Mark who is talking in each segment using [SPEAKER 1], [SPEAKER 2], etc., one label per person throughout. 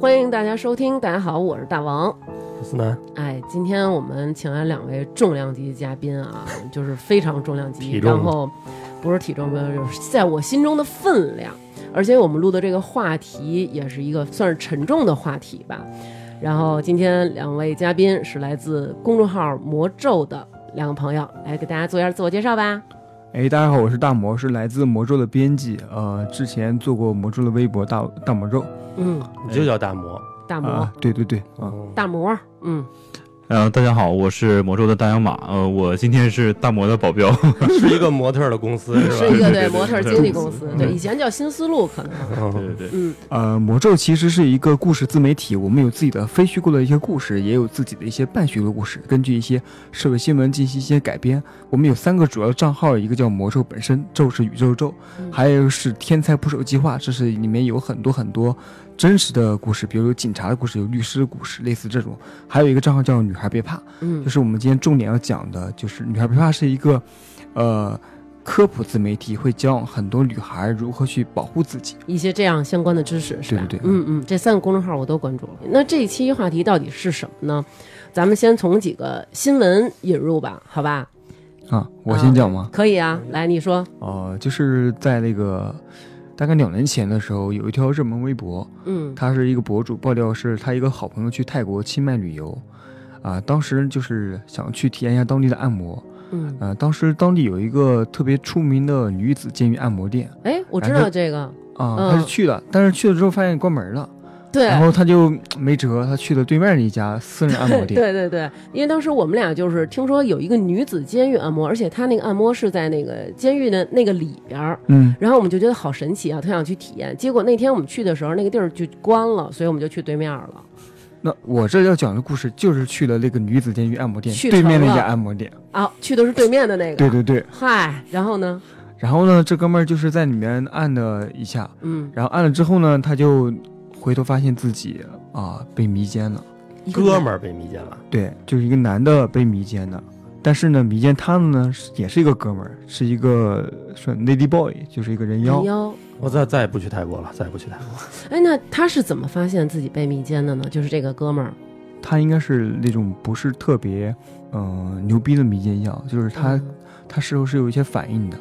[SPEAKER 1] 欢迎大家收听，大家好，我是大王。
[SPEAKER 2] 思南
[SPEAKER 1] 哎，今天我们请来两位重量级嘉宾啊， 就是非常重量级，
[SPEAKER 2] 体重
[SPEAKER 1] 然后不是体重，不是就是在我心中的分量。而且我们录的这个话题也是一个算是沉重的话题吧。然后今天两位嘉宾是来自公众号“魔咒”的两个朋友，来给大家做一下自我介绍吧。
[SPEAKER 3] 哎，大家好，我是大魔，是来自魔咒的编辑，呃，之前做过魔咒的微博大大魔咒
[SPEAKER 1] 嗯，
[SPEAKER 2] 你就叫大魔，
[SPEAKER 1] 大魔，
[SPEAKER 3] 啊，对对对啊，
[SPEAKER 2] 嗯
[SPEAKER 1] 哎大魔，嗯，
[SPEAKER 4] 呃，大家好，我是魔咒的大洋马，呃，我今天是大魔的保 镖，
[SPEAKER 2] 是一个模特儿的 公司是
[SPEAKER 1] 是一
[SPEAKER 2] 吧？
[SPEAKER 1] 个
[SPEAKER 4] 对对对
[SPEAKER 1] 模特
[SPEAKER 4] 对
[SPEAKER 1] 经纪
[SPEAKER 4] 对
[SPEAKER 1] 公司，对，以前叫新思路，可能，
[SPEAKER 2] 嗯
[SPEAKER 4] 对对对，
[SPEAKER 1] 嗯，
[SPEAKER 3] 呃，魔咒其实是一个故事自媒体，我们有自己的非虚构的一些故事，也有自己的一些半虚构故事，根据一些社会新闻进行一些改编。我们有三个主要的账号，一个叫魔咒本身，咒是宇宙咒
[SPEAKER 1] 嗯，
[SPEAKER 3] 还有是天才捕手计划，这是里面有很多很多真实的故事，比如有警察的故事，有律师的故事，类似这种。还有一个账号叫女孩别怕，
[SPEAKER 1] 嗯
[SPEAKER 3] 就，是我们今天重点要讲的，就是女孩别怕是一个，呃，科普自媒体会教很多女孩如何去保护自己。
[SPEAKER 1] 一些这样相关的知识，是吧？
[SPEAKER 3] 对对对
[SPEAKER 1] 嗯嗯，这三个公众号我都关注了。那这一期话题到底是什么呢？咱们先从几个新闻引入吧，好吧？
[SPEAKER 3] 啊，我先讲吗？
[SPEAKER 1] 可以啊，
[SPEAKER 3] 嗯
[SPEAKER 1] 来你说，
[SPEAKER 3] 呃，就是在那个大概两年前的时候，有一条热门微博，
[SPEAKER 1] 嗯
[SPEAKER 3] 他是一个博主爆料，是他一个好朋友去泰国清迈旅游，啊、当时就是想去体验一下当地的按摩，
[SPEAKER 1] 嗯，
[SPEAKER 3] 呃，当时当地有一个特别出名的女子监狱按摩店，
[SPEAKER 1] 哎，我知道这个，
[SPEAKER 3] 啊、
[SPEAKER 1] 嗯
[SPEAKER 3] 他是去了，但是去了之后发现关门了，
[SPEAKER 1] 对。
[SPEAKER 3] 然后他就嗯没辙，他去了对面的一家私人按摩店，
[SPEAKER 1] 对对对，因为当时我们俩就是听说有一个女子监狱按摩，而且她那个按摩是在那个监狱的那个里边儿，
[SPEAKER 3] 嗯，
[SPEAKER 1] 然后我们就觉得好神奇啊，特想去体验。结果那天我们去的时候，那个地儿就关了，所以我们就去对面了。
[SPEAKER 3] 那我这要讲的故事就是去了那个女子监狱按摩店
[SPEAKER 1] 去
[SPEAKER 3] 对面
[SPEAKER 1] 成
[SPEAKER 3] 那家
[SPEAKER 1] 了
[SPEAKER 3] 按摩店，
[SPEAKER 1] 啊，去的是对面的那个。
[SPEAKER 3] 对对对。
[SPEAKER 1] 嗨，然后呢？
[SPEAKER 3] 然后呢，这哥们儿就是在里面按了一下，
[SPEAKER 1] 嗯，
[SPEAKER 3] 然后按了之后呢，他就回头发现自己啊、被迷奸了。
[SPEAKER 2] 哥们儿被迷奸了，
[SPEAKER 1] 嗯
[SPEAKER 3] 对，就是一个男的被迷奸的，但是呢，迷奸他的呢是也是一个哥们儿，是一个说 lady boy，就是一个人妖
[SPEAKER 1] 人。妖。
[SPEAKER 2] 我再再也不去泰国了，再也不去泰国了。
[SPEAKER 1] 哎，那他是怎么发现自己被迷奸的呢？就是这个哥们儿，
[SPEAKER 3] 他应该是那种不是特别嗯、呃牛逼的迷奸药，就是他、他事后是有一些反应的，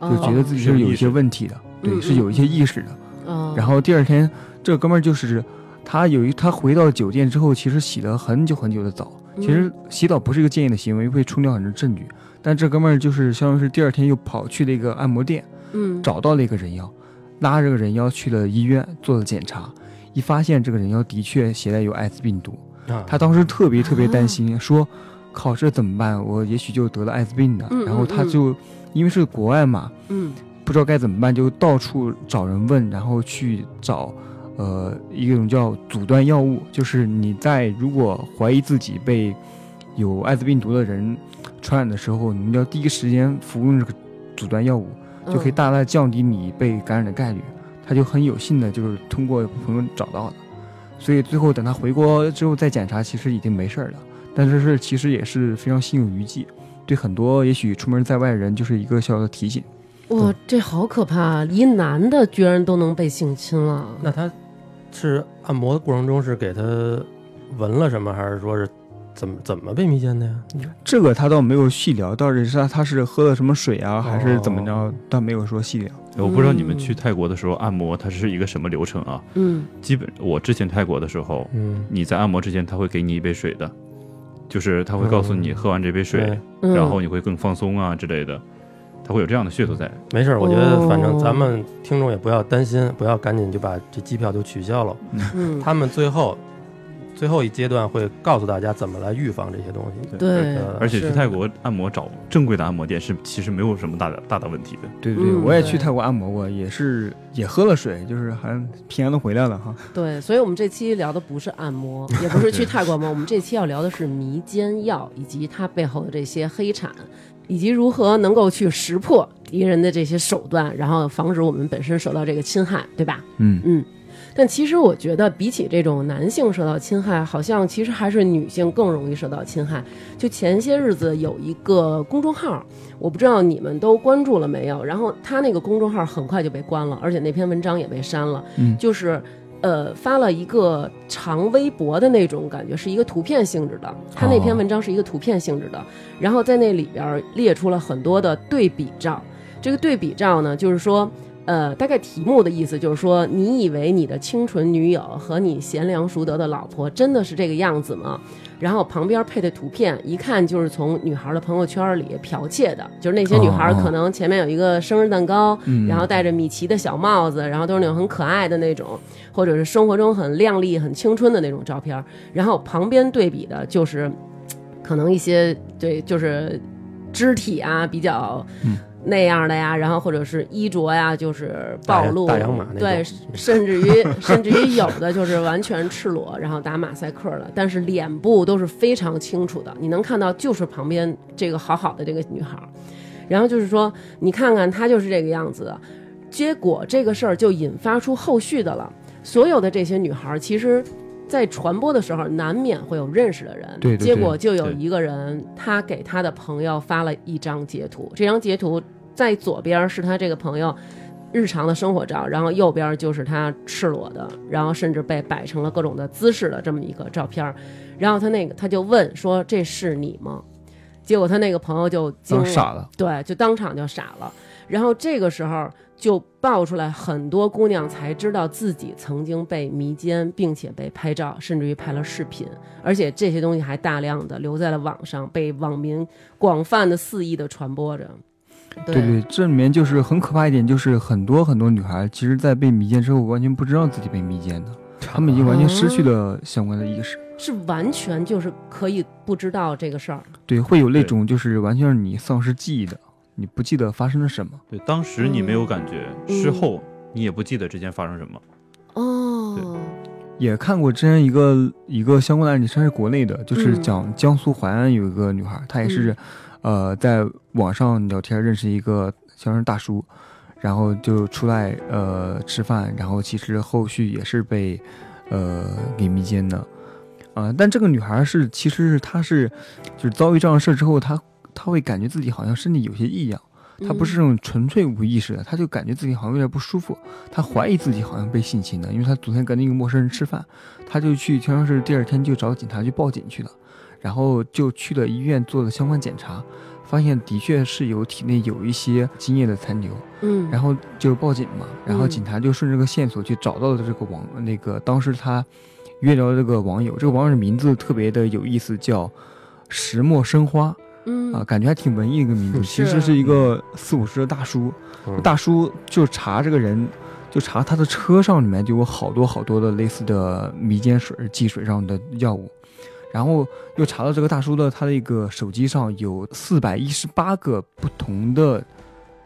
[SPEAKER 1] 嗯
[SPEAKER 3] 就觉得自己
[SPEAKER 2] 是有
[SPEAKER 3] 是有
[SPEAKER 2] 意
[SPEAKER 3] 一些
[SPEAKER 2] 识
[SPEAKER 3] 问题的，
[SPEAKER 1] 嗯
[SPEAKER 3] 对，
[SPEAKER 1] 嗯
[SPEAKER 3] 是有一些意识的。
[SPEAKER 1] 哦，
[SPEAKER 3] 然后第二天，这个哥们儿就是他有一他回到酒店之后，其实洗了很久很久的澡。
[SPEAKER 1] 嗯
[SPEAKER 3] 其实洗澡不是一个建议的行为，会冲掉很多证据。但这哥们儿就是相当于是第二天又跑去了一个按摩店，
[SPEAKER 1] 嗯，
[SPEAKER 3] 找到了一个人妖，拉着这个人妖去了医院做了检查，一发现这个人妖的确携带有艾滋病毒。
[SPEAKER 2] 啊
[SPEAKER 3] 他当时特别特别
[SPEAKER 1] 啊
[SPEAKER 3] 担心，说：“靠，这怎么办？我也许就得了艾滋病呢。
[SPEAKER 1] 嗯”
[SPEAKER 3] 然
[SPEAKER 1] 嗯
[SPEAKER 3] 后他
[SPEAKER 1] 嗯
[SPEAKER 3] 就因为是国外嘛，
[SPEAKER 1] 嗯
[SPEAKER 3] 不知道该怎么办，就到处找人问，然后去找，呃，一种叫阻断药物，就是你在如果怀疑自己被有艾滋病毒的人传染的时候，你要第一时间服用这个阻断药物，
[SPEAKER 1] 嗯，
[SPEAKER 3] 就可以大大降低你被感染的概率。他就很有幸的，就是通过朋友找到的，所以最后等他回国之后再检查，其实已经没事儿了。但是是其实也是非常心有余悸，对很多也许出门在外的人就是一个小小的提醒。
[SPEAKER 1] 哇，这好可怕啊！一男的居然都能被性侵了，
[SPEAKER 2] 那他是按摩的过程中是给他纹了什么，还是说是怎么怎么被迷奸的呀？
[SPEAKER 1] 嗯
[SPEAKER 3] 这个他倒没有细聊，到底是他他是喝了什么水啊，还是怎么着
[SPEAKER 2] 哦，
[SPEAKER 3] 倒没有说细聊。
[SPEAKER 4] 我不知道你们
[SPEAKER 1] 嗯
[SPEAKER 4] 去泰国的时候按摩它是一个什么流程啊？
[SPEAKER 1] 嗯，
[SPEAKER 4] 基本我之前泰国的时候，
[SPEAKER 2] 嗯，
[SPEAKER 4] 你在按摩之前他会给你一杯水的，就是他会告诉你
[SPEAKER 2] 嗯
[SPEAKER 4] 喝完这杯水，
[SPEAKER 1] 嗯
[SPEAKER 4] 然后你会更放松啊之类的，他会有这样的噱头在。
[SPEAKER 2] 没事儿，我觉得反正
[SPEAKER 1] 哦
[SPEAKER 2] 咱们听众也不要担心，不要赶紧就把这机票就取消了。
[SPEAKER 1] 嗯，
[SPEAKER 2] 他们最后最后一阶段会告诉大家怎么来预防这些东西。
[SPEAKER 1] 对，
[SPEAKER 2] 呃
[SPEAKER 4] 而且
[SPEAKER 1] 是
[SPEAKER 4] 去泰国按摩找正规的按摩店是其实没有什么大的大的问题的。
[SPEAKER 3] 对对对，
[SPEAKER 1] 嗯
[SPEAKER 3] 我也去
[SPEAKER 1] 对
[SPEAKER 3] 泰国按摩过，也是也喝了水，就是还平安的回来了哈。
[SPEAKER 1] 对，所以我们这期聊的不是按摩，也不是 去泰国按摩，我们这期要聊的是迷奸药以及它背后的这些黑产，以及如何能够去识破敌人的这些手段，然后防止我们本身受到这个侵害，对吧？
[SPEAKER 3] 嗯
[SPEAKER 1] 嗯。但其实我觉得，比起这种男性受到侵害，好像其实还是女性更容易受到侵害。就前些日子有一个公众号，我不知道你们都关注了没有。然后他那个公众号很快就被关了，而且那篇文章也被删了。
[SPEAKER 3] 嗯
[SPEAKER 1] 就是呃，发了一个长微博的那种感觉，是一个图片性质的。他那篇文章是一个图片性质的，然后在那里边儿列出了很多的对比照。这个对比照呢，就是说，呃，大概题目的意思就是说，你以为你的清纯女友和你贤良淑德的老婆真的是这个样子吗？然后旁边配的图片，一看就是从女孩的朋友圈里剽窃的，就是那些女孩
[SPEAKER 3] 哦哦
[SPEAKER 1] 可能前面有一个生日蛋糕，
[SPEAKER 3] 嗯，
[SPEAKER 1] 然后戴着米奇的小帽子，然后都是那种很可爱的那种，或者是生活中很靓丽、很青春的那种照片儿。然后旁边对比的就是，嘖可能一些对，就是肢体啊比较
[SPEAKER 3] 嗯
[SPEAKER 1] 那样的呀，然后或者是衣着呀，就是暴露，
[SPEAKER 2] 大大洋马那种
[SPEAKER 1] 对，甚至于 甚至于有的就是完全赤裸，然后打马赛克了，但是脸部都是非常清楚的，你能看到就是旁边这个好好的这个女孩儿。然后就是说，你看看她就是这个样子的，结果这个事儿就引发出后续的了。所有的这些女孩儿，其实，在传播的时候难免会有认识的人，
[SPEAKER 3] 对对对
[SPEAKER 1] 结果就有
[SPEAKER 4] 对
[SPEAKER 1] 一个人，他给他的朋友发了一张截图，这张截图在左边是他这个朋友。日常的生活照，然后右边就是他赤裸的，然后甚至被摆成了各种的姿势的这么一个照片儿，然后他那个他就问说：“这是你吗？”结果他那个朋友就惊
[SPEAKER 3] 当
[SPEAKER 1] 了，
[SPEAKER 3] 啊傻了，
[SPEAKER 1] 对，就当场就傻了。然后这个时候就爆出来很多姑娘才知道自己曾经被迷奸，并且被拍照，甚至于拍了视频，而且这些东西还大量的留在了网上，被网民广泛的肆意的传播着。
[SPEAKER 3] 对对，这里面就是很可怕一点，就是很多很多女孩，其实在被迷奸之后，完全不知道自己被迷奸的，她们已经完全失去了相关的意识。
[SPEAKER 1] 是完全就是可以不知道这个事儿。
[SPEAKER 3] 对，会有那种就是完全让你丧失记忆的，你不记得发生了什么。
[SPEAKER 4] 对，当时你没有感觉，
[SPEAKER 1] 嗯
[SPEAKER 4] 事后你也不记得之前发生什么。
[SPEAKER 1] 哦，
[SPEAKER 3] 也看过之前一个一个相关的案例，算是国内的，就是
[SPEAKER 1] 嗯
[SPEAKER 3] 讲江苏淮安有一个女孩，她也是，呃，在网上聊天认识一个像是大叔，然后就出来呃吃饭，然后其实后续也是被呃给迷奸的，啊、但这个女孩是其实是她是就是遭遇这样的事之后，她她会感觉自己好像身体有些异样。她不
[SPEAKER 1] 嗯
[SPEAKER 3] 是那种纯粹无意识的，她就感觉自己好像有点不舒服，她怀疑自己好像被性侵了，因为她昨天跟那个陌生人吃饭，她就去天山市，第二天就找警察去报警去了，然后就去了医院做了相关检查，发现的确是有体内有一些精液的残留，
[SPEAKER 1] 嗯，
[SPEAKER 3] 然
[SPEAKER 1] 后
[SPEAKER 3] 后就报警嘛，然后
[SPEAKER 1] 嗯
[SPEAKER 3] 警察就顺着这个线索去找到了这个网那个当时他约聊的这个网友，这个网友的名字特别的有意思，叫石墨生花。
[SPEAKER 1] 嗯
[SPEAKER 3] 啊，感觉还挺文艺一个名字，其
[SPEAKER 1] 是
[SPEAKER 3] 实是一个四五十的大叔。
[SPEAKER 2] 嗯
[SPEAKER 3] 大叔就查这个人，就查他的车上里面就有好多好多的类似的迷奸水、剂水上的药物，然后又查到这个大叔的他的一个手机上有四百一十八个不同的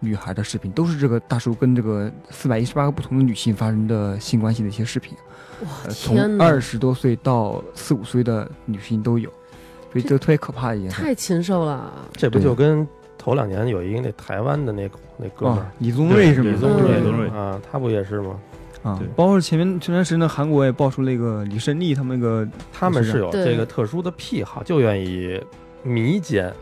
[SPEAKER 3] 女孩的视频，都是这个大叔跟这个四百一十八个不同的女性发生的性关系的一些视频，
[SPEAKER 1] 哇
[SPEAKER 3] 呃、
[SPEAKER 1] 天
[SPEAKER 3] 从
[SPEAKER 1] 哪，
[SPEAKER 3] 二十多岁到四五岁的女性都有，所以
[SPEAKER 1] 这
[SPEAKER 3] 这特别可怕的一件事。
[SPEAKER 1] 太禽兽了。
[SPEAKER 2] 这不
[SPEAKER 3] 对
[SPEAKER 2] 就跟头两年有一个那台湾的那那哥们
[SPEAKER 3] 啊
[SPEAKER 2] 儿，
[SPEAKER 3] 李宗瑞是吗？
[SPEAKER 4] 李
[SPEAKER 1] 宗瑞
[SPEAKER 4] 李宗瑞
[SPEAKER 2] 啊，他不也是吗？
[SPEAKER 3] 啊
[SPEAKER 4] 对，
[SPEAKER 3] 包括前面前段时间韩国也爆出那个李胜利他们那个，
[SPEAKER 2] 他们
[SPEAKER 3] 是
[SPEAKER 2] 是有
[SPEAKER 1] 对
[SPEAKER 2] 这个特殊的癖好，就愿意迷奸。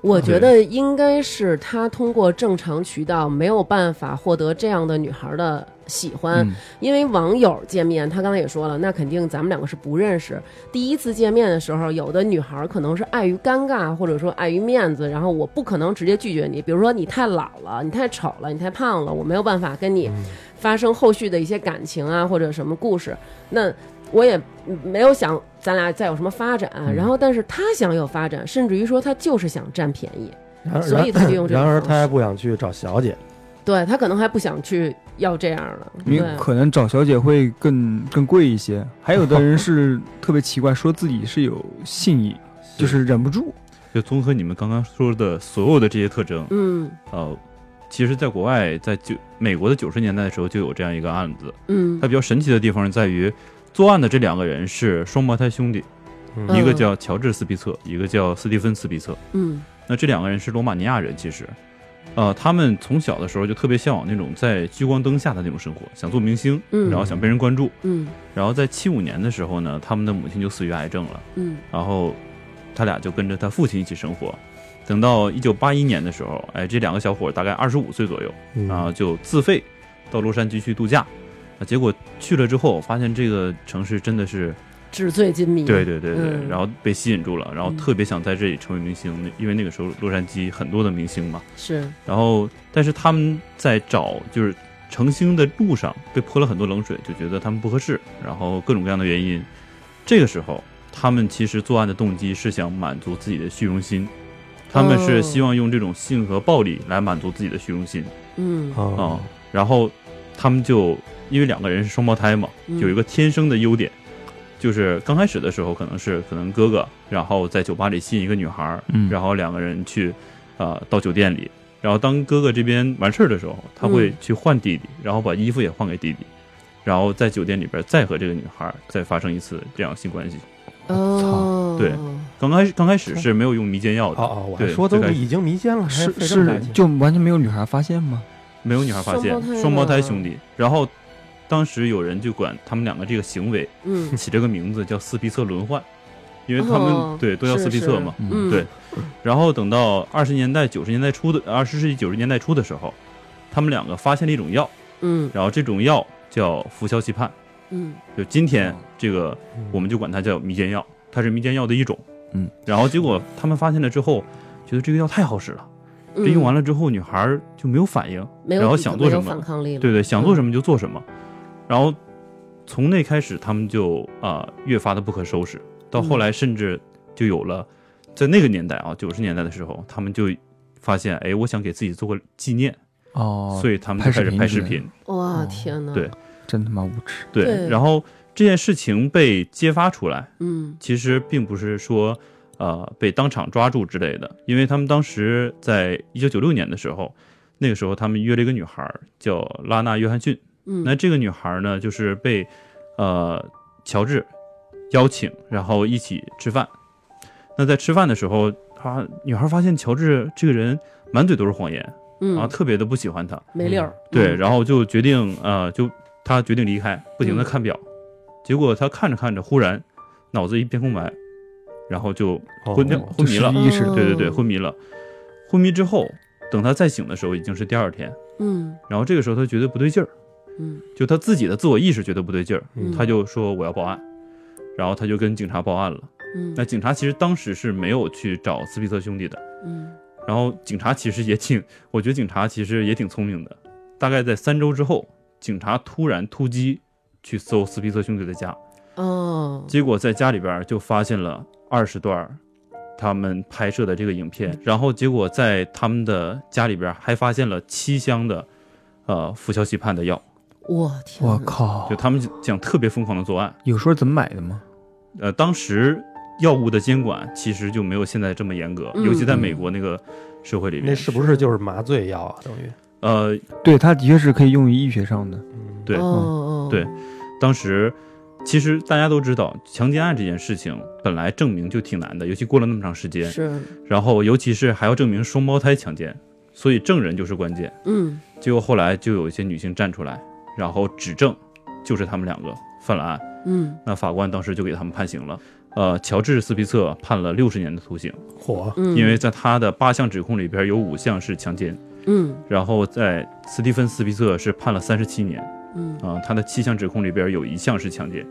[SPEAKER 1] 我觉得应该是他通过正常渠道没有办法获得这样的女孩的喜欢，
[SPEAKER 3] 嗯，
[SPEAKER 1] 因为网友见面，他刚才也说了，那肯定咱们两个是不认识。第一次见面的时候，有的女孩可能是碍于尴尬，或者说碍于面子，然后我不可能直接拒绝你，比如说你太老了，你太丑了，你太胖了，我没有办法跟你发生后续的一些感情啊或者什么故事。那我也没有想咱俩再有什么发展，然后但是他想有发展，甚至于说他就是想占便宜，
[SPEAKER 2] 啊然
[SPEAKER 1] 所以他就 用这
[SPEAKER 2] 然
[SPEAKER 1] 种
[SPEAKER 2] 而
[SPEAKER 1] 方
[SPEAKER 2] 他还
[SPEAKER 1] 式
[SPEAKER 2] 不想去找小姐，
[SPEAKER 1] 对他可能还不想去要这样了，
[SPEAKER 3] 因为可能找小姐会更更贵一些。还有的人 是特别奇怪，说自己是有性瘾，就是忍不住。
[SPEAKER 4] 就综合你们刚刚说的所有的这些特征，
[SPEAKER 1] 嗯
[SPEAKER 4] 呃，其实，在国外，在九美国的九十年代的时候就有这样一个案子。
[SPEAKER 1] 嗯
[SPEAKER 4] 它比较神奇的地方在于，作案的这两个人是双胞胎兄弟，
[SPEAKER 1] 嗯
[SPEAKER 4] 一个叫乔治·斯皮策，一个叫斯蒂芬·斯皮策。
[SPEAKER 1] 嗯
[SPEAKER 4] 那这两个人是罗马尼亚人，其实，呃，他们从小的时候就特别向往那种在聚光灯下的那种生活，想做明星，
[SPEAKER 1] 嗯，
[SPEAKER 4] 然后想被人关注。
[SPEAKER 1] 嗯
[SPEAKER 4] 然后在七五年的时候呢，他们的母亲就死于癌症了，
[SPEAKER 1] 嗯
[SPEAKER 4] 然后他俩就跟着他父亲一起生活。等到一九八一年的时候，哎，这两个小伙儿大概二十五岁左右，
[SPEAKER 2] 嗯
[SPEAKER 4] 啊，就自费到洛杉矶去度假，啊，结果去了之后发现这个城市真的是，
[SPEAKER 1] 纸醉金迷。
[SPEAKER 4] 对对对对，
[SPEAKER 1] 嗯
[SPEAKER 4] 然后被吸引住了，然后
[SPEAKER 1] 嗯
[SPEAKER 4] 特别想在这里成为明星，那因为那个时候洛杉矶很多的明星嘛，
[SPEAKER 1] 是，
[SPEAKER 4] 然后但是他们在找就是成星的路上被泼了很多冷水，就觉得他们不合适，然后各种各样的原因。这个时候，他们其实作案的动机是想满足自己的虚荣心，他们
[SPEAKER 1] 哦
[SPEAKER 4] 是希望用这种性和暴力来满足自己的虚荣心
[SPEAKER 1] 嗯，
[SPEAKER 4] 啊、
[SPEAKER 2] 哦，
[SPEAKER 4] 然后他们就因为两个人是双胞胎嘛，
[SPEAKER 1] 嗯
[SPEAKER 4] 有一个天生的优点。就是刚开始的时候，可能是可能哥哥，然后在酒吧里吸引一个女孩儿，
[SPEAKER 3] 嗯
[SPEAKER 4] 然后两个人去，呃，到酒店里，然后当哥哥这边完事儿的时候，他会
[SPEAKER 1] 嗯
[SPEAKER 4] 去换弟弟，然后把衣服也换给弟弟，然后在酒店里边再和这个女孩儿再发生一次这样性关系。
[SPEAKER 1] 哦，
[SPEAKER 4] 对刚开始刚开始是没有用迷奸药
[SPEAKER 2] 哦
[SPEAKER 4] 的，
[SPEAKER 2] 哦，我还
[SPEAKER 4] 对
[SPEAKER 2] 说
[SPEAKER 4] 最
[SPEAKER 2] 都
[SPEAKER 4] 开始
[SPEAKER 2] 已经迷奸了，还
[SPEAKER 3] 是
[SPEAKER 2] 费这么大
[SPEAKER 3] 是
[SPEAKER 2] 劲
[SPEAKER 3] 就完全没有女孩发现吗？
[SPEAKER 4] 没有女孩发现
[SPEAKER 1] 双胞胎
[SPEAKER 4] 双胞胎
[SPEAKER 1] 了
[SPEAKER 4] 兄弟，然后当时有人就管他们两个这个行为
[SPEAKER 1] 嗯，
[SPEAKER 4] 起了个名字叫斯皮策轮换，因为他们、
[SPEAKER 1] 哦
[SPEAKER 4] 对都叫斯皮策嘛。，
[SPEAKER 1] 是是
[SPEAKER 3] 嗯
[SPEAKER 1] 嗯，
[SPEAKER 4] 对然后等到二十年代九十年代初的二十世纪九十年代初的时候，他们两个发现了一种药，
[SPEAKER 1] 嗯
[SPEAKER 4] 然后这种药叫氟硝西泮，
[SPEAKER 1] 嗯，
[SPEAKER 4] 就今天
[SPEAKER 3] 哦
[SPEAKER 4] 这个
[SPEAKER 2] 嗯
[SPEAKER 4] 我们就管它叫迷奸药，它是迷奸药的一种。
[SPEAKER 3] 嗯，
[SPEAKER 4] 然后结果他们发现了之后，觉得这个药太好使了，这
[SPEAKER 3] 嗯
[SPEAKER 1] 这
[SPEAKER 4] 用完了之后女孩儿就没有反应，
[SPEAKER 1] 嗯没有
[SPEAKER 4] 然后
[SPEAKER 1] 抵
[SPEAKER 4] 想
[SPEAKER 1] 抗
[SPEAKER 4] 做
[SPEAKER 1] 没
[SPEAKER 4] 什
[SPEAKER 1] 有
[SPEAKER 4] 么
[SPEAKER 1] 反抗力了，
[SPEAKER 4] 对对，
[SPEAKER 3] 嗯
[SPEAKER 4] 想做什么就做什么。然后从那开始，他们就啊、越发的不可收拾，到
[SPEAKER 3] 嗯
[SPEAKER 4] 后来甚至就有了，在那个年代啊九十年代的时候，他们就发现，哎，我想给自己做个纪念，
[SPEAKER 3] 哦，
[SPEAKER 4] 所以他们就
[SPEAKER 3] 拍视
[SPEAKER 4] 开始
[SPEAKER 3] 频
[SPEAKER 4] 拍
[SPEAKER 3] 之
[SPEAKER 4] 视
[SPEAKER 3] 类的
[SPEAKER 4] 频。
[SPEAKER 1] 哇
[SPEAKER 3] 哦
[SPEAKER 1] 天哪，
[SPEAKER 4] 对
[SPEAKER 3] 真他妈无耻！
[SPEAKER 4] 对，
[SPEAKER 1] 对
[SPEAKER 4] 然后这件事情被揭发出来，
[SPEAKER 1] 嗯
[SPEAKER 4] 其实并不是说呃被当场抓住之类的，因为他们当时在一九九六年的时候，那个时候他们约了一个女孩儿叫拉娜·约翰逊，
[SPEAKER 1] 嗯，
[SPEAKER 4] 那这个女孩儿呢就是被呃乔治邀请，然后一起吃饭。那在吃饭的时候，她女孩儿发现乔治这个人满嘴都是谎言，
[SPEAKER 1] 嗯
[SPEAKER 4] 然后特别的不喜欢他，
[SPEAKER 1] 没溜儿，
[SPEAKER 4] 对，
[SPEAKER 1] 嗯
[SPEAKER 4] 然后就决定呃，就他决定离开，不停的
[SPEAKER 1] 嗯
[SPEAKER 4] 看表，结果他看着看着，忽然脑子一片空白，然后就
[SPEAKER 2] 哦
[SPEAKER 4] 昏掉
[SPEAKER 2] 哦
[SPEAKER 4] 昏迷了
[SPEAKER 3] 就，失忆似的
[SPEAKER 1] 嗯
[SPEAKER 4] 对对对，昏迷了。昏迷之后，等他再醒的时候已经是第二天，
[SPEAKER 1] 嗯
[SPEAKER 4] 然后这个时候他觉得不对劲儿，
[SPEAKER 1] 嗯
[SPEAKER 4] 就他自己的自我意识觉得不对劲儿，
[SPEAKER 1] 嗯
[SPEAKER 4] 他就说我要报案，然后他就跟警察报案了。
[SPEAKER 1] 嗯，
[SPEAKER 4] 那警察其实当时是没有去找斯皮特兄弟的，
[SPEAKER 1] 嗯
[SPEAKER 4] 然后警察其实也挺，我觉得警察其实也挺聪明的。大概在三周之后，警察突然突击去搜斯皮特兄弟的家，
[SPEAKER 1] 哦，
[SPEAKER 4] 结果在家里边儿就发现了二十段儿他们拍摄的这个影
[SPEAKER 2] 嗯
[SPEAKER 4] 片，然后结果在他们的家里边儿还发现了七箱的呃氟硝西泮的药，
[SPEAKER 1] 我天，哦
[SPEAKER 3] 我，
[SPEAKER 2] 哦
[SPEAKER 3] 靠
[SPEAKER 4] 就！他们想特别疯狂的作案。
[SPEAKER 3] 有说怎么买的吗？
[SPEAKER 4] 呃，当时药物的监管其实就没有现在这么严格，
[SPEAKER 1] 嗯
[SPEAKER 4] 尤其在美国那个社会里
[SPEAKER 2] 那
[SPEAKER 4] 边，
[SPEAKER 2] 是不是就是麻醉药啊？等于
[SPEAKER 4] 呃，
[SPEAKER 3] 对，它的确是可以用于医学上的。
[SPEAKER 2] 嗯
[SPEAKER 4] 对
[SPEAKER 1] 哦哦，
[SPEAKER 4] 对当时其实大家都知道，强奸案这件事情本来证明就挺难的，尤其过了那么长时间，
[SPEAKER 1] 是，
[SPEAKER 4] 然后尤其是还要证明双胞胎强奸，所以证人就是关键。
[SPEAKER 1] 嗯
[SPEAKER 4] 结果后来就有一些女性站出来，然后指证就是他们两个犯了案，
[SPEAKER 1] 嗯
[SPEAKER 4] 那法官当时就给他们判刑了。呃，乔治·斯皮策判了六十年的徒刑，
[SPEAKER 2] 火
[SPEAKER 1] 嗯，
[SPEAKER 4] 因为在他的八项指控里边有五项是强奸，
[SPEAKER 1] 嗯
[SPEAKER 4] 然后在斯蒂芬·斯皮策是判了三十七年，
[SPEAKER 1] 嗯
[SPEAKER 4] 啊、他的七项指控里边有一项是强奸。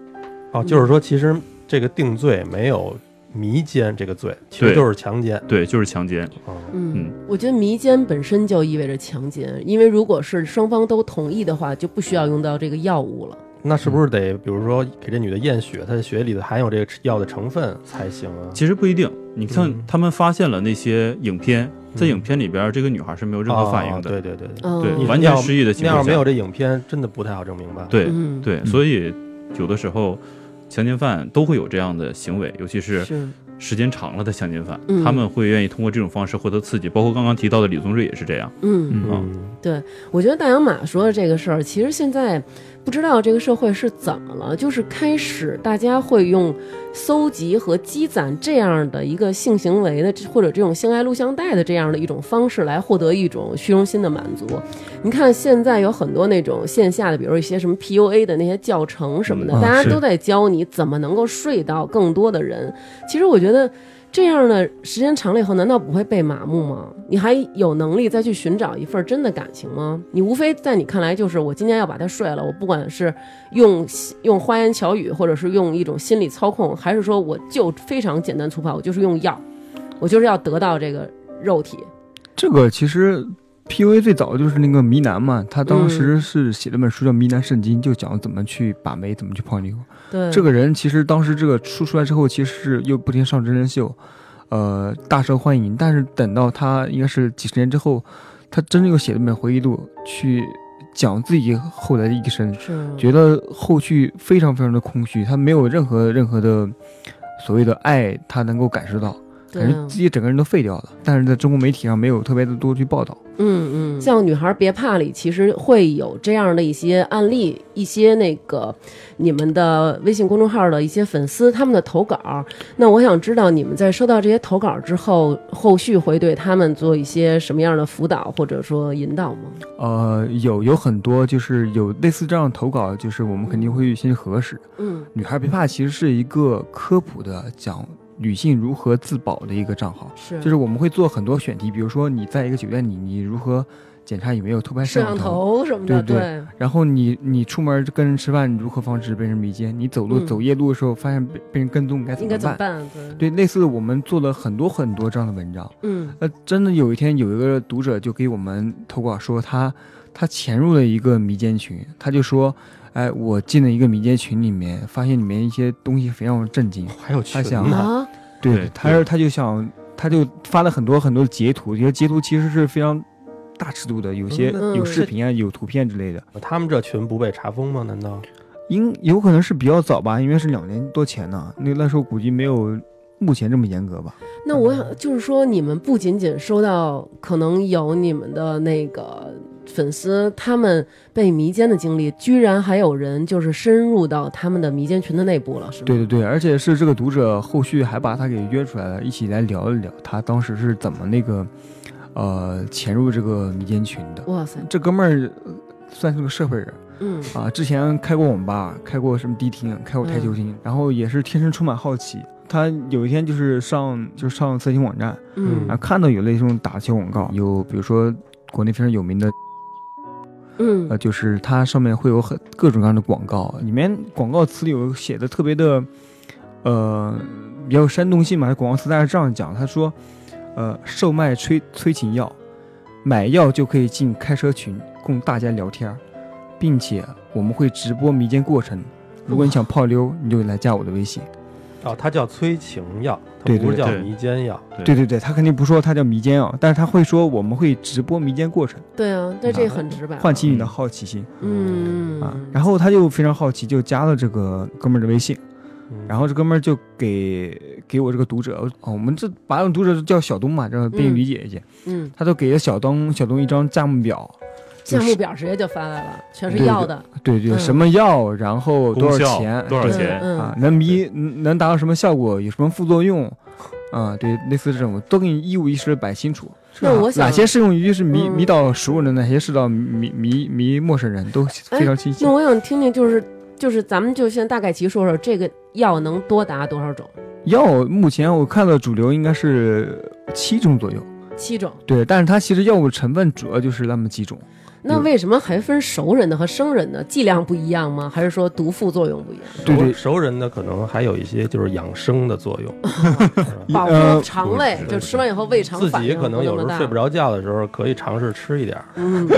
[SPEAKER 2] 哦，就是说其实这个定罪没有迷奸这个罪，其实
[SPEAKER 4] 对
[SPEAKER 2] 就是强奸。
[SPEAKER 4] 对，就是强奸。
[SPEAKER 2] 哦
[SPEAKER 1] 嗯
[SPEAKER 4] 嗯，
[SPEAKER 1] 我觉得迷奸本身就意味着强奸，因为如果是双方都同意的话，就不需要用到这个药物了。
[SPEAKER 2] 那是不是得比如说给这女的验血，她的血里头含有这个药的成分才行啊？
[SPEAKER 4] 其实不一定。你看
[SPEAKER 2] 嗯，
[SPEAKER 4] 他们发现了那些影片，在
[SPEAKER 2] 嗯
[SPEAKER 4] 影片里边，这个女孩是没有任何反应的，
[SPEAKER 2] 哦对对对对，
[SPEAKER 1] 嗯，
[SPEAKER 4] 对，
[SPEAKER 2] 你
[SPEAKER 4] 完全失忆的情
[SPEAKER 2] 那要
[SPEAKER 4] 况
[SPEAKER 2] 是没
[SPEAKER 4] 下
[SPEAKER 2] 有，这影片，真的不太好证明吧？，
[SPEAKER 4] 对
[SPEAKER 1] 嗯，
[SPEAKER 4] 对，所以有的时候。强奸犯都会有这样的行为，尤其是
[SPEAKER 1] 是，
[SPEAKER 4] 时间长了的强奸犯，
[SPEAKER 1] 嗯
[SPEAKER 4] 他们会愿意通过这种方式获得刺激。包括刚刚提到的李宗瑞也是这样。
[SPEAKER 1] 嗯，
[SPEAKER 2] 嗯，
[SPEAKER 1] 我觉得大洋马说的这个事儿，其实现在不知道这个社会是怎么了，就是开始大家会用搜集和积攒这样的一个性行为的或者这种性爱录像带的这样的一种方式来获得一种虚荣心的满足。你看现在有很多那种线下的，比如一些什么 PUA 的那些教程什么的，
[SPEAKER 3] 嗯啊
[SPEAKER 1] 大家
[SPEAKER 3] 是
[SPEAKER 1] 都在教你怎么能够睡到更多的人。其实我觉得。这样的时间长了以后，难道不会被麻木吗？你还有能力再去寻找一份真的感情吗？你无非在你看来就是我今天要把他睡了，我不管是用用花言巧语，或者是用一种心理操控，还是说我就非常简单粗暴，我就是用药，我就是要得到这个肉体。
[SPEAKER 3] 这个其实 PUA 最早就是那个迷男嘛，他当时是写了本书叫《迷男圣经》，就讲怎么去把妹，怎么去泡妞。
[SPEAKER 1] 对，
[SPEAKER 3] 这个人其实当时这个书出来之后，其实是又不停上真人秀，呃，大受欢迎。但是等到他应该是几十年之后，他真正又写了本回忆录，去讲自己后来的一生，
[SPEAKER 1] 是
[SPEAKER 3] 觉得后续非常非常的空虚，他没有任何任何的所谓的爱，他能够感受到，
[SPEAKER 1] 对
[SPEAKER 3] 感觉自己整个人都废掉了。但是在中国媒体上没有特别的多去报道。
[SPEAKER 1] 嗯嗯，像《女孩别怕》里其实会有这样的一些案例，一些那个你们的微信公众号的一些粉丝他们的投稿。那我想知道你们在收到这些投稿之后，后续会对他们做一些什么样的辅导或者说引导吗？
[SPEAKER 3] 呃，有有很多就是有类似这样的投稿，就是我们肯定会先去核实。
[SPEAKER 1] 嗯
[SPEAKER 3] 女孩别怕其实是一个科普的讲女性如何自保的一个账号，
[SPEAKER 1] 是
[SPEAKER 3] 就是我们会做很多选题，比如说你在一个酒店里，你如何检查有没有偷拍
[SPEAKER 1] 摄
[SPEAKER 3] 摄像
[SPEAKER 1] 像
[SPEAKER 3] 头，
[SPEAKER 1] 头什么的，
[SPEAKER 3] 对
[SPEAKER 1] 对
[SPEAKER 3] 然后你你出门跟人吃饭你如何防止被人迷奸，你走路、
[SPEAKER 1] 嗯
[SPEAKER 3] 走夜路的时候发现被被人跟踪该怎
[SPEAKER 1] 应
[SPEAKER 3] 么
[SPEAKER 1] 该
[SPEAKER 3] 办？
[SPEAKER 1] 怎么办？对，
[SPEAKER 3] 对，类似的我们做了很多很多这样的文章。
[SPEAKER 1] 嗯
[SPEAKER 3] 呃，真的有一天有一个读者就给我们投稿说他他潜入了一个迷奸群，他就说，哎，我进了一个迷奸群里面，发现里面一些东西非让我震惊。
[SPEAKER 2] 还有群
[SPEAKER 3] 他哦想
[SPEAKER 2] 呢，
[SPEAKER 1] 啊，
[SPEAKER 4] 对
[SPEAKER 3] 他他就想他就发了很多很多截图，这些截图其实是非常大尺度的，有些
[SPEAKER 1] 嗯
[SPEAKER 3] 有视频啊，有图片之类的。
[SPEAKER 2] 他们这群不被查封吗？难道
[SPEAKER 3] 应有可能是比较早吧，因为是两年多前呢，那那时候估计没有目前这么严格吧。
[SPEAKER 1] 那我想就是说，你们不仅仅收到可能有你们的那个粉丝他们被迷奸的经历，居然还有人就是深入到他们的迷奸群的内部了，是吗？
[SPEAKER 3] 对对对，而且是这个读者后续还把他给约出来了，一起来聊一聊他当时是怎么那个，呃，潜入这个迷奸群的。
[SPEAKER 1] 哇塞，
[SPEAKER 3] 这哥们儿呃算是个社会人
[SPEAKER 1] 嗯
[SPEAKER 3] 啊，之前开过网吧，开过什么迪厅，开过台球厅，然后也是天生充满好奇。他有一天就是上就是上色情网站，
[SPEAKER 1] 嗯
[SPEAKER 3] 啊，看到有类似这种打球广告，有比如说国内非常有名的呃，
[SPEAKER 1] 嗯
[SPEAKER 3] 就是它上面会有很各种各样的广告，里面广告词里有写的特别的，呃，比较有煽动性嘛。广告词大概是这样讲，他说，呃，售卖催催情药，买药就可以进开车群供大家聊天儿，并且我们会直播迷奸过程。如果你想泡妞，你就来加我的微信。
[SPEAKER 2] 哦，它叫催情药，它
[SPEAKER 3] 对
[SPEAKER 2] 不是
[SPEAKER 3] 对
[SPEAKER 2] 叫
[SPEAKER 4] 对
[SPEAKER 2] 迷奸药。
[SPEAKER 3] 对对对，他肯定不说他叫迷奸啊，但是他会说我们会直播迷奸过程，
[SPEAKER 1] 对啊，那这很直白了，
[SPEAKER 3] 唤起你的好奇心
[SPEAKER 1] 嗯
[SPEAKER 3] 啊。然后他就非常好奇，就加了这个哥们儿的微信。
[SPEAKER 2] 嗯
[SPEAKER 3] 然后这哥们儿就给给我这个读者，哦，我们这把这种读者叫小东嘛，这样便于理解一些。
[SPEAKER 1] 嗯，
[SPEAKER 3] 他就给了小东小东一张价目表，
[SPEAKER 1] 价目表直接就发来了，全是要的，
[SPEAKER 3] 对对，
[SPEAKER 1] 嗯
[SPEAKER 3] 什么药，然后多
[SPEAKER 4] 功效
[SPEAKER 3] 少钱，
[SPEAKER 4] 多少
[SPEAKER 1] 嗯
[SPEAKER 4] 对钱
[SPEAKER 3] 啊
[SPEAKER 1] 嗯，
[SPEAKER 3] 能迷能达到什么效果，有什么副作用，啊，对，类似这种都给你一五一十地摆清楚。啊
[SPEAKER 1] 那我想
[SPEAKER 3] 哪些适用于是迷
[SPEAKER 1] 嗯
[SPEAKER 3] 迷倒熟人的，哪些适当迷迷迷陌生人，都非常清晰
[SPEAKER 1] 哎那。我想听听就是。就是咱们就先大概齐说说这个药能多达多少种，
[SPEAKER 3] 药目前我看到主流应该是七种左右，
[SPEAKER 1] 七种。
[SPEAKER 3] 对，但是它其实药物成分主要就是那么几种。
[SPEAKER 1] 那为什么还分熟人的和生人的？剂量不一样吗？还是说毒副作用不一样？
[SPEAKER 3] 对对
[SPEAKER 2] 熟熟人的可能还有一些就是养生的作用，
[SPEAKER 3] 一
[SPEAKER 1] 保
[SPEAKER 3] 呃
[SPEAKER 1] 护肠胃，
[SPEAKER 4] 不是
[SPEAKER 1] 就吃完以后胃肠
[SPEAKER 2] 自
[SPEAKER 1] 反
[SPEAKER 2] 己
[SPEAKER 1] 应
[SPEAKER 2] 可能有时候睡不
[SPEAKER 1] 着。
[SPEAKER 2] 着觉的时候，可以尝试吃一点儿。
[SPEAKER 1] 嗯，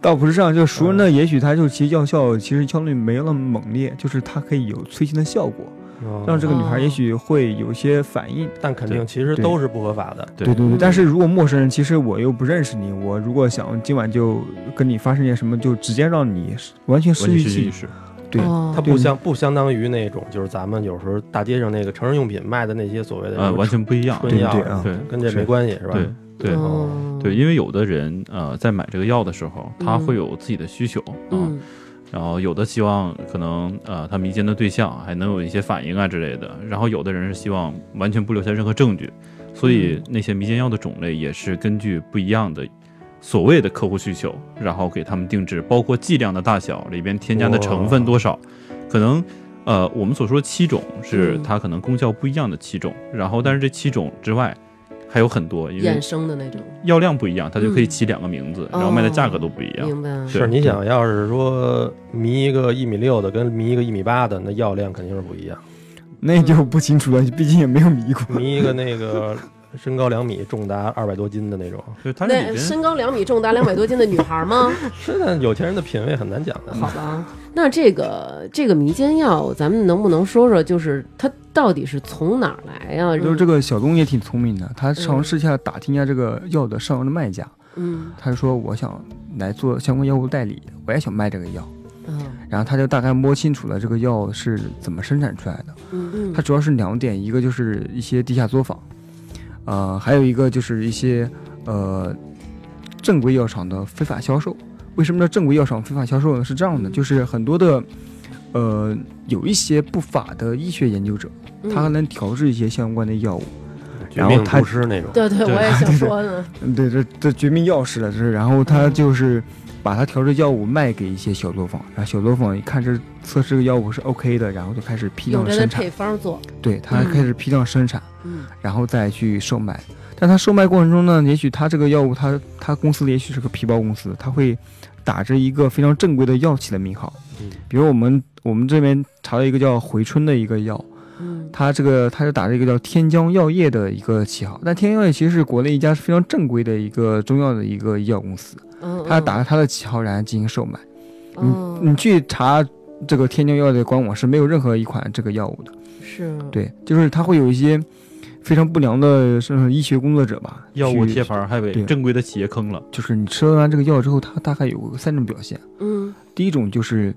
[SPEAKER 3] 倒不是这样，就是熟人呢，也许它就是其实药效其实相对没有那么猛烈，就是它可以有催情的效果，
[SPEAKER 2] 嗯
[SPEAKER 3] 让这个女孩
[SPEAKER 1] 哦
[SPEAKER 3] 也许会有一些反应。
[SPEAKER 2] 但肯定其实
[SPEAKER 3] 对
[SPEAKER 2] 都是不合法的。
[SPEAKER 4] 对
[SPEAKER 3] 对对
[SPEAKER 1] 嗯
[SPEAKER 3] 对，但是如果陌生人，其实我又不认识你，我如果想今晚就跟你发生点什么，就直接让你完
[SPEAKER 1] 嗯
[SPEAKER 3] 全失
[SPEAKER 4] 文
[SPEAKER 3] 去
[SPEAKER 4] 艺
[SPEAKER 3] 记
[SPEAKER 4] 意
[SPEAKER 3] 忆。
[SPEAKER 4] 识，
[SPEAKER 3] 对
[SPEAKER 1] 哦
[SPEAKER 2] 它不
[SPEAKER 3] 对
[SPEAKER 2] 相不相当于那种就是咱们有时候大街上那个成人用品卖的那些所谓的
[SPEAKER 4] 呃，
[SPEAKER 2] 什么
[SPEAKER 4] 完全不一样。嗯
[SPEAKER 2] 春
[SPEAKER 3] 对
[SPEAKER 2] 药
[SPEAKER 3] 对啊
[SPEAKER 4] 对
[SPEAKER 2] 跟这
[SPEAKER 3] 是
[SPEAKER 2] 没关系是吧？
[SPEAKER 4] 对对
[SPEAKER 1] 哦
[SPEAKER 4] 对，因为有的人呃，在买这个药的时候，他
[SPEAKER 1] 嗯
[SPEAKER 4] 会有自己的需求啊，
[SPEAKER 1] 嗯
[SPEAKER 4] 然后有的希望可能呃，他迷奸的对象还能有一些反应啊之类的，然后有的人是希望完全不留下任何证据，所
[SPEAKER 2] 嗯
[SPEAKER 4] 以那些迷奸药的种类也是根据不一样的所谓的客户需求，然后给他们定制，包括剂量的大小，里边添加的成分多少，可能。呃，我们所说七种是
[SPEAKER 1] 嗯
[SPEAKER 4] 它可能功效不一样的七种，然后但是这七种之外还有很多，因为
[SPEAKER 1] 衍生的那种，
[SPEAKER 4] 药量不一样，它就可以起两个名字，
[SPEAKER 1] 嗯
[SPEAKER 4] 然后卖的价格都不一样。
[SPEAKER 1] 明白？啊
[SPEAKER 4] 是
[SPEAKER 2] 嗯是你想要是说迷一个一米六的跟迷一个一米八的，那药量肯定是不一样。
[SPEAKER 3] 那就不清楚了，毕竟也没有迷过。
[SPEAKER 2] 迷一个那 个身高两米、重达二百多斤的那种，
[SPEAKER 4] 就是它这
[SPEAKER 1] 那
[SPEAKER 4] 里边
[SPEAKER 1] 身高两米、重达两百多斤的女孩吗？
[SPEAKER 2] 是的，有钱人的品味很难讲的。
[SPEAKER 1] 好吧，那这个这个迷奸药，咱们能不能说说，就是它到底是从哪儿来啊呀、
[SPEAKER 3] 就是这个小东也挺聪明的，他尝
[SPEAKER 1] 嗯
[SPEAKER 3] 试一下打听一下这个药的上游的卖家，
[SPEAKER 1] 嗯
[SPEAKER 3] 他就说我想来做相关药物代理，我也想卖这个药。
[SPEAKER 1] 嗯
[SPEAKER 3] 然后他就大概摸清楚了这个药是怎么生产出来的。
[SPEAKER 1] 嗯
[SPEAKER 3] 它主要是两点，一个就是一些地下作坊，呃，还有一个就是一些呃正规药厂的非法销售。为什么叫正规药厂非法销售呢？是这样的，就是很多的呃有一些不法的医学研究者，
[SPEAKER 1] 嗯，
[SPEAKER 3] 他能调制一些相关的药物。
[SPEAKER 2] 绝
[SPEAKER 3] 然后
[SPEAKER 2] 命
[SPEAKER 3] 他
[SPEAKER 2] 毒师那种，
[SPEAKER 1] 对对，
[SPEAKER 4] 对
[SPEAKER 1] 我也想说呢，
[SPEAKER 3] 嗯，对，这这绝命药师了，这是。然后他就是把他调制药物卖给一些小作坊，然后小作坊一看这测试个药物是 OK 的，然后就开始批量
[SPEAKER 1] 用
[SPEAKER 3] 地
[SPEAKER 1] 人的
[SPEAKER 3] 生产
[SPEAKER 1] 配。方做，
[SPEAKER 3] 对，他
[SPEAKER 1] 嗯
[SPEAKER 3] 开始批量生产。
[SPEAKER 1] 嗯
[SPEAKER 3] 然后再去售卖。但他售卖过程中呢，也许他这个药物，他他公司也许是个皮包公司，他会打着一个非常正规的药企的名号
[SPEAKER 2] 嗯，
[SPEAKER 3] 比如我们我们这边查到一个叫回春的一个药，
[SPEAKER 1] 嗯
[SPEAKER 3] 它这个它就打着一个叫天骄药业的一个旗号。但天骄药业其实是国内一家非常正规的一个中药的一个医药公司，
[SPEAKER 4] 哦
[SPEAKER 1] 嗯，
[SPEAKER 3] 它打着它的旗号然后进行售卖。
[SPEAKER 1] 嗯
[SPEAKER 3] 你去查这个天骄药业的官网是没有任何一款这个药物的。
[SPEAKER 1] 是，
[SPEAKER 3] 嗯对，就是他会有一些非常不良的是医学工作者吧，
[SPEAKER 4] 药物
[SPEAKER 3] 去
[SPEAKER 4] 贴，牌还被
[SPEAKER 3] 对
[SPEAKER 4] 正规的企业坑了，
[SPEAKER 3] 就是你吃完这个药之后，它大概有三种表现。
[SPEAKER 1] 嗯
[SPEAKER 3] 第一种就是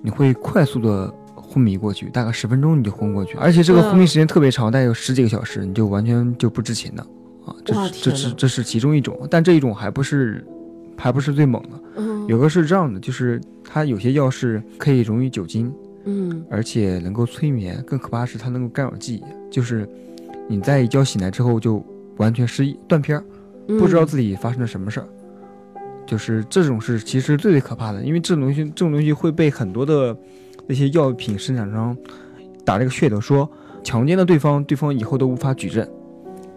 [SPEAKER 3] 你会快速的昏迷过去，大概十分钟你就昏过去，而且这个昏迷时间特别长，大概有十几个小时，你就完全就不知情了啊。这
[SPEAKER 1] 哇
[SPEAKER 3] 是这
[SPEAKER 1] 天
[SPEAKER 3] 是
[SPEAKER 1] 哪
[SPEAKER 3] 这是其中一种，但这一种还不是还不是最猛的。
[SPEAKER 1] 嗯，
[SPEAKER 3] 有个是这样的，就是它有些药是可以溶于酒精，
[SPEAKER 1] 嗯
[SPEAKER 3] 而且能够催眠。更可怕的是，它能够干扰记忆，就是你在一觉醒来之后就完全失忆、断片儿，
[SPEAKER 1] 嗯
[SPEAKER 3] 不知道自己发生了什么事儿。就是这种是其实最最可怕的，因为这种东西，这种东西会被很多的那些药品生产商打这个噱头说，强奸了对方，对方以后都无法举证，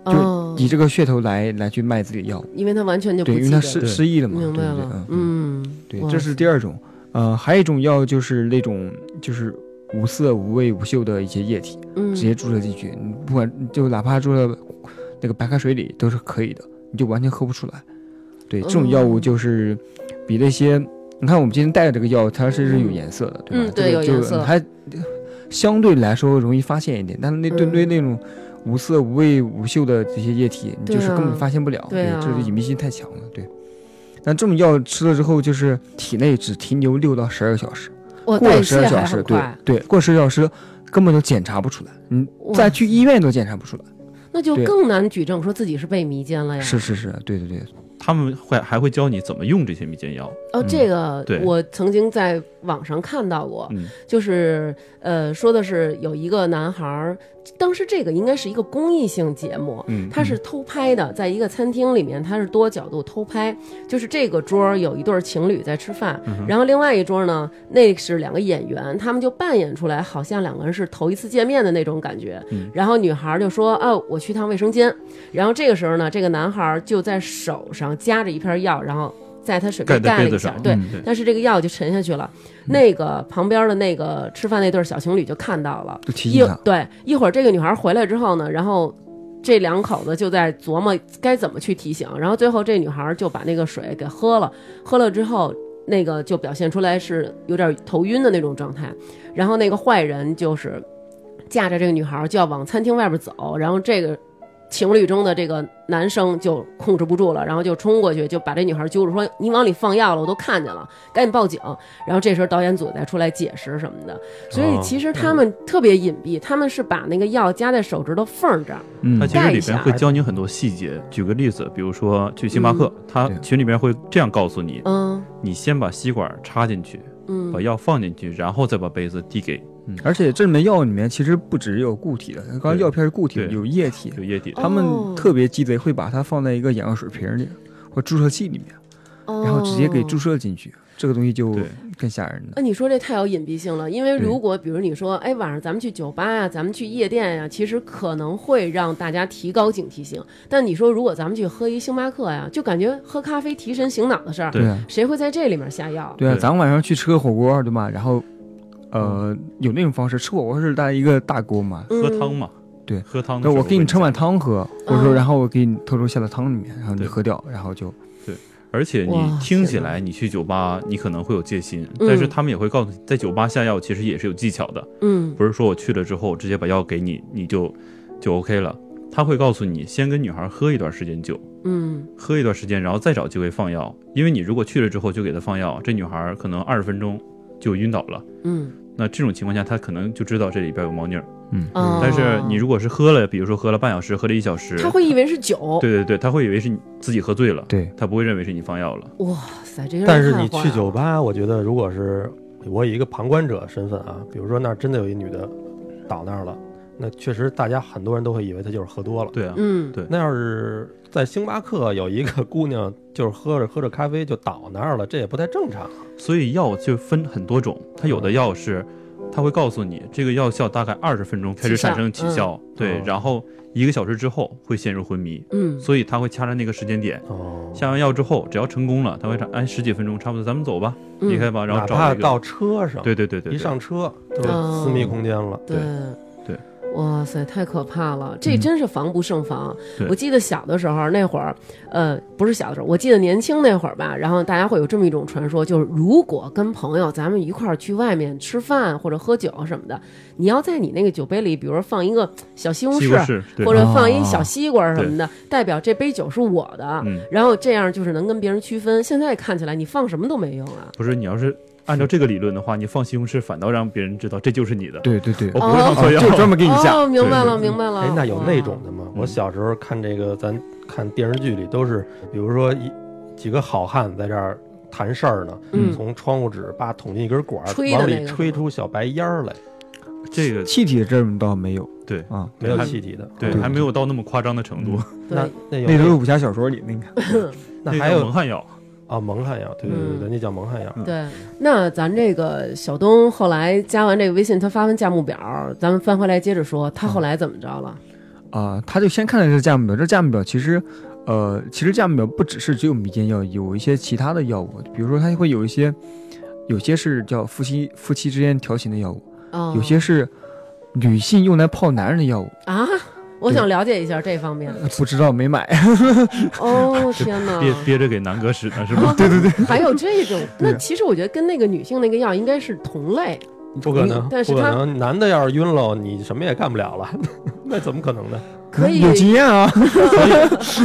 [SPEAKER 3] 就是
[SPEAKER 1] 哦
[SPEAKER 3] 以这个噱头来来去卖自己的药物。
[SPEAKER 1] 因为他完全就不
[SPEAKER 3] 对，因为
[SPEAKER 1] 记
[SPEAKER 3] 他
[SPEAKER 1] 得
[SPEAKER 3] 失
[SPEAKER 1] 了
[SPEAKER 2] 对
[SPEAKER 3] 失忆了嘛，对
[SPEAKER 1] 明
[SPEAKER 3] 不
[SPEAKER 1] 白
[SPEAKER 3] 对？
[SPEAKER 1] 了，
[SPEAKER 3] 嗯
[SPEAKER 1] 嗯，
[SPEAKER 3] 对，
[SPEAKER 1] 哇
[SPEAKER 3] 这是第二种。呃，还有一种药就是那种就是无色、无味、无嗅的一些液体，
[SPEAKER 1] 嗯
[SPEAKER 3] 直接注射进去，你不管就哪怕注射那个白开水里都是可以的，你就完全喝不出来。对，这种药物
[SPEAKER 1] 嗯
[SPEAKER 3] 就是比那些，你看我们今天带的这个药，它是是有颜色的，对吧？
[SPEAKER 1] 嗯对有
[SPEAKER 3] 这
[SPEAKER 1] 颜
[SPEAKER 3] 个
[SPEAKER 1] 色
[SPEAKER 3] 就还相对来说容易发现一点，但是那对
[SPEAKER 1] 嗯
[SPEAKER 3] 对那种无色、无味、无嗅的这些液体，你
[SPEAKER 1] 对
[SPEAKER 3] 就是根本
[SPEAKER 1] 啊
[SPEAKER 3] 发现不了。
[SPEAKER 1] 对啊
[SPEAKER 3] 这个隐蔽性太强了，对。但这种药吃了之后，就是体内只停留六到十二个小时，
[SPEAKER 1] 哇
[SPEAKER 3] 过了
[SPEAKER 1] 哦代
[SPEAKER 3] 十
[SPEAKER 1] 谢
[SPEAKER 3] 二
[SPEAKER 1] 还
[SPEAKER 3] 小
[SPEAKER 1] 很
[SPEAKER 3] 时，对
[SPEAKER 1] 快，
[SPEAKER 3] 对，过十二小时根本就检查不出来，你
[SPEAKER 1] 哇
[SPEAKER 3] 再去医院都检查不出来。
[SPEAKER 1] 那就
[SPEAKER 3] 对
[SPEAKER 1] 更难举证说自己是被迷奸了呀。
[SPEAKER 3] 是是是，对对对，
[SPEAKER 4] 他们会还会教你怎么用这些迷奸药。
[SPEAKER 1] 哦，
[SPEAKER 3] 嗯
[SPEAKER 1] 这个
[SPEAKER 4] 对
[SPEAKER 1] 我曾经在网上看到过，
[SPEAKER 4] 嗯，
[SPEAKER 1] 就是呃，说的是有一个男孩儿，当时这个应该是一个公益性节目。
[SPEAKER 4] 嗯
[SPEAKER 1] 他是偷拍的，在一个餐厅里面，他是多角度偷拍，就是这个桌儿有一对儿情侣在吃饭，
[SPEAKER 4] 嗯
[SPEAKER 1] 然后另外一桌呢，那是两个演员，他们就扮演出来好像两个人是头一次见面的那种感觉。
[SPEAKER 4] 嗯
[SPEAKER 1] 然后女孩儿就说：“啊，我去趟卫生间。”然后这个时候呢，这个男孩儿就在手上夹着一片药，然后在他水杯
[SPEAKER 4] 盖在
[SPEAKER 1] 盖了
[SPEAKER 4] 杯
[SPEAKER 1] 一
[SPEAKER 4] 子
[SPEAKER 1] 下
[SPEAKER 4] 上，，
[SPEAKER 1] 对，
[SPEAKER 4] 嗯对，嗯
[SPEAKER 1] 但是这个药就沉下去了。那个旁边的那个吃饭那对儿小情侣就看到了，
[SPEAKER 3] 就提
[SPEAKER 1] 一
[SPEAKER 3] 醒他。
[SPEAKER 1] 对一会儿这个女孩回来之后呢，然后这两口子就在琢磨该怎么去提醒，然后最后这女孩就把那个水给喝了，喝了之后。那个就表现出来是有点头晕的那种状态，然后那个坏人就是架着这个女孩就要往餐厅外边走，然后这个情侣中的这个男生就控制不住了，然后就冲过去就把这女孩揪住说：“你往里放药了，我都看见了，赶紧报警。”然后这时候导演组再出来解释什么的，嗯所以
[SPEAKER 2] 哦
[SPEAKER 1] 其实他们特别隐蔽，他们是把那个药夹在手指头缝儿这儿。
[SPEAKER 3] 嗯
[SPEAKER 4] 它其实里边会
[SPEAKER 1] 盖一下
[SPEAKER 4] 教你很多细节。举个例子，比如说去星巴克，它
[SPEAKER 3] 对
[SPEAKER 4] 群里边会这样告诉你：
[SPEAKER 1] 嗯
[SPEAKER 4] 你先把吸管插进去，
[SPEAKER 1] 嗯
[SPEAKER 4] 把，药放进去，然后再把杯子递给
[SPEAKER 3] 嗯而且这里面药里面其实不只有固体的，刚刚
[SPEAKER 4] 对
[SPEAKER 3] 药片是固体的，
[SPEAKER 4] 对
[SPEAKER 3] 有液体
[SPEAKER 4] 有，液体的。
[SPEAKER 3] 他
[SPEAKER 1] 哦
[SPEAKER 3] 们特别鸡贼，会把它放在一个眼药水瓶里或注射器里面，
[SPEAKER 1] 然哦
[SPEAKER 3] 然后直接给注射进去。这个东西就
[SPEAKER 4] 对
[SPEAKER 3] 更吓人了。
[SPEAKER 1] 那你说这太有隐蔽性了，因为
[SPEAKER 3] 对
[SPEAKER 1] 如果比如你说，哎，晚上咱们去酒吧呀、咱们去夜店呀、其实可能会让大家提高警惕性。但你说如果咱们去喝一星巴克呀、就感觉喝咖啡提神醒脑的事儿，
[SPEAKER 4] 对
[SPEAKER 3] 啊，
[SPEAKER 1] 谁会在这里面下药？
[SPEAKER 3] 对啊，
[SPEAKER 4] 对嗯
[SPEAKER 3] 咱们晚上去吃个火锅，对吧？然后，呃，有那种方式，吃火锅是大家一个大锅嘛，
[SPEAKER 1] 嗯
[SPEAKER 4] 喝汤嘛，
[SPEAKER 3] 对
[SPEAKER 4] 喝汤的
[SPEAKER 3] 那
[SPEAKER 4] 时候
[SPEAKER 3] 我
[SPEAKER 4] 会。
[SPEAKER 3] 给你盛碗汤喝，或者
[SPEAKER 1] 嗯
[SPEAKER 3] 说，然后我给你偷偷下到汤里面，然后你
[SPEAKER 4] 对
[SPEAKER 3] 喝掉，然后就
[SPEAKER 4] 而且
[SPEAKER 1] 哇
[SPEAKER 4] 你听起
[SPEAKER 1] 天哪
[SPEAKER 4] 来，你去酒吧，你可能会有戒心，
[SPEAKER 1] 嗯
[SPEAKER 4] 但是他们也会告诉你，在酒吧下药其实也是有技巧的，
[SPEAKER 1] 嗯，
[SPEAKER 4] 不是说我去了之后直接把药给你，你就就 OK 了。他会告诉你，先跟女孩喝一段时间酒，
[SPEAKER 1] 嗯
[SPEAKER 4] 喝一段时间，然后再找机会放药，因为你如果去了之后就给她放药，这女孩可能二十分钟就晕倒了。
[SPEAKER 1] 嗯，
[SPEAKER 4] 那这种情况下，她可能就知道这里边有猫腻儿。
[SPEAKER 3] 嗯，
[SPEAKER 1] 哦
[SPEAKER 4] 但是你如果是喝了，比如说喝了半小时，喝了一小时，
[SPEAKER 1] 他会以为是酒。
[SPEAKER 4] 对对对，她会以为是你自己喝醉了，
[SPEAKER 3] 对，
[SPEAKER 4] 她不会认为是你放药了。
[SPEAKER 1] 哇塞，这些人
[SPEAKER 2] 但是
[SPEAKER 1] 太
[SPEAKER 2] 你
[SPEAKER 1] 坏
[SPEAKER 2] 去
[SPEAKER 1] 了
[SPEAKER 2] 酒，吧，我觉得如果是我以一个旁观者身份啊，比如说那儿真的有一女的倒那儿了，那确实大家很多人都会以为她就是喝多了。
[SPEAKER 4] 对啊，
[SPEAKER 1] 嗯，
[SPEAKER 4] 对
[SPEAKER 2] 那要是在星巴克有一个姑娘就是喝着喝着咖啡就倒那儿了，这也不太正常。啊
[SPEAKER 4] 所以药就分很多种，它有的药是，它会告诉你这个药效大概二十分钟开始产生起
[SPEAKER 1] 起效
[SPEAKER 4] 效，对
[SPEAKER 2] 哦，
[SPEAKER 4] 然后一个小时之后会陷入昏迷，
[SPEAKER 1] 嗯，
[SPEAKER 4] 所以它会掐着那个时间点。
[SPEAKER 2] 哦
[SPEAKER 4] 下完药之后，只要成功了，它会说，哎，十几分钟差不多，咱们走吧，
[SPEAKER 1] 嗯
[SPEAKER 4] 离开吧，然后
[SPEAKER 2] 哪
[SPEAKER 4] 找
[SPEAKER 2] 怕
[SPEAKER 4] 一个
[SPEAKER 2] 到车上，
[SPEAKER 4] 对对对对，对
[SPEAKER 2] 一上车都
[SPEAKER 1] 对
[SPEAKER 2] 是私密空间了。
[SPEAKER 1] 对
[SPEAKER 4] 对。
[SPEAKER 1] 哇塞，太可怕了！这
[SPEAKER 3] 嗯
[SPEAKER 1] 真是防不胜防。
[SPEAKER 4] 对
[SPEAKER 1] 我记得小的时候那会儿，呃，不是小的时候，我记得年轻那会儿吧，然后大家会有这么一种传说，就是如果跟朋友咱们一块儿去外面吃饭或者喝酒什么的，你要在你那个酒杯里，比如说放一个小西红
[SPEAKER 4] 西
[SPEAKER 1] 柿
[SPEAKER 4] 红，柿，对啊
[SPEAKER 1] 或，者放一
[SPEAKER 3] 哦
[SPEAKER 1] 小西瓜什么的，代表这杯酒是我的。
[SPEAKER 4] 嗯，
[SPEAKER 1] 然后这样就是能跟别人区分。现在看起来你放什么都没用啊！
[SPEAKER 4] 不是你要是按照这个理论的话，你放西红柿反倒让别人知道这就是你的，
[SPEAKER 3] 对对对
[SPEAKER 4] 我，不会放错
[SPEAKER 3] 哦
[SPEAKER 4] 药，
[SPEAKER 3] 就专门给你下，
[SPEAKER 1] 哦，明白了，
[SPEAKER 4] 对
[SPEAKER 1] 明白了。
[SPEAKER 2] 哎，那有
[SPEAKER 1] 哇
[SPEAKER 2] 那种的吗？我
[SPEAKER 4] 嗯
[SPEAKER 2] 小时候看这个，咱看电视剧里都是，比如说一几个好汉在这儿谈事儿呢，
[SPEAKER 1] 嗯
[SPEAKER 2] 从窗户纸叭捅进一根管儿，
[SPEAKER 1] 吹的
[SPEAKER 2] 往
[SPEAKER 1] 那
[SPEAKER 2] 里
[SPEAKER 1] 个是
[SPEAKER 2] 吹
[SPEAKER 1] 吗
[SPEAKER 2] 出小白烟儿来，
[SPEAKER 4] 这个
[SPEAKER 3] 气体这种倒没有，
[SPEAKER 4] 对
[SPEAKER 3] 啊，
[SPEAKER 2] 没有
[SPEAKER 4] 还
[SPEAKER 2] 气体的。
[SPEAKER 4] 对
[SPEAKER 2] 嗯
[SPEAKER 4] 还没有到那么夸张的程度，
[SPEAKER 2] 那
[SPEAKER 1] 对，
[SPEAKER 2] 那有
[SPEAKER 3] 那都是武侠小说里那个，
[SPEAKER 2] 那
[SPEAKER 4] 个
[SPEAKER 2] 还
[SPEAKER 4] 叫
[SPEAKER 2] 有
[SPEAKER 4] 蒙汗药，
[SPEAKER 2] 啊，蒙汗药，对对对对，
[SPEAKER 1] 嗯
[SPEAKER 2] 那叫蒙汗药。
[SPEAKER 1] 对，那咱这个小东后来加完这个微信，他发完价目表，咱们翻回来接着说，他后来怎么着了？
[SPEAKER 3] 啊，他就先看了这价目表，这价目表其实，呃，其实价目表不只是只有迷奸药，有一些其他的药物，比如说它会有一些，有些是叫夫妻夫妻之间调情的药物，
[SPEAKER 1] 哦，
[SPEAKER 3] 有些是女性用来泡男人的药物，
[SPEAKER 1] 啊，我想了解一下这方 面。
[SPEAKER 3] 呃不知道没买，
[SPEAKER 1] 哦，天哪！
[SPEAKER 4] 憋憋着给南哥使呢是吧？
[SPEAKER 1] 对对对，还有这种，
[SPEAKER 3] 对
[SPEAKER 1] 那其实我觉得跟那个女性那个药应该是同类，
[SPEAKER 2] 不可能，
[SPEAKER 1] 嗯但是
[SPEAKER 2] 不可
[SPEAKER 1] 他
[SPEAKER 2] 能，男的要是晕了，你什么也干不了 了，那怎么可能呢？
[SPEAKER 1] 可以
[SPEAKER 3] 有经验啊，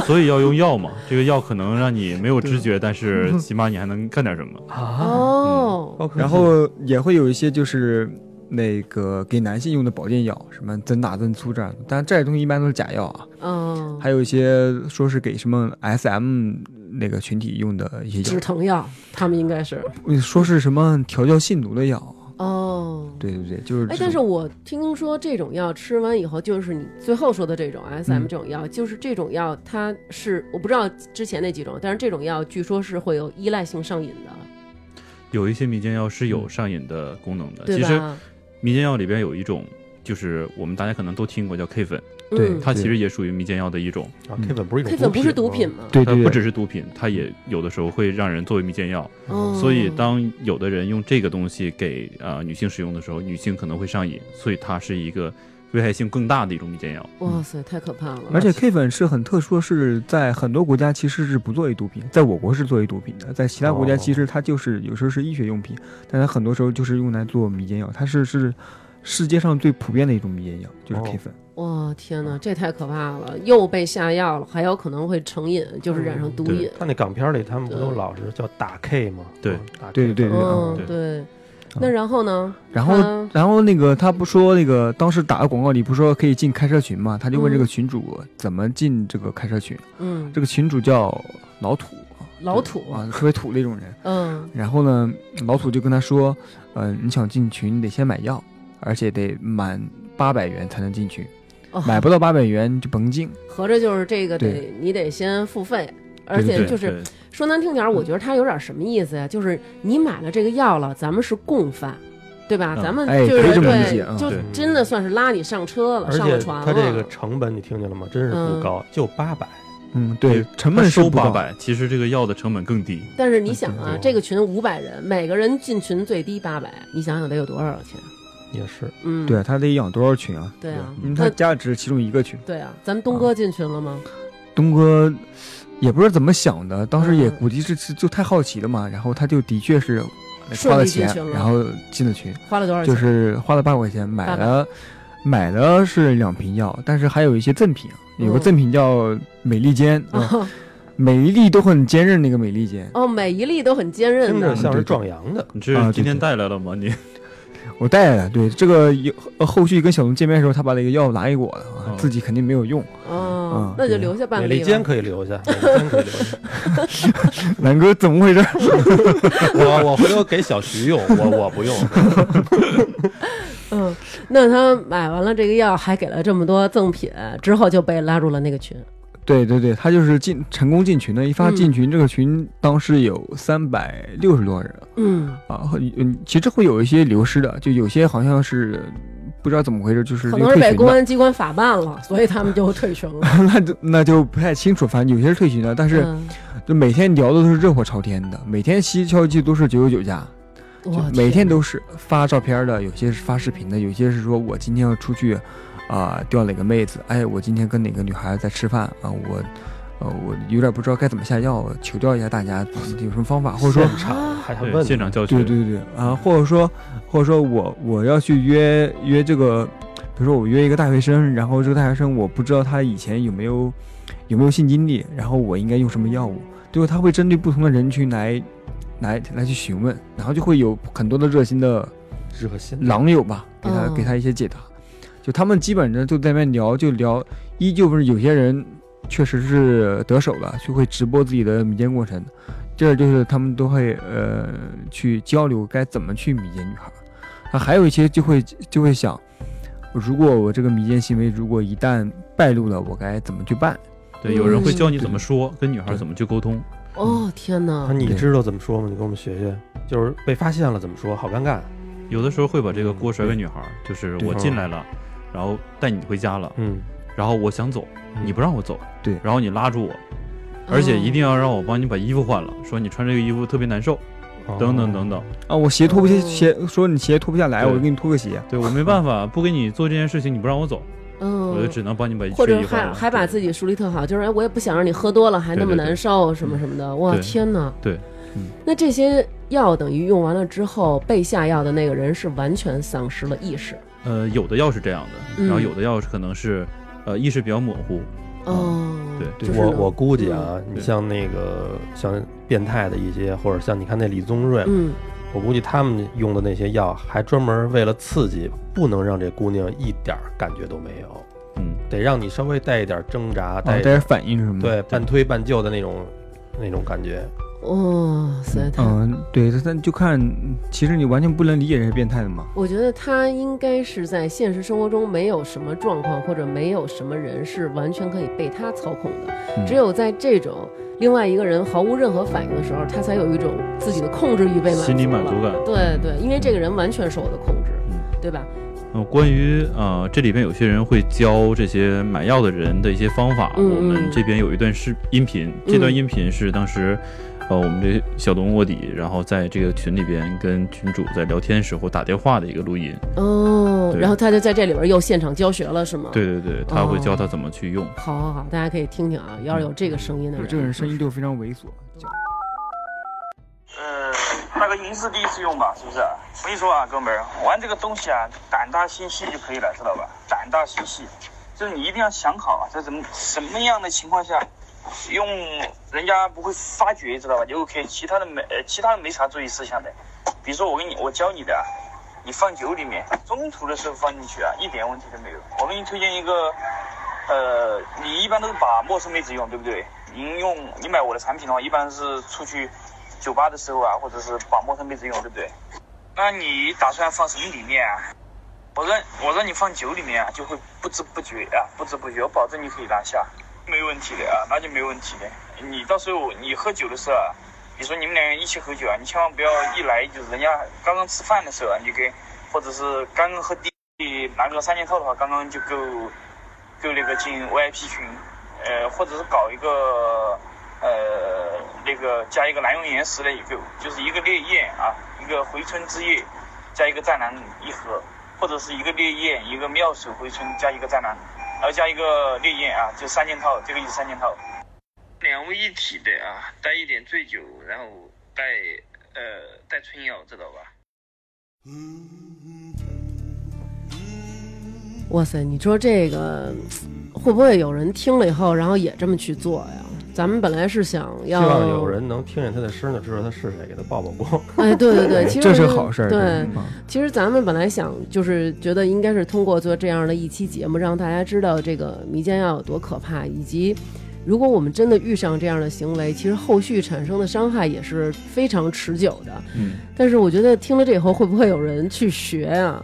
[SPEAKER 4] 所以要用药嘛，这个药可能让你没有知觉，但是 起码你还能干点什么。
[SPEAKER 2] 啊，
[SPEAKER 1] 哦，
[SPEAKER 2] 高科技
[SPEAKER 3] 然后也会有一些就是那个给男性用的保健药，什么增大增粗这样的，但这些东西一般都是假药啊，
[SPEAKER 1] 嗯，
[SPEAKER 3] 还有一些说是给什么 SM 那个群体用的一些
[SPEAKER 1] 止
[SPEAKER 3] 药
[SPEAKER 1] 疼药，他们应该是
[SPEAKER 3] 嗯，说是什么调教性奴的药，
[SPEAKER 1] 哦。
[SPEAKER 3] 对对对，就是
[SPEAKER 1] 哎
[SPEAKER 3] 这，
[SPEAKER 1] 但是
[SPEAKER 3] 种
[SPEAKER 1] 我听说这种药吃完以后，就是你最后说的这种 S M
[SPEAKER 3] 嗯
[SPEAKER 1] 这种药，就是这种药，它是我不知道之前那几种，但是这种药据说是会有依赖性上瘾的，
[SPEAKER 4] 有一些民间药是有上瘾的功能
[SPEAKER 3] 呃
[SPEAKER 4] 的。
[SPEAKER 1] 对
[SPEAKER 4] 其实
[SPEAKER 1] 吧？
[SPEAKER 4] 民间药里边有一种，就是我们大家可能都听过叫 K 粉，
[SPEAKER 3] 对
[SPEAKER 1] 嗯
[SPEAKER 4] 它其实也属于民间药的一种，
[SPEAKER 2] 啊，K 粉不是一种
[SPEAKER 1] ，K 粉不是毒
[SPEAKER 2] 毒
[SPEAKER 1] 品
[SPEAKER 2] 吗？
[SPEAKER 1] 吗？
[SPEAKER 3] 对
[SPEAKER 4] 它
[SPEAKER 3] 对对，
[SPEAKER 4] 呃不只是毒品，它也有的时候会让人作为民间药。
[SPEAKER 2] 嗯
[SPEAKER 1] 哦
[SPEAKER 4] 所以当有的人用这个东西给呃女性使用的时候，女性可能会上瘾，所以它是一个危害性更大的一种民间药。
[SPEAKER 1] 哇塞，太可怕了！
[SPEAKER 3] 而且 K 粉是很特殊的是，在很多国家其实是不作为毒品，在我国是作为毒品的，在其他国家
[SPEAKER 2] 哦
[SPEAKER 3] 其实它就是有时候是医学用品，但它很多时候就是用来做迷奸药，它是是世界上最普遍的一种迷奸药，就是
[SPEAKER 2] 哦
[SPEAKER 3] K 粉。
[SPEAKER 1] 哇天哪，这太可怕了，又被下药了，还有可能会成瘾，就是染上
[SPEAKER 3] 嗯
[SPEAKER 1] 毒瘾。
[SPEAKER 2] 他那港片儿里他们不都老是叫打 K 吗？
[SPEAKER 4] 对
[SPEAKER 2] 打 K，
[SPEAKER 3] 对对对对。
[SPEAKER 1] 嗯
[SPEAKER 3] 嗯，
[SPEAKER 4] 对
[SPEAKER 1] 对。那然后呢？
[SPEAKER 3] 然后
[SPEAKER 1] 他
[SPEAKER 3] 然后那个他不说那个当时打个广告里不说可以进开车群嘛，他就问这个群主怎么进这个开车群，
[SPEAKER 1] 嗯
[SPEAKER 3] 这，个群主叫老土啊，
[SPEAKER 1] 老土
[SPEAKER 3] 啊，特别土的一种人。
[SPEAKER 1] 嗯
[SPEAKER 3] 然后呢，老土就跟他说，呃，你想进群，你得先买药，而且得满八百元才能进群，
[SPEAKER 1] 哦，
[SPEAKER 3] 买不到八百元就甭进。
[SPEAKER 1] 合着就是这个得
[SPEAKER 3] 对
[SPEAKER 1] 你得先付费，而且
[SPEAKER 4] 对
[SPEAKER 1] 就是
[SPEAKER 4] 对
[SPEAKER 1] 说难听点儿，
[SPEAKER 2] 嗯
[SPEAKER 1] 我觉得他有点什么意思呀？就是你买了这个药了，咱们是共犯，对吧？
[SPEAKER 4] 嗯
[SPEAKER 1] 咱们
[SPEAKER 3] 哎
[SPEAKER 1] 就
[SPEAKER 3] 可
[SPEAKER 1] 是
[SPEAKER 3] 以这么理解
[SPEAKER 1] 对
[SPEAKER 3] 啊，
[SPEAKER 1] 就
[SPEAKER 4] 对
[SPEAKER 1] 真的算是拉你上车了，
[SPEAKER 2] 嗯而
[SPEAKER 1] 上了
[SPEAKER 2] 且
[SPEAKER 1] 船了。嗯
[SPEAKER 2] 它这个成本你听见了吗？真是不高，就八百。
[SPEAKER 3] 嗯，对，成本是
[SPEAKER 4] 他收
[SPEAKER 3] 不高
[SPEAKER 4] 八，百，其实这个药的成本更低。
[SPEAKER 1] 但是你想啊
[SPEAKER 2] 嗯，
[SPEAKER 1] 这个群五百人，每个人进群最低八百，你想想得有多少钱？
[SPEAKER 2] 也是，
[SPEAKER 1] 嗯，
[SPEAKER 3] 对他得养多少群啊？
[SPEAKER 1] 对啊，
[SPEAKER 3] 因
[SPEAKER 4] 嗯
[SPEAKER 3] 为
[SPEAKER 1] 那
[SPEAKER 3] 他加只是其中一个群。
[SPEAKER 1] 对啊，咱们东哥进群了吗？
[SPEAKER 3] 啊东哥也不知道怎么想的，当时也
[SPEAKER 1] 嗯
[SPEAKER 3] 估计是是就太好奇了嘛，然后他就的确是花
[SPEAKER 1] 顺
[SPEAKER 3] 了
[SPEAKER 1] 利进
[SPEAKER 3] 钱
[SPEAKER 1] 群，了，
[SPEAKER 3] 然后进了群，
[SPEAKER 1] 花了多少钱？
[SPEAKER 3] 就是花了八块钱买了买的是两瓶药，但是还有一些赠品，啊有个
[SPEAKER 1] 嗯
[SPEAKER 3] 赠品叫美利坚，啊，
[SPEAKER 1] 哦
[SPEAKER 3] 每一粒都很坚韧那个美利坚，
[SPEAKER 1] 哦，每一粒都很坚韧
[SPEAKER 2] 听着
[SPEAKER 1] 的，
[SPEAKER 2] 像是
[SPEAKER 3] 对对
[SPEAKER 2] 壮阳的。
[SPEAKER 4] 你
[SPEAKER 3] 啊
[SPEAKER 4] 这
[SPEAKER 3] 对
[SPEAKER 4] 今天
[SPEAKER 3] 对
[SPEAKER 4] 带来了吗？你
[SPEAKER 3] 我带了。对这个有呃后续跟小龙见面的时候，他把那个药拿给我了，啊
[SPEAKER 4] 哦
[SPEAKER 3] 自己肯定没有用。
[SPEAKER 1] 哦
[SPEAKER 3] 嗯，
[SPEAKER 1] 那就
[SPEAKER 3] 对
[SPEAKER 1] 留下半
[SPEAKER 2] 美
[SPEAKER 1] 粒
[SPEAKER 2] 利
[SPEAKER 1] 吧
[SPEAKER 2] 坚可以留下，美利坚可以留下。
[SPEAKER 3] 南哥怎么回事？
[SPEAKER 2] 我我回头给小徐用，我我不用。
[SPEAKER 1] 嗯，那他买完了这个药，还给了这么多赠品，之后就被拉入了那个群。
[SPEAKER 3] 对对对，他就是进成功进群的，一发
[SPEAKER 1] 嗯
[SPEAKER 3] 进群，这个群当时有三百六十多人
[SPEAKER 1] 嗯，
[SPEAKER 3] 啊，很嗯，其实会有一些流失的，就有些好像是不知道怎么回事，就是
[SPEAKER 1] 可
[SPEAKER 3] 这
[SPEAKER 1] 能
[SPEAKER 3] 个
[SPEAKER 1] 是被
[SPEAKER 3] 退群
[SPEAKER 1] 公
[SPEAKER 3] 的，
[SPEAKER 1] 安机关法办了，所以他们就退群了。
[SPEAKER 3] 那就那就不太清楚，反正有些是退群的，但是
[SPEAKER 1] 嗯，
[SPEAKER 3] 就每天聊的都是热火朝天的，每天西敲记都是九九九加，就
[SPEAKER 1] 我
[SPEAKER 3] 每天
[SPEAKER 1] 天
[SPEAKER 3] 都是发照片的，有些是发视频的，有些是说我今天要出去啊、钓哪个妹子，哎，我今天跟哪个女孩在吃饭啊，我呃我有点不知道该怎么下药，求教一下大家有什么方法，或者说
[SPEAKER 2] 现场还还
[SPEAKER 4] 对
[SPEAKER 2] 问
[SPEAKER 4] 现场
[SPEAKER 2] 呢
[SPEAKER 4] 教学，
[SPEAKER 3] 对对对啊，或者说或者说我我要去约约这个，比如说我约一个大学生，然后这个大学生我不知道他以前有没有有没有性经历，然后我应该用什么药物，最后他会针对不同的人群来来来去询问，然后就会有很多的热心的
[SPEAKER 2] 热心
[SPEAKER 3] 狼友吧，给他、
[SPEAKER 1] 嗯
[SPEAKER 3] 给他一些解答，就他们基本上就在那边聊，就聊，依旧不是有些人确实是得手了，就会直播自己的迷奸过程，这就是他们都会呃去交流该怎么去迷奸女孩，啊，还有一些就会就会想，如果我这个迷奸行为如果一旦败露了，我该怎么去办？
[SPEAKER 4] 对，有人会
[SPEAKER 1] 嗯
[SPEAKER 4] 教你怎么说，跟女孩怎么去沟通。
[SPEAKER 1] 哦天
[SPEAKER 2] 啊，
[SPEAKER 1] 哪，
[SPEAKER 2] 你
[SPEAKER 3] 对
[SPEAKER 2] 知道怎么说吗？你给我们学学。就是被发现了怎么说？好尴尬。
[SPEAKER 4] 有的时候会把这个锅甩给女孩儿，就是
[SPEAKER 3] 对
[SPEAKER 4] 我进来了，然后带你回家了，
[SPEAKER 2] 嗯，
[SPEAKER 4] 然后我想走，你不让我走，
[SPEAKER 3] 对
[SPEAKER 4] 然后你拉住我，
[SPEAKER 1] 哦
[SPEAKER 4] 而且一定要让我帮你把衣服换了，说你穿这个衣服特别难受，
[SPEAKER 2] 哦
[SPEAKER 4] 等等等等。
[SPEAKER 3] 啊，我鞋脱不下
[SPEAKER 1] 哦
[SPEAKER 3] 鞋，说你鞋脱不下来，
[SPEAKER 4] 对
[SPEAKER 3] 我就给你脱个鞋。
[SPEAKER 4] 对我没办法，不给你做这件事情，你不让我走，
[SPEAKER 1] 嗯，
[SPEAKER 4] 我就只能帮你把
[SPEAKER 1] 或
[SPEAKER 4] 这
[SPEAKER 1] 者
[SPEAKER 4] 衣服换
[SPEAKER 1] 还
[SPEAKER 4] 了。
[SPEAKER 1] 还把
[SPEAKER 4] 对
[SPEAKER 1] 自己树立特好，就是哎，我也不想让你喝多了还那么
[SPEAKER 4] 对对对
[SPEAKER 1] 难受，啊什么什么的。哇，
[SPEAKER 4] 对
[SPEAKER 1] 天哪！
[SPEAKER 4] 对嗯
[SPEAKER 1] 那这些药等于用完了之后，被下药的那个人是完全丧失了意识。
[SPEAKER 4] 呃，有的药是这样的，
[SPEAKER 1] 嗯
[SPEAKER 4] 然后有的药是可能是呃意识比较模糊，
[SPEAKER 1] 哦，
[SPEAKER 4] 对
[SPEAKER 1] 就是
[SPEAKER 2] 我
[SPEAKER 1] 呢
[SPEAKER 2] 我估计啊，你
[SPEAKER 4] 对
[SPEAKER 2] 像那个像变态的一些，或者像你看那李宗瑞，
[SPEAKER 1] 嗯，
[SPEAKER 2] 我估计他们用的那些药，还专门为了刺激，不能让这姑娘一点儿感觉都没有，
[SPEAKER 4] 嗯，
[SPEAKER 2] 得让你稍微带一点挣扎，
[SPEAKER 3] 啊，
[SPEAKER 2] 哦带嗯
[SPEAKER 3] 带
[SPEAKER 2] 一点、
[SPEAKER 3] 点反应是什么的？
[SPEAKER 2] 对半推半就的那种那种感觉。
[SPEAKER 1] 哇塞，他
[SPEAKER 3] 嗯，对，他他就看，其实你完全不能理解这些变态的嘛。
[SPEAKER 1] 我觉得他应该是在现实生活中没有什么状况，或者没有什么人是完全可以被他操控的。
[SPEAKER 3] 嗯
[SPEAKER 1] 只有在这种另外一个人毫无任何反应的时候，他才有一种自己的控制欲被满足了
[SPEAKER 4] 心理满足感。
[SPEAKER 1] 对对，因为这个人完全受我的控制，
[SPEAKER 4] 嗯
[SPEAKER 1] 对吧？
[SPEAKER 4] 呃，关于呃，这里边有些人会教这些买药的人的一些方法，
[SPEAKER 1] 嗯
[SPEAKER 4] 我们这边有一段视音频，这段
[SPEAKER 1] 嗯
[SPEAKER 4] 音频是当时。呃，我们这小龙卧底，然后在这个群里边跟群主在聊天时候打电话的一个录音。
[SPEAKER 1] 哦，
[SPEAKER 4] 对
[SPEAKER 1] 然后他就在这里边又现场教学了，是吗？。
[SPEAKER 4] 对对对，他会教
[SPEAKER 1] 哦
[SPEAKER 4] 他怎么去用。
[SPEAKER 1] 好好好，大家可以听听啊，要是有这个声音的
[SPEAKER 3] 就
[SPEAKER 1] 人，
[SPEAKER 3] 嗯这个人声音都非常猥琐。
[SPEAKER 5] 呃，大概一次第一次用吧，是不是？我跟你说啊，哥们儿，玩这个东西啊，胆大心细就可以了，知道吧？胆大心细，就是你一定要想好啊，在怎么什么样的情况下，用人家不会发觉，知道吧？就 OK，其他的没，呃其他的没啥注意事项的。比如说我给你，我教你的啊，你放酒里面，中途的时候放进去啊，一点问题都没有。我给你推荐一个，呃，你一般都是把陌生妹子用，对不对？您用你买我的产品的话，一般是出去酒吧的时候啊，或者是把陌生妹子用，对不对？那你打算放什么里面啊？我让我让你放酒里面啊，就会不知不觉啊，不知不觉，我保证你可以拿下，没问题的啊，那就没问题的。你到时候你喝酒的时候啊，比如说你们两个人一起喝酒啊，你千万不要一来就是人家刚刚吃饭的时候啊，你就跟，或者是刚刚喝第拿个三件套的话，刚刚就够够那个进 VIP 群，呃，或者是搞一个呃那个加一个南用岩石的也够，就是一个烈焰啊，一个回春之夜，加一个湛蓝一盒，或者是一个烈焰，一个妙手回春加一个湛蓝，然后加一个烈焰啊，就三件套，这个就是三件套。两位一体的啊，带一点醉酒，然后带呃带春药，知道吧？
[SPEAKER 1] 哇塞，你说这个会不会有人听了以后，然后也这么去做呀？咱们本来是想
[SPEAKER 2] 希
[SPEAKER 1] 要
[SPEAKER 2] 望有人能听见他的声，就知道他是谁，给他曝曝光。
[SPEAKER 1] 哎，对对对，其实
[SPEAKER 3] 这是好事儿。
[SPEAKER 1] 对，
[SPEAKER 3] 嗯
[SPEAKER 1] 其实咱们本来想就是觉得应该是通过做这样的一期节目，让大家知道这个迷奸药有多可怕，以及如果我们真的遇上这样的行为，其实后续产生的伤害也是非常持久的。
[SPEAKER 4] 嗯，
[SPEAKER 1] 但是我觉得听了这以后，会不会有人去学啊？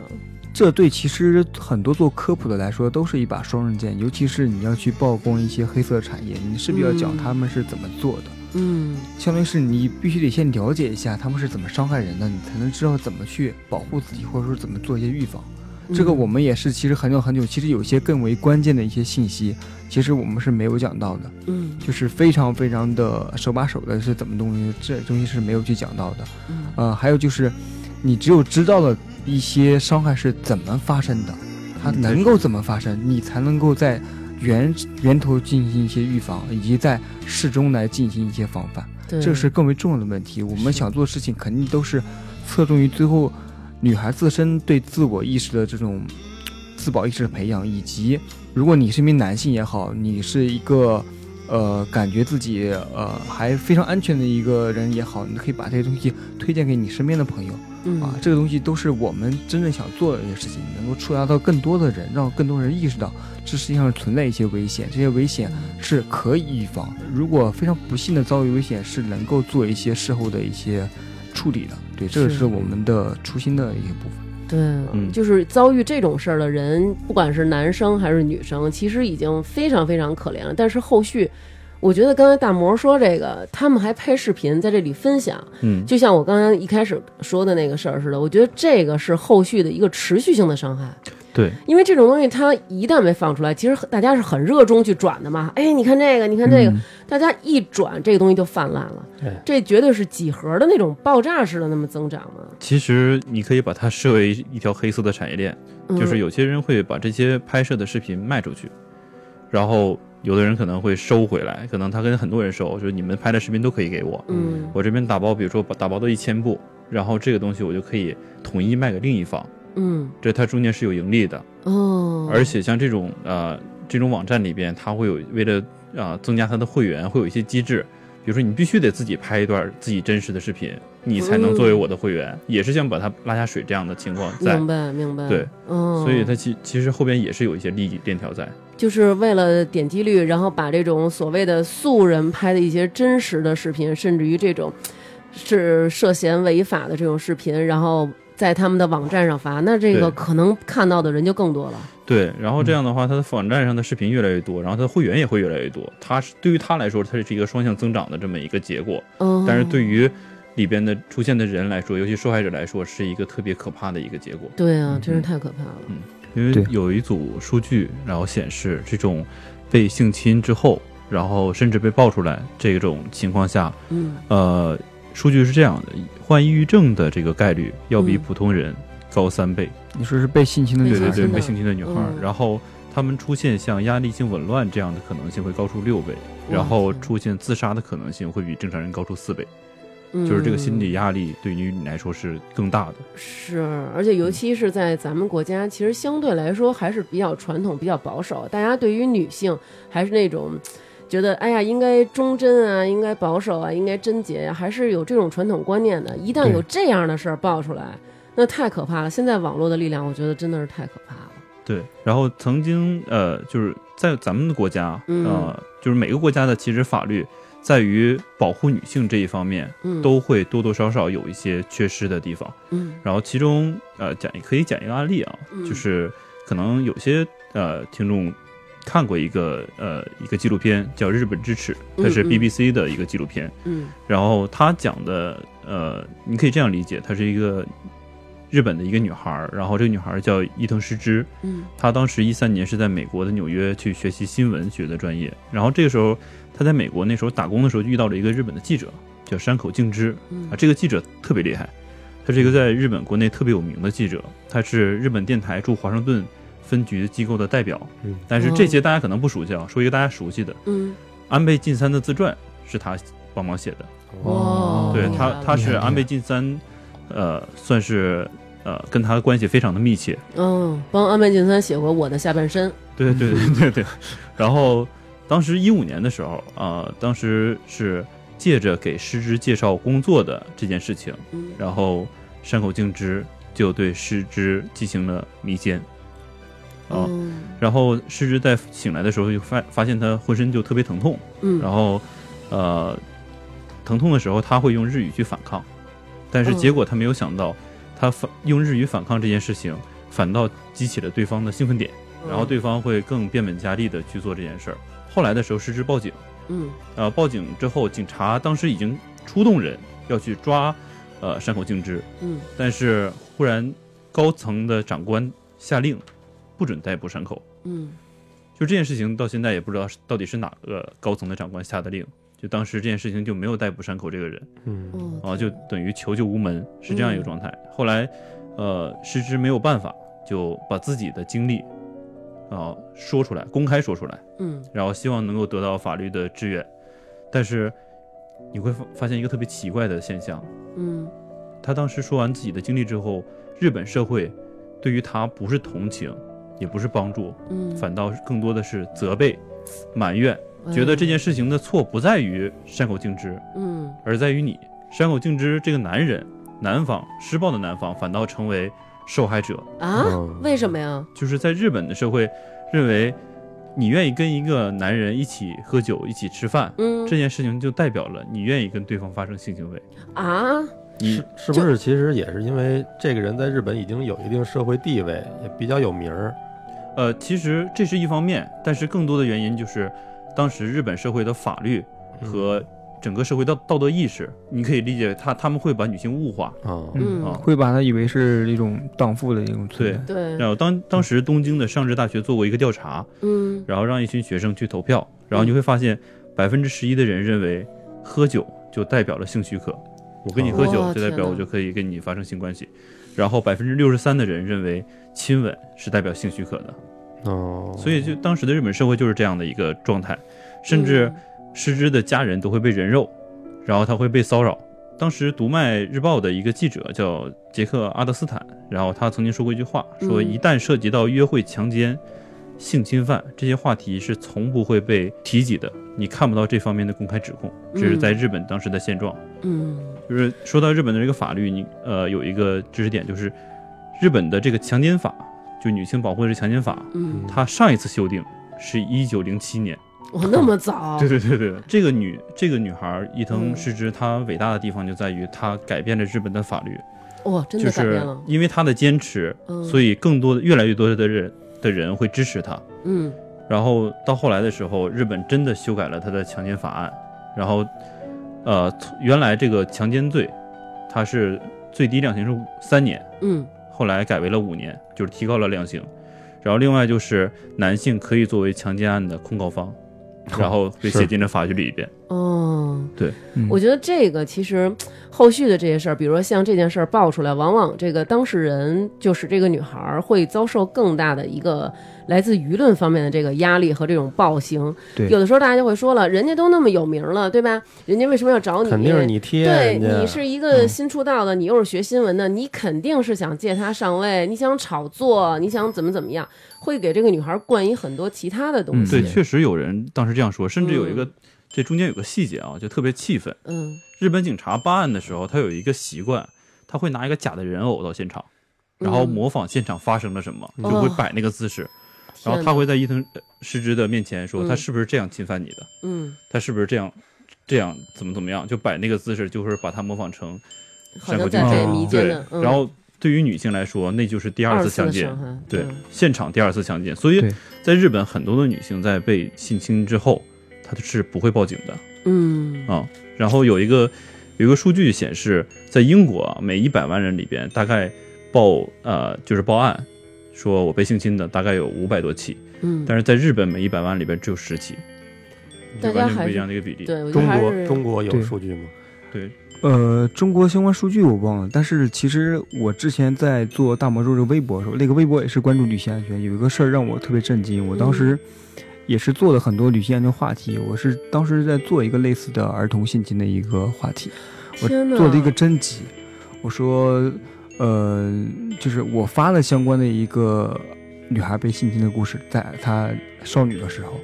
[SPEAKER 3] 这对其实很多做科普的来说都是一把双刃剑，尤其是你要去曝光一些黑色产业，你势必要讲
[SPEAKER 1] 嗯
[SPEAKER 3] 他们是怎么做的，
[SPEAKER 1] 嗯，
[SPEAKER 3] 相当于是你必须得先了解一下他们是怎么伤害人的，你才能知道怎么去保护自己，或者说怎么做一些预防。
[SPEAKER 1] 嗯
[SPEAKER 3] 这个我们也是，其实很久很久，其实有些更为关键的一些信息，其实我们是没有讲到的，
[SPEAKER 1] 嗯
[SPEAKER 3] 就是非常非常的手把手的是怎么东西，这东西是没有去讲到的。
[SPEAKER 1] 嗯
[SPEAKER 3] 呃，还有就是，你只有知道了一些伤害是怎么发生的，它
[SPEAKER 4] 嗯对
[SPEAKER 3] 能够怎么发生，你才能够在源源头进行一些预防，以及在事中来进行一些防范，
[SPEAKER 1] 对，
[SPEAKER 3] 这是更为重要的问题。我们想做的事情肯定都是侧重于最后女孩自身对自我意识的这种自保意识的培养，以及如果你是一名男性也好，你是一个。呃，感觉自己呃还非常安全的一个人也好，你可以把这些东西推荐给你身边的朋友
[SPEAKER 1] 嗯
[SPEAKER 3] 啊。这个东西都是我们真正想做的一些事情，能够触达到更多的人，让更多人意识到这世界上存在一些危险，这些危险是可以预防。如果非常不幸的遭遇危险，是能够做一些事后的一些处理的。对，这个
[SPEAKER 1] 是
[SPEAKER 3] 是我们的初心的一些部分。
[SPEAKER 1] 对，
[SPEAKER 4] 嗯
[SPEAKER 1] 就是遭遇这种事儿的人，不管是男生还是女生，其实已经非常非常可怜了。但是后续，我觉得刚才大魔说这个，他们还拍视频在这里分享，
[SPEAKER 4] 嗯
[SPEAKER 1] 就像我刚刚一开始说的那个事儿似的，我觉得这个是后续的一个持续性的伤害。
[SPEAKER 4] 对，
[SPEAKER 1] 因为这种东西它一旦被放出来，其实大家是很热衷去转的嘛。哎，你看这个，你看这个，大家一转，这个东西就泛滥了。
[SPEAKER 2] 对
[SPEAKER 1] 这绝对是几何的那种爆炸式的那么增长嘛。
[SPEAKER 4] 其实你可以把它视为一条黑色的产业链，
[SPEAKER 1] 嗯、
[SPEAKER 4] 就是有些人会把这些拍摄的视频卖出去，然后有的人可能会收回来，可能他跟很多人收，就是你们拍的视频都可以给我，
[SPEAKER 1] 嗯
[SPEAKER 4] 我这边打包，比如说把打包到一千部，然后这个东西我就可以统一卖给另一方，
[SPEAKER 1] 嗯
[SPEAKER 4] 这它中间是有盈利的，
[SPEAKER 1] 哦，
[SPEAKER 4] 而且像这种呃这种网站里边，它会有为了啊、呃增加它的会员，会有一些机制，比如说你必须得自己拍一段自己真实的视频，你才能作为我的会员，也是想把它拉下水这样的情况
[SPEAKER 1] 嗯
[SPEAKER 4] 在
[SPEAKER 1] 明，白明白，
[SPEAKER 4] 对，
[SPEAKER 1] 嗯，
[SPEAKER 4] 所以它其其实后边也是有一些利益链条在。
[SPEAKER 1] 就是为了点击率，然后把这种所谓的素人拍的一些真实的视频，甚至于这种是涉嫌违法的这种视频，然后在他们的网站上发，那这个
[SPEAKER 4] 对
[SPEAKER 1] 可能看到的人就更多了。
[SPEAKER 4] 对，然后这样的话，它的网站上的视频越来越多，然后它的会员也会越来越多。它是对于它来说，它是一个双向增长的这么一个结果。
[SPEAKER 1] 嗯，
[SPEAKER 4] 但是对于里边的出现的人来说，尤其受害者来说，是一个特别可怕的一个结果。
[SPEAKER 1] 对啊，真是太可怕了。
[SPEAKER 4] 因为
[SPEAKER 3] 对
[SPEAKER 4] 有一组数据，然后显示这种被性侵之后，然后甚至被爆出来这种情况下，
[SPEAKER 1] 嗯
[SPEAKER 4] 呃，数据是这样的，患抑郁症的这个概率要比
[SPEAKER 1] 嗯
[SPEAKER 4] 普通人高三倍。
[SPEAKER 3] 你说是被性侵的
[SPEAKER 1] 被
[SPEAKER 3] 女
[SPEAKER 1] 性
[SPEAKER 4] 对对
[SPEAKER 3] 孩
[SPEAKER 1] 侵
[SPEAKER 4] 对，
[SPEAKER 1] 的
[SPEAKER 4] 被性侵的女孩儿
[SPEAKER 1] 嗯，
[SPEAKER 4] 然后她们出现像压力性紊乱这样的可能性会高出六倍，然后出现自杀的可能性会比正常人高出四倍，
[SPEAKER 1] 嗯
[SPEAKER 4] 就是这个心理压力对于你来说是更大的。
[SPEAKER 1] 是，而且尤其是在咱们国家，其实相对来说还是比较传统、比较保守。大家对于女性还是那种觉得，哎呀，应该忠贞啊，应该保守啊，应该贞洁呀、还是有这种传统观念的。一旦有这样的事儿爆出来，那太可怕了。现在网络的力量，我觉得真的是太可怕了。
[SPEAKER 4] 对，然后曾经呃，就是在咱们的国家，
[SPEAKER 1] 嗯
[SPEAKER 4] 呃，就是每个国家的其实法律在于保护女性这一方面
[SPEAKER 1] 嗯，
[SPEAKER 4] 都会多多少少有一些缺失的地方。
[SPEAKER 1] 嗯
[SPEAKER 4] 然后其中呃讲可以讲一个案例啊，
[SPEAKER 1] 嗯
[SPEAKER 4] 就是可能有些呃听众看过一个呃一个纪录片叫《日本之耻》，它是
[SPEAKER 1] 嗯嗯
[SPEAKER 4] BBC 的一个纪录片，
[SPEAKER 1] 嗯
[SPEAKER 4] 然后他讲的呃，你可以这样理解，她是一个日本的一个女孩儿，然后这个女孩儿叫伊藤诗织，
[SPEAKER 1] 嗯
[SPEAKER 4] 她当时一三年是在美国的纽约去学习新闻学的专业，然后这个时候她在美国那时候打工的时候就遇到了一个日本的记者，叫山口敬之
[SPEAKER 1] 嗯
[SPEAKER 4] 啊，这个记者特别厉害，他是一个在日本国内特别有名的记者，他是日本电台驻华盛顿分局机构的代表，
[SPEAKER 2] 嗯
[SPEAKER 4] 但是这些大家可能不熟悉啊，说一个大家熟悉的
[SPEAKER 1] 嗯，
[SPEAKER 4] 安倍晋三的自传是他帮忙写的，
[SPEAKER 2] 哦
[SPEAKER 3] 哦
[SPEAKER 1] 哇，
[SPEAKER 4] 对
[SPEAKER 1] 厉害
[SPEAKER 4] 他
[SPEAKER 1] 了
[SPEAKER 4] 他是
[SPEAKER 3] 厉害
[SPEAKER 4] 安倍晋三，呃，算是呃跟他关系非常的密切，
[SPEAKER 1] 嗯，帮安倍晋三写过《我的下半身》，
[SPEAKER 4] 对对对对对。然后当时一五年的时候，呃，当时是借着给师之介绍工作的这件事情，
[SPEAKER 1] 嗯
[SPEAKER 4] 然后山口敬之就对师之进行了迷奸，啊、
[SPEAKER 1] 嗯
[SPEAKER 4] 然后师之在醒来的时候就发发现他浑身就特别疼痛，
[SPEAKER 1] 嗯，
[SPEAKER 4] 然后呃疼痛的时候他会用日语去反抗，
[SPEAKER 1] 嗯
[SPEAKER 4] 但是结果他没有想到，他反用日语反抗这件事情反倒激起了对方的兴奋点。
[SPEAKER 1] 嗯
[SPEAKER 4] 然后对方会更变本加厉的去做这件事儿。后来的时候失之报警，
[SPEAKER 1] 嗯
[SPEAKER 4] 呃，报警之后，警察当时已经出动人要去抓，呃，山口敬之，
[SPEAKER 1] 嗯
[SPEAKER 4] 但是忽然高层的长官下令不准逮捕山口。
[SPEAKER 1] 嗯
[SPEAKER 4] 就这件事情到现在也不知道是到底是哪个高层的长官下的令，就当时这件事情就没有逮捕山口这个人。
[SPEAKER 2] 嗯
[SPEAKER 1] 嗯，
[SPEAKER 4] 啊，就等于求救无门，是这样一个状态。后来，呃，失之没有办法，就把自己的经历啊、说出来，公开说出来，
[SPEAKER 1] 嗯
[SPEAKER 4] 然后希望能够得到法律的支援。但是你会发发现一个特别奇怪的现象，
[SPEAKER 1] 嗯
[SPEAKER 4] 他当时说完自己的经历之后，日本社会对于他不是同情，也不是帮助，
[SPEAKER 1] 嗯，
[SPEAKER 4] 反倒更多的是责备、埋怨，觉得这件事情的错不在于山口敬之，
[SPEAKER 1] 嗯
[SPEAKER 4] 而在于你。山口敬之这个男人，男方施暴的男方反倒成为受害者，
[SPEAKER 1] 啊，
[SPEAKER 4] 嗯
[SPEAKER 1] 为什么呀？
[SPEAKER 4] 就是在日本的社会认为，你愿意跟一个男人一起喝酒、一起吃饭，
[SPEAKER 1] 嗯，
[SPEAKER 4] 这件事情就代表了你愿意跟对方发生性行为。
[SPEAKER 1] 啊，
[SPEAKER 4] 你
[SPEAKER 2] 是不是其实也是因为这个人在日本已经有一定社会地位，也比较有名儿，
[SPEAKER 4] 呃，其实这是一方面，但是更多的原因就是当时日本社会的法律
[SPEAKER 1] 嗯
[SPEAKER 4] 和整个社会的道德意识，你可以理解他他们会把女性物化，
[SPEAKER 2] 啊，
[SPEAKER 1] 嗯
[SPEAKER 4] 啊
[SPEAKER 3] 会把它以为是一种荡妇的一种存在。
[SPEAKER 1] 对，
[SPEAKER 4] 然后当当时东京的上智大学做过一个调查，
[SPEAKER 1] 嗯
[SPEAKER 4] 然后让一群学生去投票，然后你会发现百分之十一的人认为喝酒就代表了性许可，我跟你喝酒
[SPEAKER 1] 哇
[SPEAKER 4] 就代表
[SPEAKER 1] 哦天哪
[SPEAKER 4] 我就可以跟你发生性关系，然后百分之六十三的人认为亲吻是代表性许可的，
[SPEAKER 2] 哦，
[SPEAKER 4] 所以就当时的日本社会就是这样的一个状态，甚
[SPEAKER 1] 嗯
[SPEAKER 4] 至失之的家人都会被人肉，然后他会被骚扰。当时读卖日报的一个记者叫杰克阿德斯坦，然后他曾经说过一句话，说
[SPEAKER 1] 嗯
[SPEAKER 4] 一旦涉及到约会、强奸、性侵犯这些话题是从不会被提及的，你看不到这方面的公开指控，这是在日本当时的现状。
[SPEAKER 1] 嗯
[SPEAKER 4] 就是说到日本的这个法律，你呃有一个知识点就是日本的这个强奸法，就女性保护的强奸法，
[SPEAKER 1] 嗯，
[SPEAKER 4] 它上一次修订是一九零七年。
[SPEAKER 1] 我那么早，
[SPEAKER 4] 对对对，这个女这个女孩伊藤
[SPEAKER 1] 嗯
[SPEAKER 4] 诗织，她伟大的地方就在于她改变了日本的法律，
[SPEAKER 1] 哇，真
[SPEAKER 4] 就
[SPEAKER 1] 的改
[SPEAKER 4] 是
[SPEAKER 1] 变了，
[SPEAKER 4] 因为她的坚持，
[SPEAKER 1] 嗯，
[SPEAKER 4] 所以更多的越来越多的人的人会支持她。
[SPEAKER 1] 嗯
[SPEAKER 4] 然后到后来的时候，日本真的修改了她的强奸法案，然后呃，从原来这个强奸罪，它是最低量刑是五三年，
[SPEAKER 1] 嗯
[SPEAKER 4] 后来改为了五年，就是提高了量刑。然后另外就是男性可以作为强奸案的控告方，然后被
[SPEAKER 2] 是
[SPEAKER 4] 写进了法律里边。
[SPEAKER 1] 哦。
[SPEAKER 3] 嗯
[SPEAKER 1] 我觉得这个其实后续的这些事儿，比如说像这件事儿爆出来，往往这个当事人就是这个女孩儿会遭受更大的一个来自舆论方面的这个压力和这种暴行。
[SPEAKER 3] 对
[SPEAKER 1] 有的时候大家就会说了，人家都那么有名了，对吧？人家为什么要找你？
[SPEAKER 2] 肯定是你贴
[SPEAKER 1] 对
[SPEAKER 2] 人家，
[SPEAKER 1] 你是一
[SPEAKER 4] 嗯
[SPEAKER 1] 个新出道的，你又是学新闻的，你肯定是想借她上位，你想炒作，你想怎么怎么样，会给这个女孩儿灌以很多其他的东
[SPEAKER 3] 嗯
[SPEAKER 4] 对，
[SPEAKER 1] 西。
[SPEAKER 4] 确实有人当时这样说，甚至有一个、
[SPEAKER 1] 嗯
[SPEAKER 4] 这中间有个细节啊，就特别气愤。
[SPEAKER 1] 嗯，
[SPEAKER 4] 日本警察办案的时候，他有一个习惯，他会拿一个假的人偶到现场，然后
[SPEAKER 1] 嗯
[SPEAKER 4] 模仿现场发生了什么，
[SPEAKER 1] 嗯
[SPEAKER 4] 就会摆那个姿势，然后
[SPEAKER 1] 天
[SPEAKER 4] 他
[SPEAKER 1] 哪
[SPEAKER 4] 会在伊藤呃失之的面前说、
[SPEAKER 1] 嗯
[SPEAKER 4] 他是不是这样侵犯你的，
[SPEAKER 1] 嗯，
[SPEAKER 4] 他是不是这样这样怎么怎么样，就摆那个姿势，就是把他模仿成
[SPEAKER 1] 好
[SPEAKER 4] 山口
[SPEAKER 1] 像
[SPEAKER 4] 敬
[SPEAKER 1] 在
[SPEAKER 4] 之
[SPEAKER 1] 被迷奸
[SPEAKER 4] 对
[SPEAKER 1] 的，，嗯
[SPEAKER 4] 然后对于女性来说，那就是第二次强奸，
[SPEAKER 1] 伤害
[SPEAKER 4] 对
[SPEAKER 1] 嗯，
[SPEAKER 4] 现场第二次强奸。所以
[SPEAKER 3] 对
[SPEAKER 4] 在日本，很多的女性在被性侵之后，她是不会报警的。
[SPEAKER 1] 嗯
[SPEAKER 4] 啊、然后有一个有一个数据显示，在英国啊，每一百万人里边，大概报呃就是报案说我被性侵的，大概有五百多起，
[SPEAKER 1] 嗯，
[SPEAKER 4] 但是在日本每一百万里边只有十起，
[SPEAKER 1] 大
[SPEAKER 4] 就
[SPEAKER 1] 家
[SPEAKER 4] 完全
[SPEAKER 1] 还
[SPEAKER 4] 不一
[SPEAKER 1] 是
[SPEAKER 4] 样的一个比例。
[SPEAKER 1] 对，我觉
[SPEAKER 2] 中
[SPEAKER 1] 得还
[SPEAKER 2] 国
[SPEAKER 1] 是
[SPEAKER 2] 中国有
[SPEAKER 3] 对
[SPEAKER 2] 数据吗？
[SPEAKER 4] 对
[SPEAKER 3] 呃，中国相关数据我忘了，但是其实我之前在做大魔咒这个微博的时候，那个微博也是关注女性安全，有一个事儿让我特别震惊，我当时也是做了很多女性安全话题，我是当时在做一个类似的儿童性侵的一个话题，我
[SPEAKER 1] 天哪，
[SPEAKER 3] 做了一个征集，我说，呃，就是我发了相关的一个女孩被性侵的故事，在她少女的时候，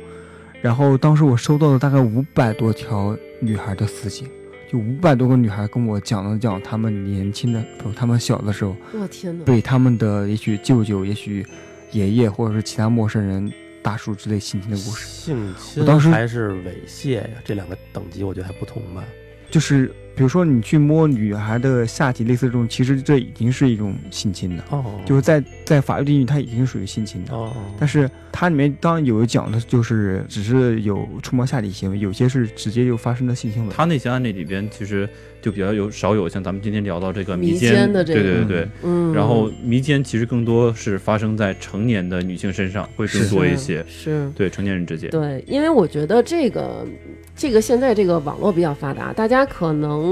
[SPEAKER 3] 然后当时我收到了大概五百多条女孩的私信，就五百多个女孩跟我讲了讲她们年轻的，不，她们小的时候
[SPEAKER 1] 我天哪，
[SPEAKER 3] 被他们的也许舅舅、也许爷爷或者是其他陌生人、大叔之类性侵的故事，
[SPEAKER 2] 性侵
[SPEAKER 3] 我当时
[SPEAKER 2] 还是猥亵呀，这两个等级我觉得还不同吧。
[SPEAKER 3] 就是。比如说，你去摸女孩的下体，类似这种，其实这已经是一种性侵了。
[SPEAKER 2] 哦
[SPEAKER 3] 就是在在法律定义，它已经属于性侵的。
[SPEAKER 2] 哦，
[SPEAKER 3] 但是它里面当然有讲的，就是只是有触摸下体行为，有些是直接就发生的性行为。
[SPEAKER 4] 他那些案例里边，其实就比较有少有像咱们今天聊到这个
[SPEAKER 1] 迷
[SPEAKER 4] 奸
[SPEAKER 1] 奸的这
[SPEAKER 4] 对对
[SPEAKER 3] 个
[SPEAKER 4] 对对。
[SPEAKER 1] 嗯，
[SPEAKER 4] 然后迷奸其实更多是发生在成年的女性身上，会更
[SPEAKER 3] 是
[SPEAKER 4] 多一些。
[SPEAKER 1] 是。
[SPEAKER 4] 对成年人之间，
[SPEAKER 1] 对，因为我觉得这个，这个现在这个网络比较发达，大家可能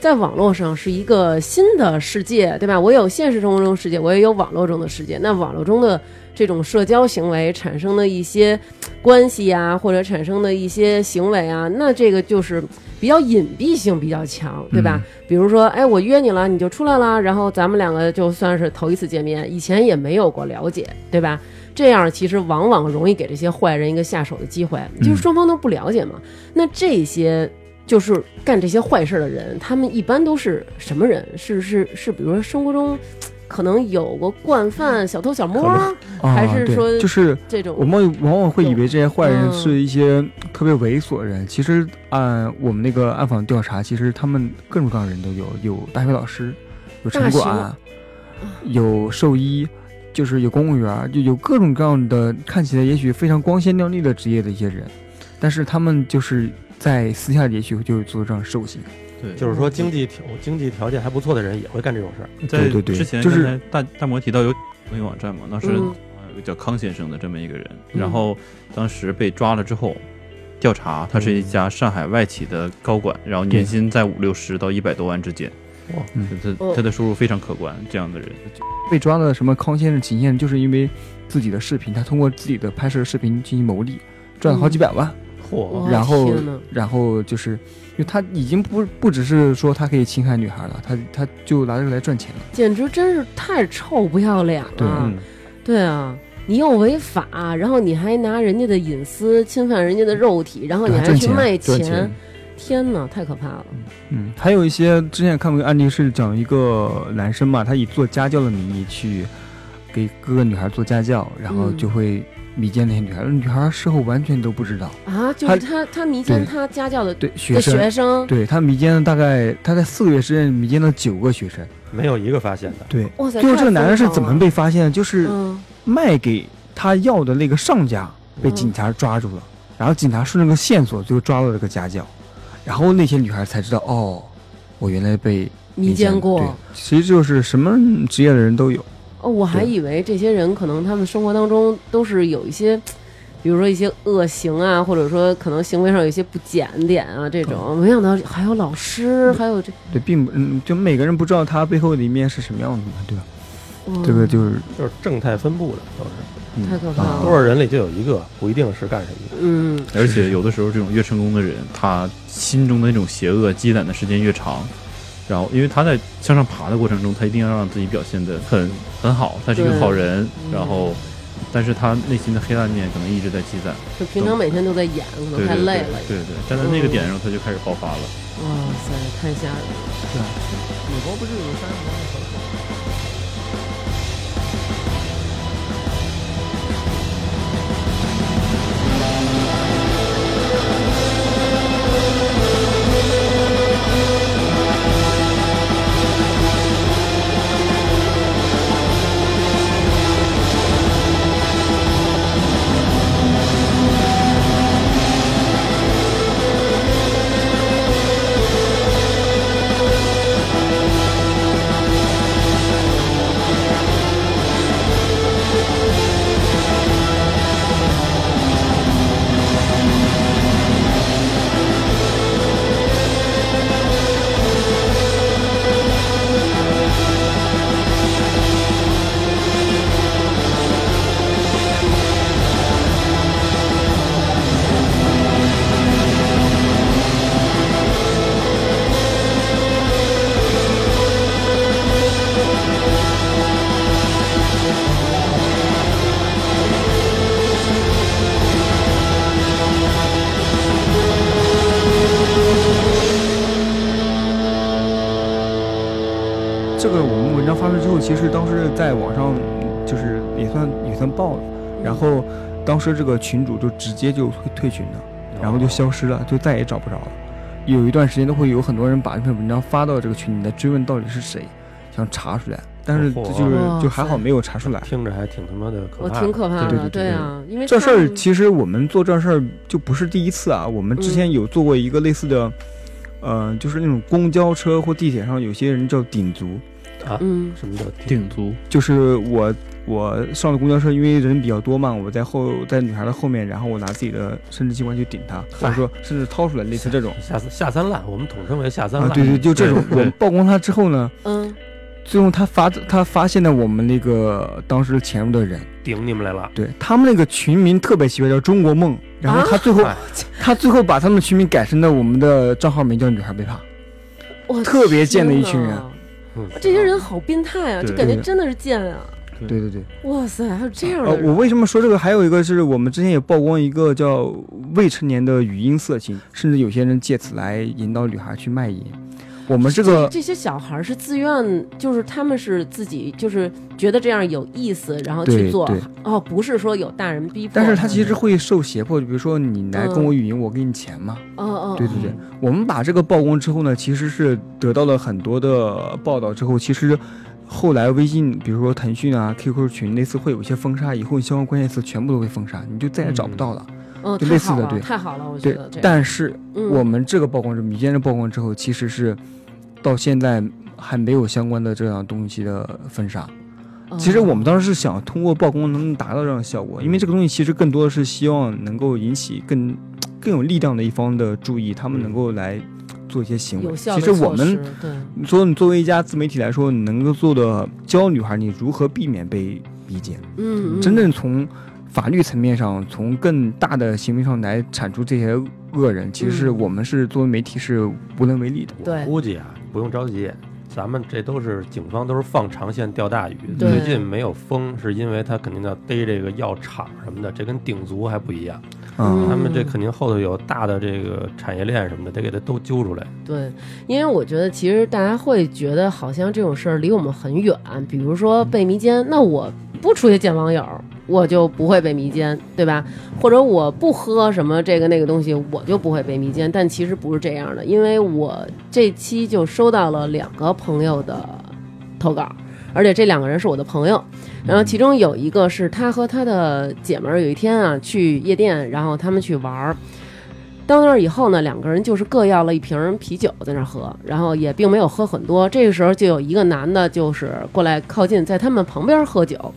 [SPEAKER 1] 在网络上是一个新的世界，对吧？我有现实生活中的世界，我也有网络中的世界。那网络中的这种社交行为产生的一些关系呀、或者产生的一些行为啊，那这个就是比较隐蔽性比较强，对吧？比如说，哎，我约你了，你就出来了，然后咱们两个就算是头一次见面，以前也没有过了解，对吧？这样其实往往容易给这些坏人一个下手的机会，
[SPEAKER 3] 嗯
[SPEAKER 1] 就是双方都不了解嘛。那这些就是干这些坏事的人，他们一般都是什么人？是是是，比如说生活中可能有过惯犯、小偷小摸
[SPEAKER 2] 可
[SPEAKER 1] 儿
[SPEAKER 3] 啊，
[SPEAKER 1] 还是
[SPEAKER 3] 对
[SPEAKER 1] 说
[SPEAKER 3] 就是
[SPEAKER 1] 这种。
[SPEAKER 3] 我们往往会以为这些坏人
[SPEAKER 1] 嗯
[SPEAKER 3] 是一些特别猥琐的人，其实按我们那个暗访调查，其实他们各种各样的人都有，有大学老师，有城
[SPEAKER 1] 大
[SPEAKER 3] 管，有兽医。就是有公务员，就有各种各样的看起来也许非常光鲜亮丽的职业的一些人，但是他们就是在私下里也许就做这样兽性。
[SPEAKER 4] 对，
[SPEAKER 2] 就是说经济条经济条件还不错的人也会干这种事儿。
[SPEAKER 4] 在
[SPEAKER 3] 对对对
[SPEAKER 4] 之前
[SPEAKER 3] 就是
[SPEAKER 4] 刚才大大魔提到有朋友网站嘛，当时呃
[SPEAKER 1] 嗯
[SPEAKER 4] 有个叫康先生的这么一个人，
[SPEAKER 1] 嗯
[SPEAKER 4] 然后当时被抓了之后，调查他是一家上海外企的高管，然后年薪在五六十到一百多万之间，
[SPEAKER 2] 哇
[SPEAKER 4] 就
[SPEAKER 1] 哦
[SPEAKER 4] 他他的收入非常可观，这样的人，
[SPEAKER 3] 被抓的什么康先生、秦先生，就是因为自己的视频，他通过自己的拍摄视频进行牟利，赚了好几百万。
[SPEAKER 2] 嚯
[SPEAKER 1] 哇，
[SPEAKER 3] 然后
[SPEAKER 1] 天哪，
[SPEAKER 3] 然后就是因为他已经不不只是说他可以侵害女孩了，他他就拿这个来赚钱了。
[SPEAKER 1] 简直真是太臭不要脸了。
[SPEAKER 3] 对
[SPEAKER 2] 嗯，
[SPEAKER 1] 对啊，你又违法，然后你还拿人家的隐私侵犯人家的肉体，然后你
[SPEAKER 3] 对，
[SPEAKER 1] 还
[SPEAKER 3] 赚
[SPEAKER 1] 去
[SPEAKER 3] 钱，
[SPEAKER 1] 卖
[SPEAKER 3] 赚钱。
[SPEAKER 1] 天哪，太可怕了！
[SPEAKER 3] 嗯，还有一些之前也看过一个案例是讲一个男生嘛，他以做家教的名义去给各个女孩做家教，然后
[SPEAKER 1] 嗯
[SPEAKER 3] 就会迷奸那些女孩，而女孩事后完全都不知道。
[SPEAKER 1] 啊，就是他他迷奸
[SPEAKER 3] 对
[SPEAKER 1] 他家教的
[SPEAKER 3] 对，学
[SPEAKER 1] 的
[SPEAKER 3] 生，
[SPEAKER 1] 学生，
[SPEAKER 3] 对他迷奸了大概他在四个月之内迷奸了九个学生。
[SPEAKER 2] 没有一个发现的。
[SPEAKER 3] 对，
[SPEAKER 1] 哇塞，
[SPEAKER 3] 最后这个男人是
[SPEAKER 1] 太疯
[SPEAKER 3] 怎
[SPEAKER 1] 狂
[SPEAKER 3] 么被发现的？就是
[SPEAKER 1] 了嗯
[SPEAKER 3] 卖给他要的那个上家被警察抓住了，然后警察顺着个线索最后抓到了这个家教，然后那些女孩才知道哦，我原来被
[SPEAKER 1] 迷奸
[SPEAKER 3] 了
[SPEAKER 1] 过
[SPEAKER 3] 对？，其实就是什么职业的人都有。
[SPEAKER 1] 哦，我还
[SPEAKER 3] 对
[SPEAKER 1] 以为这些人可能他们生活当中都是有一些。比如说一些恶行啊，或者说可能行为上有一些不检点啊，这
[SPEAKER 3] 嗯
[SPEAKER 1] 种没想到还有老师，还有这
[SPEAKER 3] 对，并不，嗯，就每个人不知道他背后的一面是什么样的嘛，对吧？
[SPEAKER 1] 哇
[SPEAKER 3] 这个就是
[SPEAKER 2] 就是正态分布的都是，
[SPEAKER 4] 嗯
[SPEAKER 1] 太可怕
[SPEAKER 3] 啊
[SPEAKER 2] 多
[SPEAKER 1] 了。
[SPEAKER 2] 少人里就有一个，不一定是干什么的。
[SPEAKER 1] 嗯，
[SPEAKER 4] 而且有的时候这种越成功的人，他心中的那种邪恶积攒的时间越长。然后，因为他在向上爬的过程中，他一定要让自己表现得很很好，他是一个
[SPEAKER 1] 对
[SPEAKER 4] 好人。
[SPEAKER 1] 嗯
[SPEAKER 4] 然后，但是他内心的黑暗面可能一直在积攒。
[SPEAKER 1] 就平常每天都在演，可能
[SPEAKER 4] 对
[SPEAKER 1] 太
[SPEAKER 4] 对对
[SPEAKER 1] 累了。
[SPEAKER 4] 对对，站在那个点上，他就开始爆发了。
[SPEAKER 1] 哇塞，太吓人了。
[SPEAKER 3] 美国不是有三十
[SPEAKER 6] 「
[SPEAKER 3] 其实当时在网上就是也算也算爆了，然后当时这个群主就直接就退退群了，然后就消失了，就再也找不着了。有一段时间都会有很多人把这篇文章发到这个群里来追问到底是谁，想查出来，但是这就是
[SPEAKER 1] 哇
[SPEAKER 3] 就还好没有查出来。
[SPEAKER 2] 听着还挺他妈的可
[SPEAKER 1] 我
[SPEAKER 2] 怕的，
[SPEAKER 1] 挺可怕
[SPEAKER 3] 对
[SPEAKER 1] 的，
[SPEAKER 3] 对对
[SPEAKER 1] 啊，因为
[SPEAKER 3] 这事
[SPEAKER 1] 他
[SPEAKER 3] 儿
[SPEAKER 1] 们
[SPEAKER 3] 其实我们做这事儿就不是第一次啊，我们之前有做过一个类似的，呃，就是那种公交车或地铁上有些人叫顶足，
[SPEAKER 1] 嗯
[SPEAKER 2] 什么叫定
[SPEAKER 4] 顶足，
[SPEAKER 3] 就是我我上了公交车，因为人比较多嘛，我在后在女孩的后面，然后我拿自己的生殖器官去顶她，或者说甚至掏出来，类似这种
[SPEAKER 2] 下下三滥，我们统称为下三
[SPEAKER 3] 啊
[SPEAKER 2] 滥。，
[SPEAKER 3] 对对，就这种。我
[SPEAKER 4] 对
[SPEAKER 3] 们曝光她之后呢，
[SPEAKER 1] 嗯，
[SPEAKER 3] 最后她发她发现了我们那个当时潜入的人，
[SPEAKER 2] 顶你们来了，
[SPEAKER 3] 对他们那个群名特别奇怪，叫中国梦。然后他最后，
[SPEAKER 2] 哎
[SPEAKER 3] 他最后把他们的群名改成了我们的账号名叫“女孩被怕
[SPEAKER 1] 我
[SPEAKER 3] 特别贱的一
[SPEAKER 1] 天
[SPEAKER 3] 群人
[SPEAKER 1] 哪
[SPEAKER 2] 嗯
[SPEAKER 1] 啊这些人好变态啊，
[SPEAKER 4] 对
[SPEAKER 1] 就感觉
[SPEAKER 3] 对
[SPEAKER 1] 真的是贱啊！”。
[SPEAKER 3] 对对对。
[SPEAKER 1] 哇塞，还有这样
[SPEAKER 3] 呃，
[SPEAKER 1] 的人，啊
[SPEAKER 3] 嗯我为什么说这个？还有一个是我们之前也曝光一个叫未成年的语音色情，甚至有些人借此来引导女孩去卖淫。我们这 个
[SPEAKER 1] 这些小孩儿是自愿，就是他们是自己就是觉得这样有意思，然后去
[SPEAKER 3] 对
[SPEAKER 1] 做
[SPEAKER 3] 对
[SPEAKER 1] 哦，不是说有大人逼迫们。
[SPEAKER 3] 但是它其实会受胁迫，比如说你来跟我语音，我给你钱嘛。
[SPEAKER 1] 哦哦，
[SPEAKER 3] 对对对，我们把这个曝光之后呢，其实是得到了很多的报道之后，其实后来微信，比如说腾讯啊、QQ 群类似会有一些封杀，以后相关关键词全部都会封杀，你就再也找不到了。
[SPEAKER 1] 哦，
[SPEAKER 3] 就
[SPEAKER 1] 太
[SPEAKER 3] 类似
[SPEAKER 1] 好
[SPEAKER 3] 的
[SPEAKER 1] 了
[SPEAKER 3] 对
[SPEAKER 1] 太好了，我觉
[SPEAKER 3] 对
[SPEAKER 1] 得这，样。
[SPEAKER 3] 但是
[SPEAKER 1] 嗯
[SPEAKER 3] 我们这个曝光之后，民间的曝光之后，其实是到现在还没有相关的这样东西的封杀。
[SPEAKER 1] 哦
[SPEAKER 3] 其实我们当时是想通过曝光能达到这样的效果，因为这个东西其实更多的是希望能够引起更更有力量的一方的注意，他们能够来做一些行为。
[SPEAKER 1] 嗯有效
[SPEAKER 3] 其
[SPEAKER 1] 的
[SPEAKER 3] 实我
[SPEAKER 1] 措施
[SPEAKER 3] 们
[SPEAKER 1] 对嗯
[SPEAKER 3] 说，你作为一家自媒体来说，你能够做的教女孩你如何避免被逼奸，
[SPEAKER 1] 嗯嗯
[SPEAKER 3] 真正从法律层面上，从更大的行为上来铲除这些恶人，其实是
[SPEAKER 1] 嗯
[SPEAKER 3] 我们是作为媒体是无能为力的。
[SPEAKER 1] 对
[SPEAKER 2] 我估计啊，不用着急，咱们这都是警方都是放长线钓大鱼。
[SPEAKER 1] 对
[SPEAKER 2] 最近没有封，是因为他肯定要逮这个药厂什么的，这跟顶足还不一样。
[SPEAKER 3] 啊
[SPEAKER 1] 嗯
[SPEAKER 2] 他们这肯定后头有大的这个产业链什么的，得给他都揪出来。
[SPEAKER 1] 对，因为我觉得其实大家会觉得好像这种事儿离我们很远，比如说被迷奸，那我不出去见网友，我就不会被迷奸，对吧？或者我不喝什么这个那个东西，我就不会被迷奸。但其实不是这样的，因为我这期就收到了两个朋友的投稿，而且这两个人是我的朋友。然后其中有一个是他和他的姐们儿有一天啊去夜店，然后他们去玩儿。到那儿以后呢，两个人就是各要了一瓶啤酒在那儿喝，然后也并没有喝很多。这个时候就有一个男的，就是过来靠近，在他们旁边喝酒。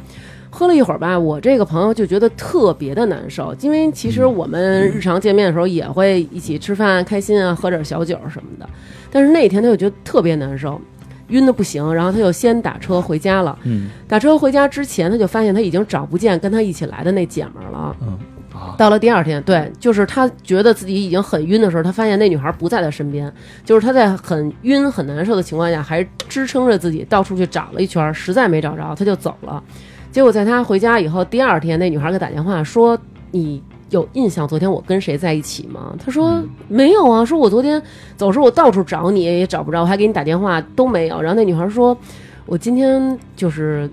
[SPEAKER 1] 喝了一会儿吧，我这个朋友就觉得特别的难受，因为其实我们日常见面的时候也会一起吃饭、开心啊，喝点小酒什么的。但是那天他就觉得特别难受，晕的不行，然后他就先打车回家了。
[SPEAKER 3] 嗯
[SPEAKER 1] 打车回家之前，他就发现他已经找不见跟他一起来的那姐们儿了。
[SPEAKER 3] 啊，
[SPEAKER 1] 到了第二天，对，就是他觉得自己已经很晕的时候，他发现那女孩不在他身边，就是他在很晕很难受的情况下，还支撑着自己到处去找了一圈，实在没找着，他就走了。结果在他回家以后，第二天那女孩给打电话说：“你有印象昨天我跟谁在一起吗？”他说：“没有啊，说我昨天走时候我到处找你也找不着，我还给你打电话都没有。”然后那女孩说：“我今天就是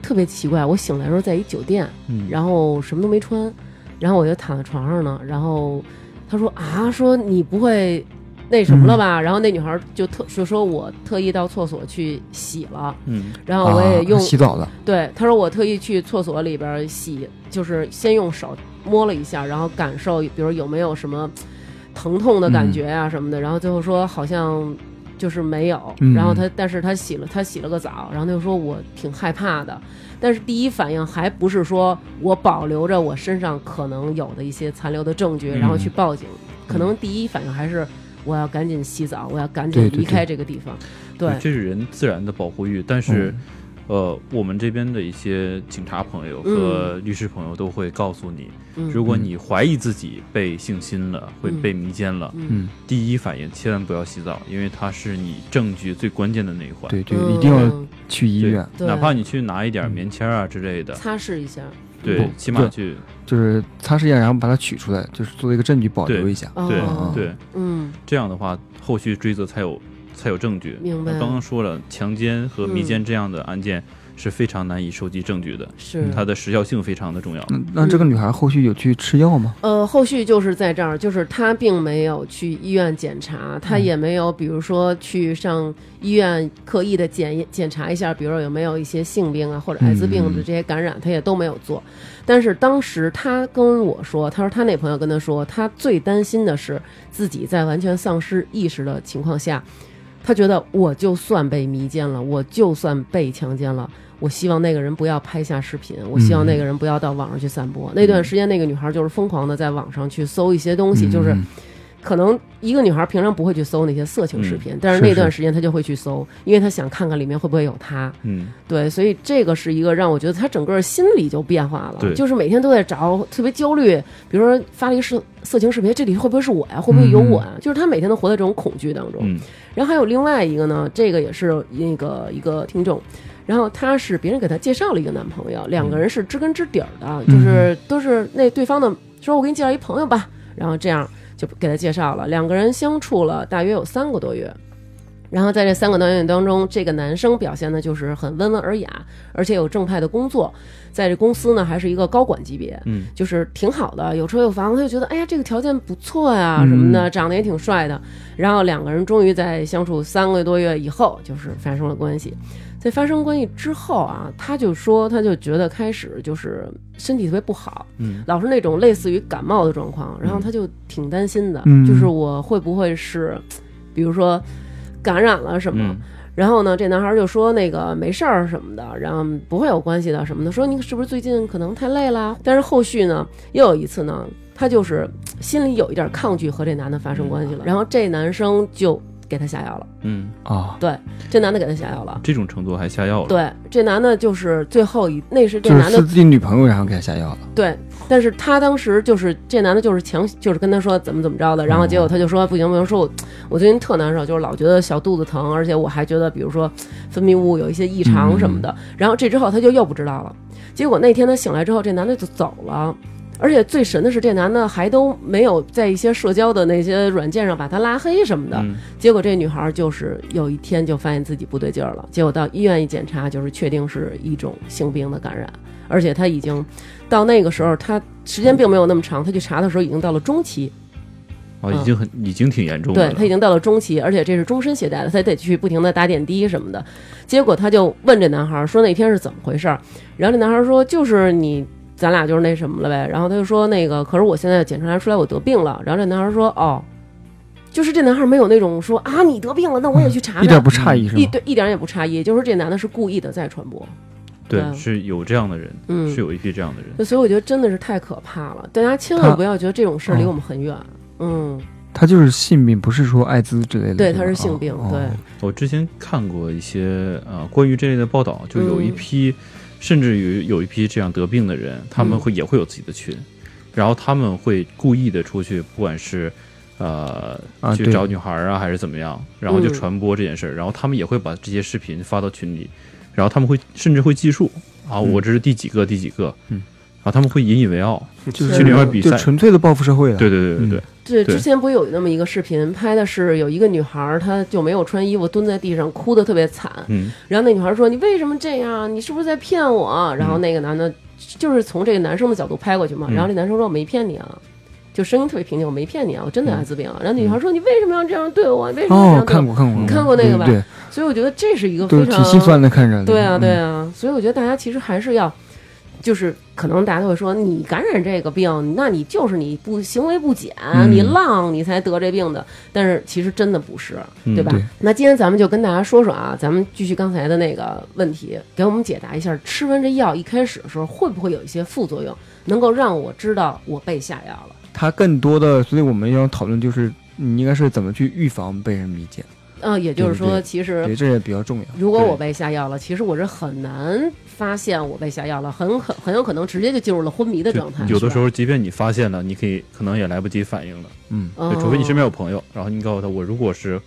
[SPEAKER 1] 特别奇怪，我醒来的时候在一酒店，
[SPEAKER 3] 嗯
[SPEAKER 1] 然后什么都没穿，然后我就躺在床上呢，然后他说啊，说你不会那什么了吧？然后那女孩就特就说我特意到厕所去洗了，
[SPEAKER 4] 嗯，
[SPEAKER 1] 然啊后我也用、
[SPEAKER 3] 啊洗澡了，
[SPEAKER 1] 对，他说我特意去厕所里边洗，就是先用手摸了一下，然后感受，比如有没有什么疼痛的感觉啊什么的，然后最后说好像就是没有，
[SPEAKER 3] 嗯
[SPEAKER 1] 然后他但是他洗了他洗了个澡，然后他就说我挺害怕的，但是第一反应还不是说我保留着我身上可能有的一些残留的证
[SPEAKER 3] 嗯
[SPEAKER 1] 据，然后去报警，可能第一反应还是。我要赶紧洗澡，我要赶紧
[SPEAKER 3] 对对
[SPEAKER 1] 离
[SPEAKER 3] 对
[SPEAKER 1] 开这个地方。对嗯
[SPEAKER 4] 这是人自然的保护欲，但是。呃，我们这边的一些警察朋友和律师朋友都会告诉你，
[SPEAKER 1] 嗯
[SPEAKER 4] 如果你怀疑自己被性侵了，会
[SPEAKER 1] 嗯
[SPEAKER 4] 被迷奸了，
[SPEAKER 1] 嗯
[SPEAKER 4] 第一反应千万不要洗澡，因为它是你证据最关键的那一环。
[SPEAKER 3] 对对，
[SPEAKER 1] 嗯
[SPEAKER 3] 一定要去医
[SPEAKER 4] 对
[SPEAKER 3] 院，嗯
[SPEAKER 1] 对
[SPEAKER 4] 哪怕你去拿一点棉签啊之类的，
[SPEAKER 1] 擦拭一下。
[SPEAKER 4] 对
[SPEAKER 3] 不，
[SPEAKER 4] 起码
[SPEAKER 3] 对
[SPEAKER 4] 去
[SPEAKER 3] 就是擦拭一下，然后把它取出来，就是作为一个证据保留
[SPEAKER 4] 嗯对
[SPEAKER 3] 一下。
[SPEAKER 1] 哦
[SPEAKER 4] 对
[SPEAKER 3] 哦
[SPEAKER 4] 对，
[SPEAKER 1] 嗯
[SPEAKER 4] 这样的话后续追责才有才有证据。
[SPEAKER 1] 明白
[SPEAKER 4] 那刚刚说了，强奸和迷
[SPEAKER 1] 嗯
[SPEAKER 4] 奸这样的案件是非常难以收集证据的，
[SPEAKER 1] 是
[SPEAKER 4] 它的时效性非常的重要。
[SPEAKER 3] 那嗯那这个女孩后续有去吃药吗？
[SPEAKER 1] 呃，后续就是在这儿，就是他并没有去医院检查，他也没有，比如说去上医院刻意的检检查一下，比如说有没有一些性病啊或者艾滋病的这些感染，他也都没有做。但是当时他跟我说，他说他那朋友跟他说，他最担心的是自己在完全丧失意识的情况下，他觉得我就算被迷奸了，我就算被强奸了，我希望那个人不要拍下视频，我希望那个人不要到网上去散
[SPEAKER 3] 嗯
[SPEAKER 1] 播。那段时间，那个女孩就是疯狂的在网上去搜一些东
[SPEAKER 3] 嗯
[SPEAKER 1] 西，就是可能一个女孩平常不会去搜那些色情视频，但是
[SPEAKER 3] 嗯是
[SPEAKER 1] 那段时间她就会去搜，因为她想看看里面会不会有她。
[SPEAKER 4] 嗯，
[SPEAKER 1] 对，所以这个是一个让我觉得他整个心理就变化了，
[SPEAKER 4] 对
[SPEAKER 1] 就是每天都在找，特别焦虑。比如说发了一个色色情视频，这里会不会是我呀？会不会有我呀？就是他每天都活在这种恐惧当中。
[SPEAKER 4] 嗯
[SPEAKER 1] 然后还有另外一个呢，这个也是那个一个听众，然后他是别人给他介绍了一个男朋友，两个人是知根知底儿的，就是都是那对方的说，我给你介绍一朋友吧，然后这样就给他介绍了，两个人相处了大约有三个多月。然后在这三个多月当中，这个男生表现的就是很温文尔雅，而且有正派的工作，在这公司呢还是一个高管级别，
[SPEAKER 4] 嗯，
[SPEAKER 1] 就是挺好的，有车有房，他就觉得哎呀这个条件不错呀、
[SPEAKER 4] 嗯
[SPEAKER 1] 什么的，长得也挺帅的。然后两个人终于在相处三个多月以后，就是发生了关系。在发生关系之后啊，他就说他就觉得开始就是身体特别不好，
[SPEAKER 4] 嗯，
[SPEAKER 1] 老是那种类似于感冒的状况，然后他就挺担心的，
[SPEAKER 3] 嗯
[SPEAKER 1] 就是我会不会是，比如说感染了什么。
[SPEAKER 4] 嗯
[SPEAKER 1] 然后呢，这男孩就说那个没事儿什么的，然后不会有关系的什么的，说你是不是最近可能太累啦？但是后续呢，又有一次呢，他就是嘖心里有一点抗拒和这男的发生关系了，然后这男生就给他下药了，
[SPEAKER 4] 嗯，
[SPEAKER 3] 啊，
[SPEAKER 1] 这男的给他下药了。
[SPEAKER 4] 这种程度还下药了。
[SPEAKER 1] 对，这男的就是最后一，那是这
[SPEAKER 3] 就是
[SPEAKER 1] 男的
[SPEAKER 3] 是自己女朋友，然后给她下药了。
[SPEAKER 1] 对，但是他当时就是这男的，就是强，就是跟他说怎么怎么着的，然后结果他就说不行不行，说我我最近特难受，就是老觉得小肚子疼，而且我还觉得比如说分泌物有一些异常什么的。然后这之后他就又不知道了，结果那天他醒来之后，这男的就走了。而且最神的是，这男的还都没有在一些社交的那些软件上把他拉黑什么的。
[SPEAKER 4] 嗯
[SPEAKER 1] 结果这女孩就是有一天就发现自己不对劲儿了，结果到医院一检查，就是确定是一种性病的感染，而且她已经到那个时候，她时间并没有那么长，她去查的时候已经到了中期，
[SPEAKER 4] 啊，已经很已经挺严重
[SPEAKER 1] 嗯
[SPEAKER 4] 的
[SPEAKER 1] 对
[SPEAKER 4] 了。
[SPEAKER 1] 她已经到了中期，而且这是终身携带的，她得去不停的打点滴什么的。结果她就问这男孩儿说那天是怎么回事儿，然后这男孩儿说就是你。咱俩就是那什么了呗，然后他就说那个，可是我现在检查出来我得病了。然后这男孩儿说哦，就是这男孩儿没有那种说啊你得病了，那我也去查查。
[SPEAKER 3] 一点不诧异是
[SPEAKER 1] 嗯一
[SPEAKER 3] 吗？
[SPEAKER 1] 对一点儿也不诧异，也就是说这男的是故意的在传播，
[SPEAKER 4] 对，
[SPEAKER 1] 嗯
[SPEAKER 4] 是有这样的人，
[SPEAKER 1] 嗯
[SPEAKER 4] 是有一批这样的人。
[SPEAKER 1] 所以我觉得真的是太可怕了，大家千万
[SPEAKER 3] 他
[SPEAKER 1] 不要觉得这种事儿离
[SPEAKER 3] 哦
[SPEAKER 1] 我们很远。嗯，
[SPEAKER 3] 她就是性病，不是说艾滋之类的。
[SPEAKER 1] 对，
[SPEAKER 3] 吧
[SPEAKER 1] 他是性病，
[SPEAKER 3] 哦
[SPEAKER 1] 对
[SPEAKER 3] 哦，
[SPEAKER 4] 我之前看过一些呃关于这类的报道，就
[SPEAKER 1] 嗯
[SPEAKER 4] 有一批，甚至于有一批这样得病的人，他
[SPEAKER 1] 嗯
[SPEAKER 4] 们会也会有自己的群，然后他们会故意的出去，不管是呃
[SPEAKER 3] 啊
[SPEAKER 4] 去
[SPEAKER 3] 对
[SPEAKER 4] 找女孩啊还是怎么样，然后就
[SPEAKER 1] 嗯
[SPEAKER 4] 传播这件事儿，然后他们也会把这些视频发到群里，然后他们会甚至会记数啊，我这是第几个第几个，
[SPEAKER 3] 嗯，
[SPEAKER 4] 然后他们会引以为傲，
[SPEAKER 3] 就是
[SPEAKER 1] 去里面
[SPEAKER 4] 比赛
[SPEAKER 3] 就纯粹的报复社会啊了。
[SPEAKER 4] 对对对对对，
[SPEAKER 1] 这
[SPEAKER 4] 对
[SPEAKER 1] 之前不有那么一个视频，拍的是有一个女孩儿，她就没有穿衣服，蹲在地上哭的特别惨。
[SPEAKER 4] 嗯
[SPEAKER 1] 然后那女孩儿说：“你为什么这样？啊你是不是在骗我？”啊然
[SPEAKER 3] 嗯
[SPEAKER 1] 后那个男的，就是从这个男生的角度拍过去嘛。
[SPEAKER 4] 嗯
[SPEAKER 1] 然后这男生说：“我没骗你啊。”就声音特别平静，我没骗你啊，我真的艾滋病啊。然后那女孩说：“你为什么要这样对我？啊为什么要这
[SPEAKER 3] 嗯
[SPEAKER 1] 样，
[SPEAKER 3] 哦
[SPEAKER 1] 对我
[SPEAKER 3] 看过看过嗯
[SPEAKER 1] 看过那个吧
[SPEAKER 3] 对，
[SPEAKER 1] 所以我觉得这是一个
[SPEAKER 3] 对都
[SPEAKER 1] 非
[SPEAKER 3] 挺
[SPEAKER 1] 常
[SPEAKER 3] 心酸的，看着。
[SPEAKER 1] 对啊，
[SPEAKER 3] 嗯
[SPEAKER 1] 对。啊，所以我觉得大家其实还是要，就是可能大家都会说，你感染这个病，那你就是你不行为不检，你浪，你才得这病的。但是其实真的不是，
[SPEAKER 4] 嗯
[SPEAKER 1] 对吧？
[SPEAKER 3] 对
[SPEAKER 1] 那今天咱们就跟大家说说啊，咱们继续刚才的那个问题，给我们解答一下，吃完这药一开始的时候会不会有一些副作用，能够让我知道我被下药了？
[SPEAKER 3] 它更多的，所以我们要讨论就是你应该是怎么去预防被人迷奸，
[SPEAKER 1] 嗯、也就是
[SPEAKER 3] 对
[SPEAKER 1] 说，
[SPEAKER 3] 对
[SPEAKER 1] 其
[SPEAKER 3] 对，
[SPEAKER 1] 实。
[SPEAKER 3] 这也比较重要。
[SPEAKER 1] 如果
[SPEAKER 4] 对
[SPEAKER 1] 我被下药了，其实我是很难发现我被下药了，很可很有可能直接就进入了昏迷的
[SPEAKER 4] 就
[SPEAKER 1] 状态。
[SPEAKER 4] 有的
[SPEAKER 1] 是吧
[SPEAKER 4] 时候，即便你发现了，你可以可能也来不及反应了。
[SPEAKER 3] 嗯，
[SPEAKER 4] 对，除非你身
[SPEAKER 1] 哦
[SPEAKER 4] 边有朋友，然后你告诉他，我如果是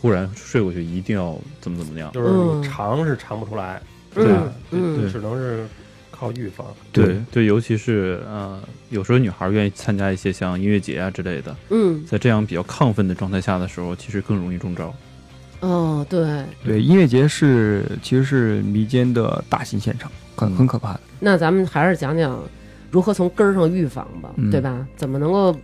[SPEAKER 4] 忽然睡过去，一定要怎么怎么样。
[SPEAKER 2] 就是
[SPEAKER 1] 嗯
[SPEAKER 2] 你尝是尝不出来，
[SPEAKER 1] 嗯
[SPEAKER 2] 对吧？
[SPEAKER 1] 嗯
[SPEAKER 2] 就就只能是靠预防。
[SPEAKER 4] 对对，尤其是呃，有时候女孩愿意参加一些像音乐节啊之类的，
[SPEAKER 1] 嗯，
[SPEAKER 4] 在这样比较亢奋的状态下的时候，其实更容易中招。
[SPEAKER 1] 哦，对，
[SPEAKER 3] 对，音乐节是其实是民间的大型现场，很很可怕的。
[SPEAKER 1] 那咱们还是讲讲如何从根儿上预防吧，
[SPEAKER 3] 嗯
[SPEAKER 1] 对吧？怎么能够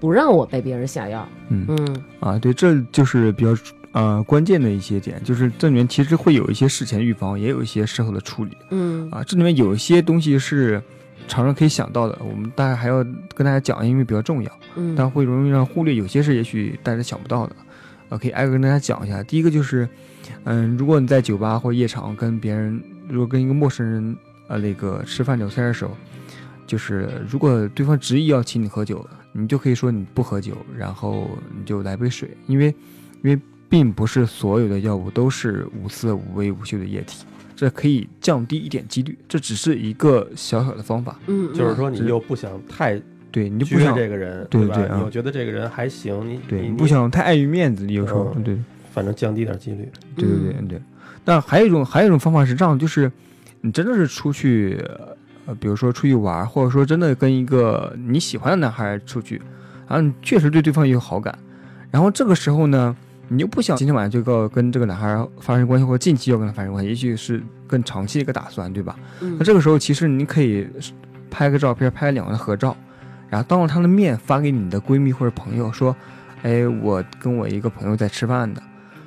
[SPEAKER 1] 不让我被别人下药？
[SPEAKER 3] 嗯
[SPEAKER 1] 嗯
[SPEAKER 3] 啊，对，这就是比较呃关键的一些点，就是这里面其实会有一些事前预防，也有一些事后的处理
[SPEAKER 1] 嗯
[SPEAKER 3] 啊。这里面有一些东西是常人可以想到的，我们大概还要跟大家讲，因为比较重要。
[SPEAKER 1] 嗯，
[SPEAKER 3] 但会容易让忽略有些事，也许大家想不到的，呃，可以挨个跟大家讲一下。第一个就是，嗯，如果你在酒吧或夜场跟别人，如果跟一个陌生人呃那个吃饭聊天的时候，就是如果对方执意要请你喝酒，你就可以说你不喝酒，然后你就来杯水，因为因为并不是所有的药物都是无色无味无嗅的液体，这可以降低一点几率，这只是一个小小的方法。
[SPEAKER 1] 嗯，
[SPEAKER 2] 就是
[SPEAKER 1] 嗯
[SPEAKER 2] 说你又不想太
[SPEAKER 3] 对，你就
[SPEAKER 2] 拘
[SPEAKER 3] 不想
[SPEAKER 2] 这个人，
[SPEAKER 3] 对
[SPEAKER 2] 吧？
[SPEAKER 3] 对啊
[SPEAKER 2] 你又觉得这个人还行，你
[SPEAKER 3] 对，
[SPEAKER 2] 你
[SPEAKER 3] 你不，想太碍于面子，有时候
[SPEAKER 2] 嗯
[SPEAKER 3] 对。
[SPEAKER 2] 反正降低点几率。
[SPEAKER 3] 对对对对。但还有一种还有一种方法是这样，就是你真的是出去，呃，比如说出去玩儿，或者说真的跟一个你喜欢的男孩出去，然后你确实对对方有好感，然后这个时候呢，你又不想今天晚上就要跟这个男孩发生关系，或者近期要跟他发生关系，也许是更长期的一个打算，对吧？
[SPEAKER 1] 嗯
[SPEAKER 3] 那这个时候其实你可以拍个照片，拍两个人合照，然后当着他的面发给你的闺蜜或者朋友说：“哎，我跟我一个朋友在吃饭呢。”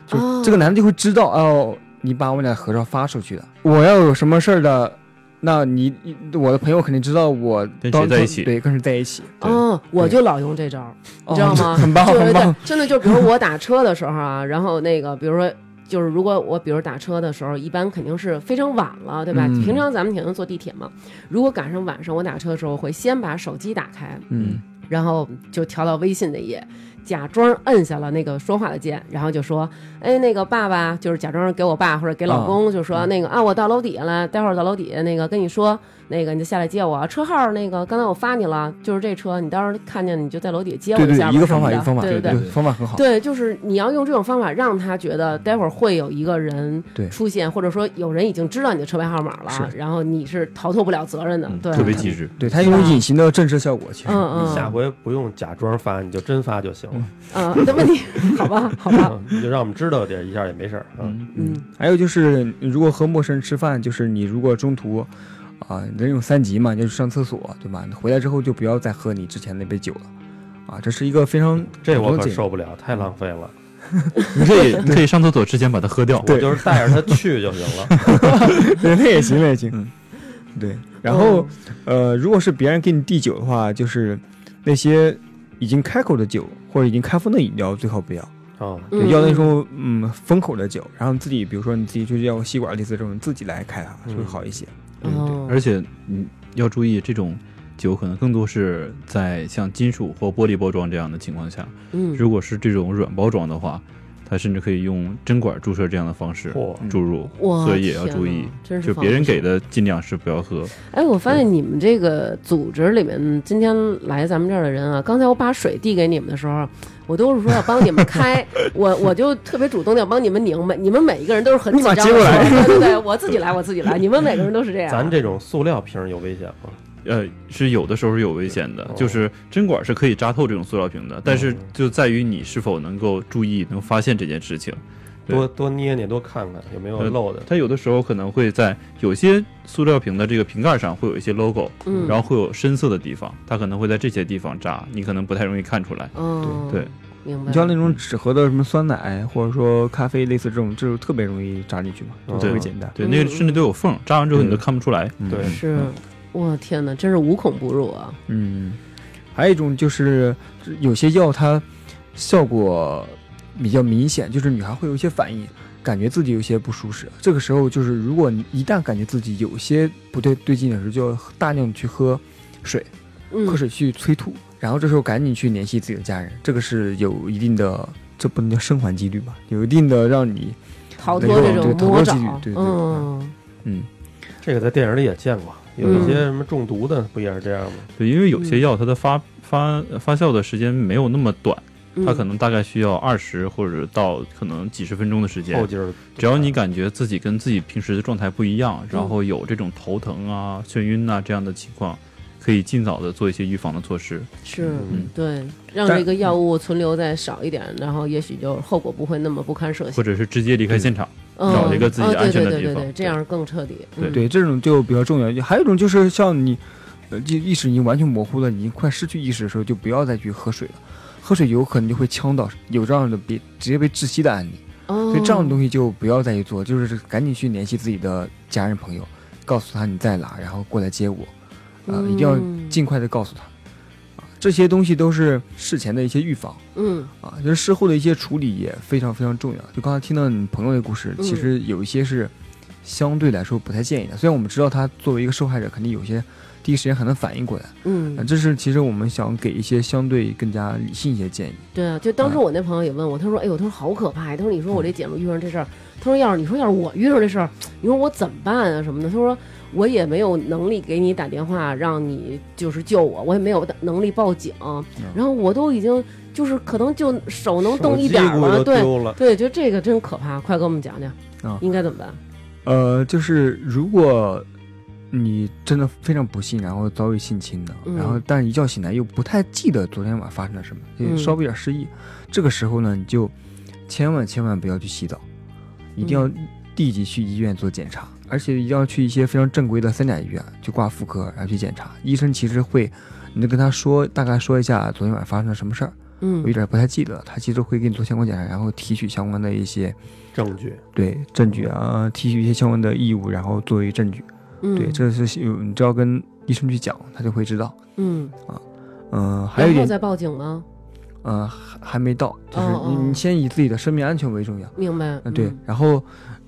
[SPEAKER 3] 就
[SPEAKER 1] 哦
[SPEAKER 3] 这个男的就会知道哦，你把我俩合照发出去了。我要有什么事儿的，那你我的朋友肯定知道我
[SPEAKER 4] 跟谁
[SPEAKER 3] 当
[SPEAKER 4] 在一起
[SPEAKER 3] 对，跟谁在一起，嗯
[SPEAKER 1] 哦，我就老用这招儿，你知道吗？
[SPEAKER 3] 哦 很棒，
[SPEAKER 1] 就
[SPEAKER 3] 很
[SPEAKER 1] 是
[SPEAKER 3] 棒
[SPEAKER 1] 对，，真的就比如我打车的时候啊，然后那个比如说。就是如果我比如打车的时候，一般肯定是非常晚了，对吧？
[SPEAKER 3] 嗯
[SPEAKER 1] 平常咱们肯定坐地铁嘛。如果赶上晚上我打车的时候，我会先把手机打开，
[SPEAKER 3] 嗯
[SPEAKER 1] 然后就调到微信那页，假装摁下了那个说话的键，然后就说：“哎，那个爸爸，就是假装给我爸或者给老公，就
[SPEAKER 3] 嗯
[SPEAKER 1] 说、那个啊，我到楼底下了，待会儿到楼底下那个跟你说，那个你就下来接我，车号那个刚才我发你了，就是这车，你到时候看见你就在楼底下接我
[SPEAKER 3] 对对
[SPEAKER 1] 下吧，
[SPEAKER 3] 一个方法，
[SPEAKER 1] 什么的
[SPEAKER 3] 一个方法，
[SPEAKER 1] 对对
[SPEAKER 3] 对
[SPEAKER 4] 对
[SPEAKER 3] 方法很好，
[SPEAKER 1] 对，就是你要用这种方法让他觉得待会儿会有一个人
[SPEAKER 3] 对
[SPEAKER 1] 出现，或者说有人已经知道你的车牌号码了，
[SPEAKER 3] 是
[SPEAKER 1] 然后你是逃脱不了责任的，
[SPEAKER 4] 嗯
[SPEAKER 1] 对，啊
[SPEAKER 4] 特别机智。
[SPEAKER 3] 对它有种隐形的震慑效果，其实
[SPEAKER 1] 嗯嗯，
[SPEAKER 2] 下回不用假装发，你就真发就行了，
[SPEAKER 1] 啊，那问题 好吧，好吧，
[SPEAKER 2] 嗯你就让我们知道点，一下也没事儿啊。
[SPEAKER 4] 嗯，
[SPEAKER 1] 嗯，
[SPEAKER 3] 还有就是，如果和陌生人吃饭，就是你如果中途，啊、人有三急嘛，你就上厕所，对吧？你回来之后就不要再喝你之前那杯酒了，啊，这是一个非常
[SPEAKER 2] 嗯这我可
[SPEAKER 3] 普通的建议
[SPEAKER 2] 受不了，太浪费了。
[SPEAKER 4] 你可以你可以上厕所之前把它喝掉。
[SPEAKER 2] 我就是带着他去就行了。
[SPEAKER 3] 对，那也行，那也行。
[SPEAKER 4] 嗯
[SPEAKER 3] 对， 然
[SPEAKER 2] 哦
[SPEAKER 3] 后、呃，如果是别人给你递酒的话，就是那些已经开口的酒或者已经开封的饮料最好不要，
[SPEAKER 2] 哦，
[SPEAKER 1] 嗯
[SPEAKER 3] 对，要那种嗯封口的酒，然后自己比如说你自己去要吸管类似这种，自己来开它就会
[SPEAKER 2] 嗯
[SPEAKER 3] 好一些。
[SPEAKER 1] 哦
[SPEAKER 4] 而且你要注意，这种酒可能更多是在像金属或玻璃包装这样的情况下，
[SPEAKER 1] 嗯
[SPEAKER 4] 如果是这种软包装的话，它甚至可以用针管注射这样的方式
[SPEAKER 2] 嚯
[SPEAKER 4] 注入，
[SPEAKER 1] 哇
[SPEAKER 4] 所以也要注
[SPEAKER 1] 天
[SPEAKER 4] 意
[SPEAKER 1] 哪。真是
[SPEAKER 4] 就
[SPEAKER 1] 防
[SPEAKER 4] 别人
[SPEAKER 1] 不胜
[SPEAKER 4] 给的尽量是不要喝，
[SPEAKER 1] 哎，我发现你们这个组织里面，今天来咱们这儿的人啊，刚才我把水递给你们的时候，啊我都是说要帮你们开， 我我就特别主动的要帮你们拧，每你们每一个人都是很紧张的
[SPEAKER 3] 立马接过来
[SPEAKER 1] 说对对对，我自己来，我自己来，你们每个人都是这样。啊
[SPEAKER 2] 咱这种塑料瓶儿有危险吗？
[SPEAKER 4] 呃，是有的时候是有危险的
[SPEAKER 2] 哦，
[SPEAKER 4] 就是针管是可以扎透这种塑料瓶的，但是
[SPEAKER 2] 嗯
[SPEAKER 4] 就在于你是否能够注意、能发现这件事情。对
[SPEAKER 2] 多多捏捏，多看看有没有
[SPEAKER 4] 呃
[SPEAKER 2] 漏的。
[SPEAKER 4] 它有的时候可能会在有些塑料瓶的这个瓶盖上会有一些 logo，
[SPEAKER 1] 嗯，
[SPEAKER 4] 然后会有深色的地方，它可能会在这些地方扎，你可能不太容易看出来。
[SPEAKER 1] 嗯，
[SPEAKER 4] 对，
[SPEAKER 1] 明白
[SPEAKER 3] 你
[SPEAKER 1] 了。
[SPEAKER 3] 像那种纸盒的什么酸奶或者说咖啡类似这种，这种特别容易扎进去嘛，就特
[SPEAKER 2] 对
[SPEAKER 3] 别简单。
[SPEAKER 4] 对，
[SPEAKER 1] 嗯
[SPEAKER 4] 那个甚至都有缝，扎完之后你都看不出来。
[SPEAKER 3] 嗯
[SPEAKER 2] 对
[SPEAKER 1] 是，我天哪，真是无孔不入啊！
[SPEAKER 3] 嗯，还有一种就是有些药它效果比较明显，就是女孩会有一些反应，感觉自己有些不舒适。这个时候就是，如果你一旦感觉自己有些不对对劲的时候，就要大量去喝水，
[SPEAKER 1] 嗯
[SPEAKER 3] 喝，水去催吐，然后这时候赶紧去联系自己的家人，这个是有一定的，这不能叫生还几率吧，有一定的让你
[SPEAKER 1] 嗯逃脱这种
[SPEAKER 3] 对逃
[SPEAKER 1] 魔
[SPEAKER 3] 脱
[SPEAKER 1] 爪
[SPEAKER 3] 几率，对对
[SPEAKER 1] 嗯，
[SPEAKER 3] 嗯
[SPEAKER 2] 这个在电影里也见过，有一些什么中毒的，不也是这样吗？
[SPEAKER 4] 对，因为有
[SPEAKER 2] 嗯
[SPEAKER 4] 些药它的发发发酵的时间没有那么短，
[SPEAKER 2] 嗯
[SPEAKER 4] 它可
[SPEAKER 1] 能
[SPEAKER 4] 能大概需要二十或者到可能几十分钟的时间
[SPEAKER 2] 后。劲儿。
[SPEAKER 4] 只要你感觉自己
[SPEAKER 2] 嗯
[SPEAKER 4] 啊跟自己平时的状态不一样，然后有这种头疼啊、眩晕呐、这样的情况，可以尽早的做一些预防的措施。
[SPEAKER 1] 是
[SPEAKER 2] 嗯
[SPEAKER 1] 对，让
[SPEAKER 4] 但
[SPEAKER 1] 这个药物存留再少一点，然后也许就后果不会那么不堪设
[SPEAKER 4] 或
[SPEAKER 1] 想。
[SPEAKER 4] 者是直接离开现场。
[SPEAKER 1] 嗯
[SPEAKER 4] 找一个自己
[SPEAKER 1] 哦对
[SPEAKER 4] 安全的
[SPEAKER 1] 对
[SPEAKER 4] 地
[SPEAKER 1] 对对
[SPEAKER 4] 方
[SPEAKER 1] 对，这
[SPEAKER 4] 对
[SPEAKER 1] 样更彻底。
[SPEAKER 4] 对
[SPEAKER 1] 嗯
[SPEAKER 3] 对，这种就比较重要。还有一种就是像你，呃，意意识已经完全模糊了，你已经快失去意识的时候，就不要再去喝水了。喝水有可能就会呛到，有这样的别直接被窒息的案例，
[SPEAKER 1] 哦，
[SPEAKER 3] 所以这样的东西就不要再去做，就是赶紧去联系自己的家人朋友，告诉他你在哪，然后过来接我，啊、一定要
[SPEAKER 1] 嗯
[SPEAKER 3] 尽快的告诉他。啊，这些东西都是事前的一些预防。
[SPEAKER 1] 嗯
[SPEAKER 3] 啊，就是事后的一些处理也非常非常重要。就刚才听到你朋友的故事，其
[SPEAKER 1] 嗯
[SPEAKER 3] 实有一些是相对来说不太建议的。虽然我们知道他作为一个受害者，肯定有些第一时间很难反应过来，
[SPEAKER 1] 嗯
[SPEAKER 3] 啊，这是其实我们想给一些相对更加理性一些建议。
[SPEAKER 1] 对啊，就当时我那朋友也问我，他说：“哎呦，他说好可怕呀！他说你说我这姐们儿遇上这事儿，他说要是你说要是我遇上这事儿，你说我怎么办啊什么的？他说我也没有能力给你打电话让你就是救我，我也没有能力报警，然后我都已经就是可能就手能动一点儿了，
[SPEAKER 2] 手机估计都
[SPEAKER 1] 对
[SPEAKER 2] 丢了。
[SPEAKER 1] 对，就这个真可怕，快给我们讲讲，
[SPEAKER 3] 啊
[SPEAKER 1] 应该怎么办？
[SPEAKER 3] 呃，就是如果你真的非常不幸，然后遭遇性侵的，
[SPEAKER 1] 嗯
[SPEAKER 3] 然后但一觉醒来又不太记得昨天晚上发生了什么，就
[SPEAKER 1] 嗯
[SPEAKER 3] 稍微有点失忆，这个时候呢，你就千万千万不要去洗澡，一定要立即去医院做检查，而且一定要去一些非常正规的三甲医院去挂妇科，然后去检查。医生其实会，你就跟他说，大概说一下昨天晚上发生了什么事儿，我有
[SPEAKER 1] 嗯
[SPEAKER 3] 点不太记得了，他其实会给你做相关检查，然后提取相关的一些
[SPEAKER 2] 证据，
[SPEAKER 3] 对证据啊，提取一些相关的义务，然后作为证据。
[SPEAKER 1] 嗯，
[SPEAKER 3] 对，这是有你只要跟医生去讲，他就会知道。
[SPEAKER 1] 嗯，
[SPEAKER 3] 嗯、还有一
[SPEAKER 1] 然后
[SPEAKER 3] 点，
[SPEAKER 1] 再报警吗？
[SPEAKER 3] 呃，还还没到，就是
[SPEAKER 1] 哦
[SPEAKER 3] 你
[SPEAKER 1] 哦
[SPEAKER 3] 你先以自己的生命安全为重要。
[SPEAKER 1] 明白？
[SPEAKER 3] 嗯，对
[SPEAKER 1] 嗯，
[SPEAKER 3] 然后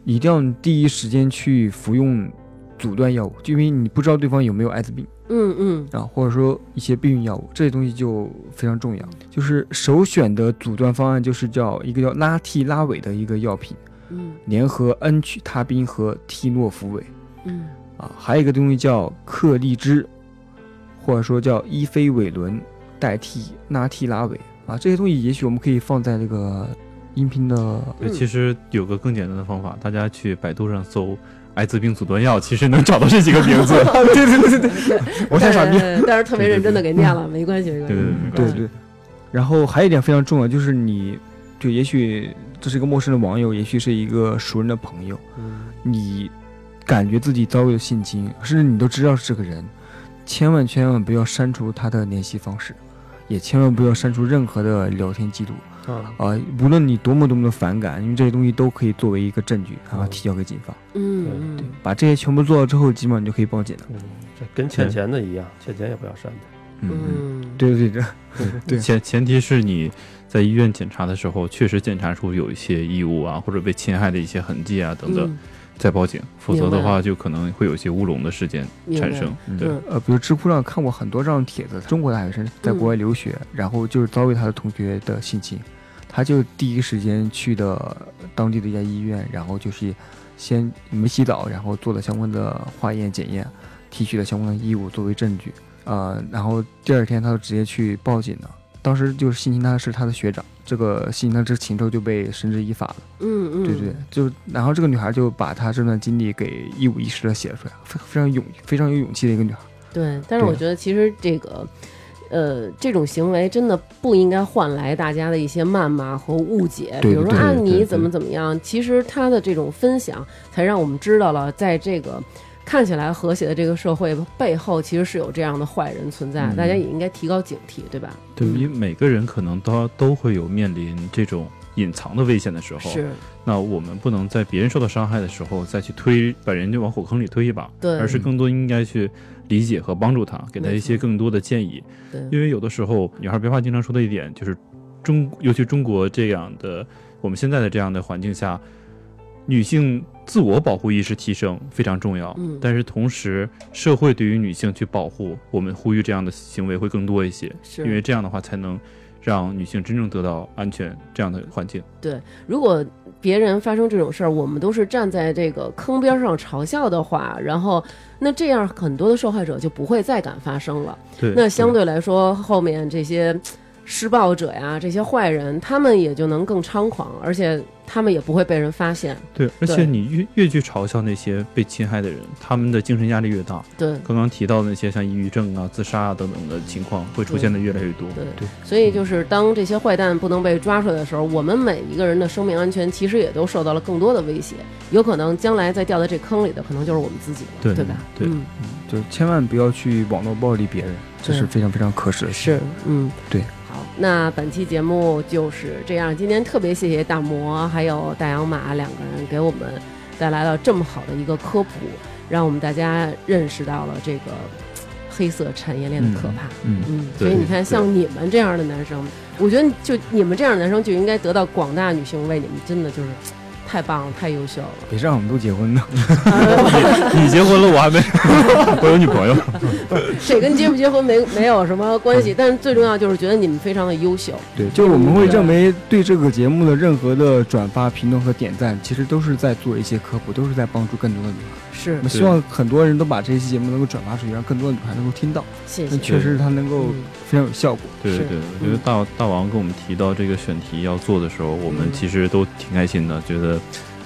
[SPEAKER 3] 一定要第一时间去服用阻断药物，就因为你不知道对方有没有艾滋病
[SPEAKER 1] 嗯嗯
[SPEAKER 3] 啊，或者说一些避孕药物，这些东西就非常重要。就是首选的阻断方案就是叫一个叫拉替拉韦的一个药品，
[SPEAKER 1] 嗯
[SPEAKER 3] 联合恩曲他滨和替诺福韦。
[SPEAKER 1] 嗯
[SPEAKER 3] 啊，还有一个东西叫克利芝，或者说叫伊非韦伦代替纳替拉韦啊，这些东西也许我们可以放在这个音频的
[SPEAKER 4] 对，
[SPEAKER 1] 嗯
[SPEAKER 4] 其实有个更简单的方法，大家去百度上搜“艾滋病阻断药”，其实能找到这几个 名字。 对对对对对，
[SPEAKER 3] 我太傻逼了。
[SPEAKER 1] 但是但是特别认真的给念了，没关系，没关
[SPEAKER 4] 对
[SPEAKER 1] 系。
[SPEAKER 4] 没关
[SPEAKER 3] 嗯对
[SPEAKER 4] 系
[SPEAKER 3] 对。然后还有一点非常重要，就是你，就也许这是一个陌生的网友，也许是一个熟人的朋友，
[SPEAKER 2] 嗯，
[SPEAKER 3] 你感觉自己遭遇了性侵，甚至你都知道是这个人，千万千万不要删除他的联系方式，也千万不要删除任何的聊天记录。
[SPEAKER 2] 啊，
[SPEAKER 3] 啊、无论你多么多么的反感，因为这些东西都可以作为一个证据，然后
[SPEAKER 2] 嗯
[SPEAKER 3] 提交给警方。
[SPEAKER 1] 嗯嗯。
[SPEAKER 3] 把这些全部做到之后，基本上你就可以报警了。
[SPEAKER 2] 嗯，这跟欠钱的一样，欠钱也不要删的。
[SPEAKER 3] 嗯，
[SPEAKER 1] 嗯，
[SPEAKER 3] 对对对，对对
[SPEAKER 4] 前前提是你在医院检查的时候，确实检查出有一些异物啊，或者被侵害的一些痕迹啊等等，
[SPEAKER 1] 嗯
[SPEAKER 4] 再报警，否则的
[SPEAKER 1] 明白
[SPEAKER 4] 话就可能会有一些乌龙的事件
[SPEAKER 1] 明白
[SPEAKER 4] 产生。
[SPEAKER 3] 嗯
[SPEAKER 4] 对，
[SPEAKER 1] 嗯
[SPEAKER 3] 呃，比如知乎上看过很多这样的帖子，中国的海生在国外留学，然后就是遭遇他的同学的性侵，他就第一时间去的当地的一家医院，然后就是先没洗澡，然后做了相关的化验检验，提取了相关的衣物作为证据，呃，然后第二天他就直接去报警了。当时就是性侵他的是他的学长，这个性侵他之情之后就被绳之以法了。
[SPEAKER 1] 嗯嗯，
[SPEAKER 3] 对对，就然后这个女孩就把她这段经历给一五一十的写了出来，非非常勇，非常有勇气的一个女孩。
[SPEAKER 1] 对。但是我觉得其实这个，呃，这种行为真的不应该换来大家的一些谩骂和误解。比
[SPEAKER 3] 对
[SPEAKER 1] 如说
[SPEAKER 3] 对
[SPEAKER 1] 啊，
[SPEAKER 3] 对
[SPEAKER 1] 你
[SPEAKER 3] 对
[SPEAKER 1] 怎么怎么样，其实他的这种分享才让我们知道了，在这个。看起来和谐的这个社会背后，其实是有这样的坏人存在，
[SPEAKER 3] 嗯
[SPEAKER 1] 大家也应该提高警惕，对吧？
[SPEAKER 4] 对，
[SPEAKER 1] 嗯
[SPEAKER 4] 因为每个人可能都都会有面临这种隐藏的危险的时候，
[SPEAKER 1] 是，
[SPEAKER 4] 那我们不能在别人受到伤害的时候再去推，把人就往火坑里推一把，
[SPEAKER 1] 对
[SPEAKER 4] 而是更多应该去理解和帮助他，给他
[SPEAKER 1] 没
[SPEAKER 4] 一些
[SPEAKER 1] 错
[SPEAKER 4] 更多的建议。
[SPEAKER 1] 对，
[SPEAKER 4] 因为有的时候女孩别怕经常说的一点就是中，尤其中国这样的我们现在的这样的环境下，女性自我保护意识提升非常重要。
[SPEAKER 1] 嗯
[SPEAKER 4] 但是同时社会对于女性去保护，我们呼吁这样的行为会更多一些，
[SPEAKER 1] 是
[SPEAKER 4] 因为这样的话才能让女性真正得到安全这样的环境。
[SPEAKER 1] 如果别人发生这种事儿，我们都是站在这个坑边上嘲笑的话，然后那这样很多的受害者就不会再敢发生了。
[SPEAKER 4] 对，
[SPEAKER 1] 那相对来说，后面这些嘖施暴者呀，这些坏人，他们也就能更猖狂，而且他们也不会被人发现。
[SPEAKER 4] 对，而且
[SPEAKER 1] 对
[SPEAKER 4] 你越越去嘲笑那些被侵害的人，他们的精神压力越大。
[SPEAKER 1] 对，
[SPEAKER 4] 刚刚提到的那些像抑郁症啊、自杀啊等等的情况会出现的越来越多。
[SPEAKER 1] 对
[SPEAKER 3] 对
[SPEAKER 1] 所以就是当这些坏蛋不能被抓出来的时候，我们每一个人的生命安全其实也都受到了更多的威胁。有可能将来再掉在这坑里的，可能就是我们自己了，
[SPEAKER 4] 对
[SPEAKER 1] 吧？
[SPEAKER 4] 对
[SPEAKER 1] 嗯，
[SPEAKER 3] 就千万不要去网络暴力别人，这是
[SPEAKER 1] 对
[SPEAKER 3] 非常非常可耻的事。
[SPEAKER 1] 是，嗯，
[SPEAKER 3] 对。
[SPEAKER 1] 好，那本期节目就是这样。今天特别谢谢大魔还有大洋马两个人给我们带来了这么好的一个科普，让我们大家认识到了这个黑色产业链的可怕。
[SPEAKER 3] 嗯，
[SPEAKER 1] 嗯，所
[SPEAKER 4] 对
[SPEAKER 1] 以你看，
[SPEAKER 4] 对
[SPEAKER 1] 像你们这样的男生，我觉得就你们这样的男生就应该得到广大女性为你们真的就是太棒了，太优秀了。
[SPEAKER 3] 别让我们都结婚呢。
[SPEAKER 4] 你结婚了，我还没，我有女朋友。
[SPEAKER 1] 这跟结不结婚没没有什么关系，但是最重要就是觉得你们非常的优秀。
[SPEAKER 3] 对，就是我们会认为对这个节目的任何的转发、评论和点赞，其实都是在做一些科普，都是在帮助更多的女孩。
[SPEAKER 1] 是
[SPEAKER 3] 我们希望很多人都把这期节目能够转发出去，让更多的女孩能够听到。
[SPEAKER 1] 谢
[SPEAKER 3] 那
[SPEAKER 1] 谢。
[SPEAKER 3] 确实它能够
[SPEAKER 1] 嗯
[SPEAKER 3] 非常有效果。
[SPEAKER 4] 对
[SPEAKER 1] 是
[SPEAKER 4] 对对，我觉得
[SPEAKER 1] 嗯
[SPEAKER 4] 大大王跟我们提到这个选题要做的时候，我们
[SPEAKER 1] 嗯
[SPEAKER 4] 其实都挺开心的，觉得，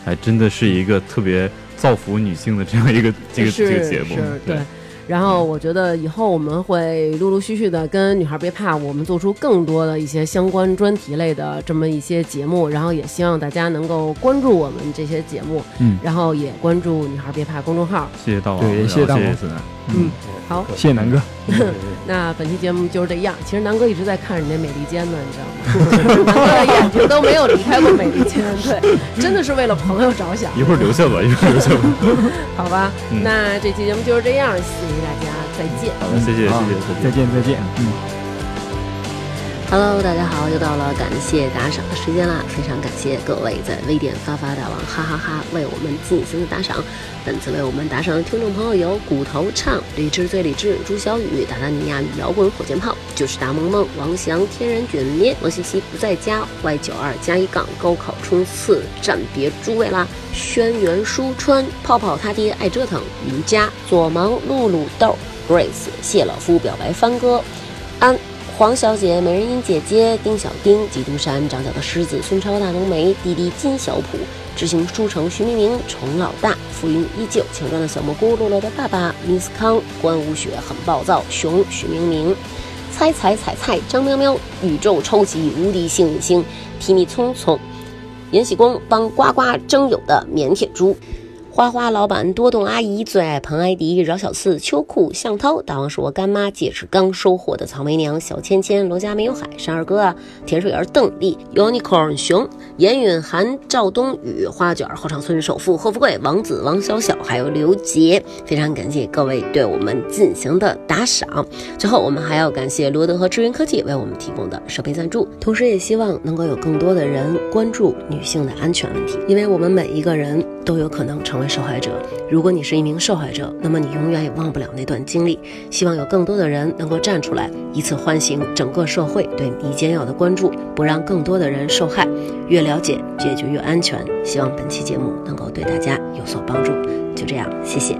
[SPEAKER 4] 哎，真的是一个特别造福女性的这样一个这个
[SPEAKER 1] 是
[SPEAKER 4] 这个节目
[SPEAKER 1] 是。
[SPEAKER 4] 对
[SPEAKER 1] 对。然后我觉得以后我们会陆陆续续的跟《女孩别怕》我们做出更多的一些相关专题类的这么一些节目，然后也希望大家能够关注我们这些节目，
[SPEAKER 3] 嗯，
[SPEAKER 1] 然后也关注《女孩别怕》公众号。
[SPEAKER 4] 谢谢大王，
[SPEAKER 3] 对
[SPEAKER 4] 然后
[SPEAKER 3] 谢谢大王
[SPEAKER 4] 谢谢思南。
[SPEAKER 1] 嗯，好，
[SPEAKER 3] 谢谢南哥。
[SPEAKER 1] 那本期节目就是这样。其实南哥一直在看人家美利坚呢，你知 道吗？南哥的眼睛都没有离开过美利坚，对，真的是为了朋友着想，
[SPEAKER 4] 一会儿留下吧，一会儿留下吧。
[SPEAKER 1] 好吧？
[SPEAKER 4] 嗯
[SPEAKER 1] 那这期节目就是这样，谢谢大家，再见。
[SPEAKER 4] 好的，谢谢，谢谢，啊再见
[SPEAKER 3] 再。见，再见。嗯。
[SPEAKER 6] Hello，大家好，又到了感谢打赏的时间啦！非常感谢各位在微店发发大王哈哈哈为我们进行的打赏。本次为我们打赏的听众朋友有骨头唱、理智最理智、朱小雨、达达尼亚与摇滚火箭炮、就是大萌萌、王翔、天然卷面、王西西不在家、Y 九二加一杠、高考冲刺暂别诸位啦、轩辕书川、泡泡他爹爱折腾、瑜伽、左盲、露露豆、Grace、谢老夫、表白帆哥、安、黄小姐、美人音姐姐、丁小丁、基督山、长角的狮子、孙超、大浓眉、弟弟金小普、知行书城、徐明明、虫老大、浮云依旧、强壮的小蘑菇、落落的爸爸、Miss 康、关无雪很暴躁、熊、徐明明、猜猜猜猜、张喵喵、宇宙抽起、无敌幸运星、提米聪聪、延禧宫帮呱呱争友的闫铁珠。花花老板、多动阿姨最爱彭艾迪、饶小四、秋裤、向涛，大王是我干妈，戒指刚收获的草莓娘、小芊芊、罗家没有海、山二哥啊、甜水儿邓丽、unicorn 熊、严允涵、赵冬雨、花卷儿、后场村首富贺富贵、王子、王小小，还有刘杰。非常感谢各位对我们进行的打赏。最后，我们还要感谢罗德和智云科技为我们提供的设备赞助，同时也希望能够有更多的人关注女性的安全问题，因为我们每一个人都有可能成为受害者。如果你是一名受害者，那么你永远也忘不了那段经历。希望有更多的人能够站出来，以此唤醒整个社会对迷奸药的关注，不让更多的人受害。越了解，解决越安全。希望本期节目能够对大家有所帮助。就这样，谢谢。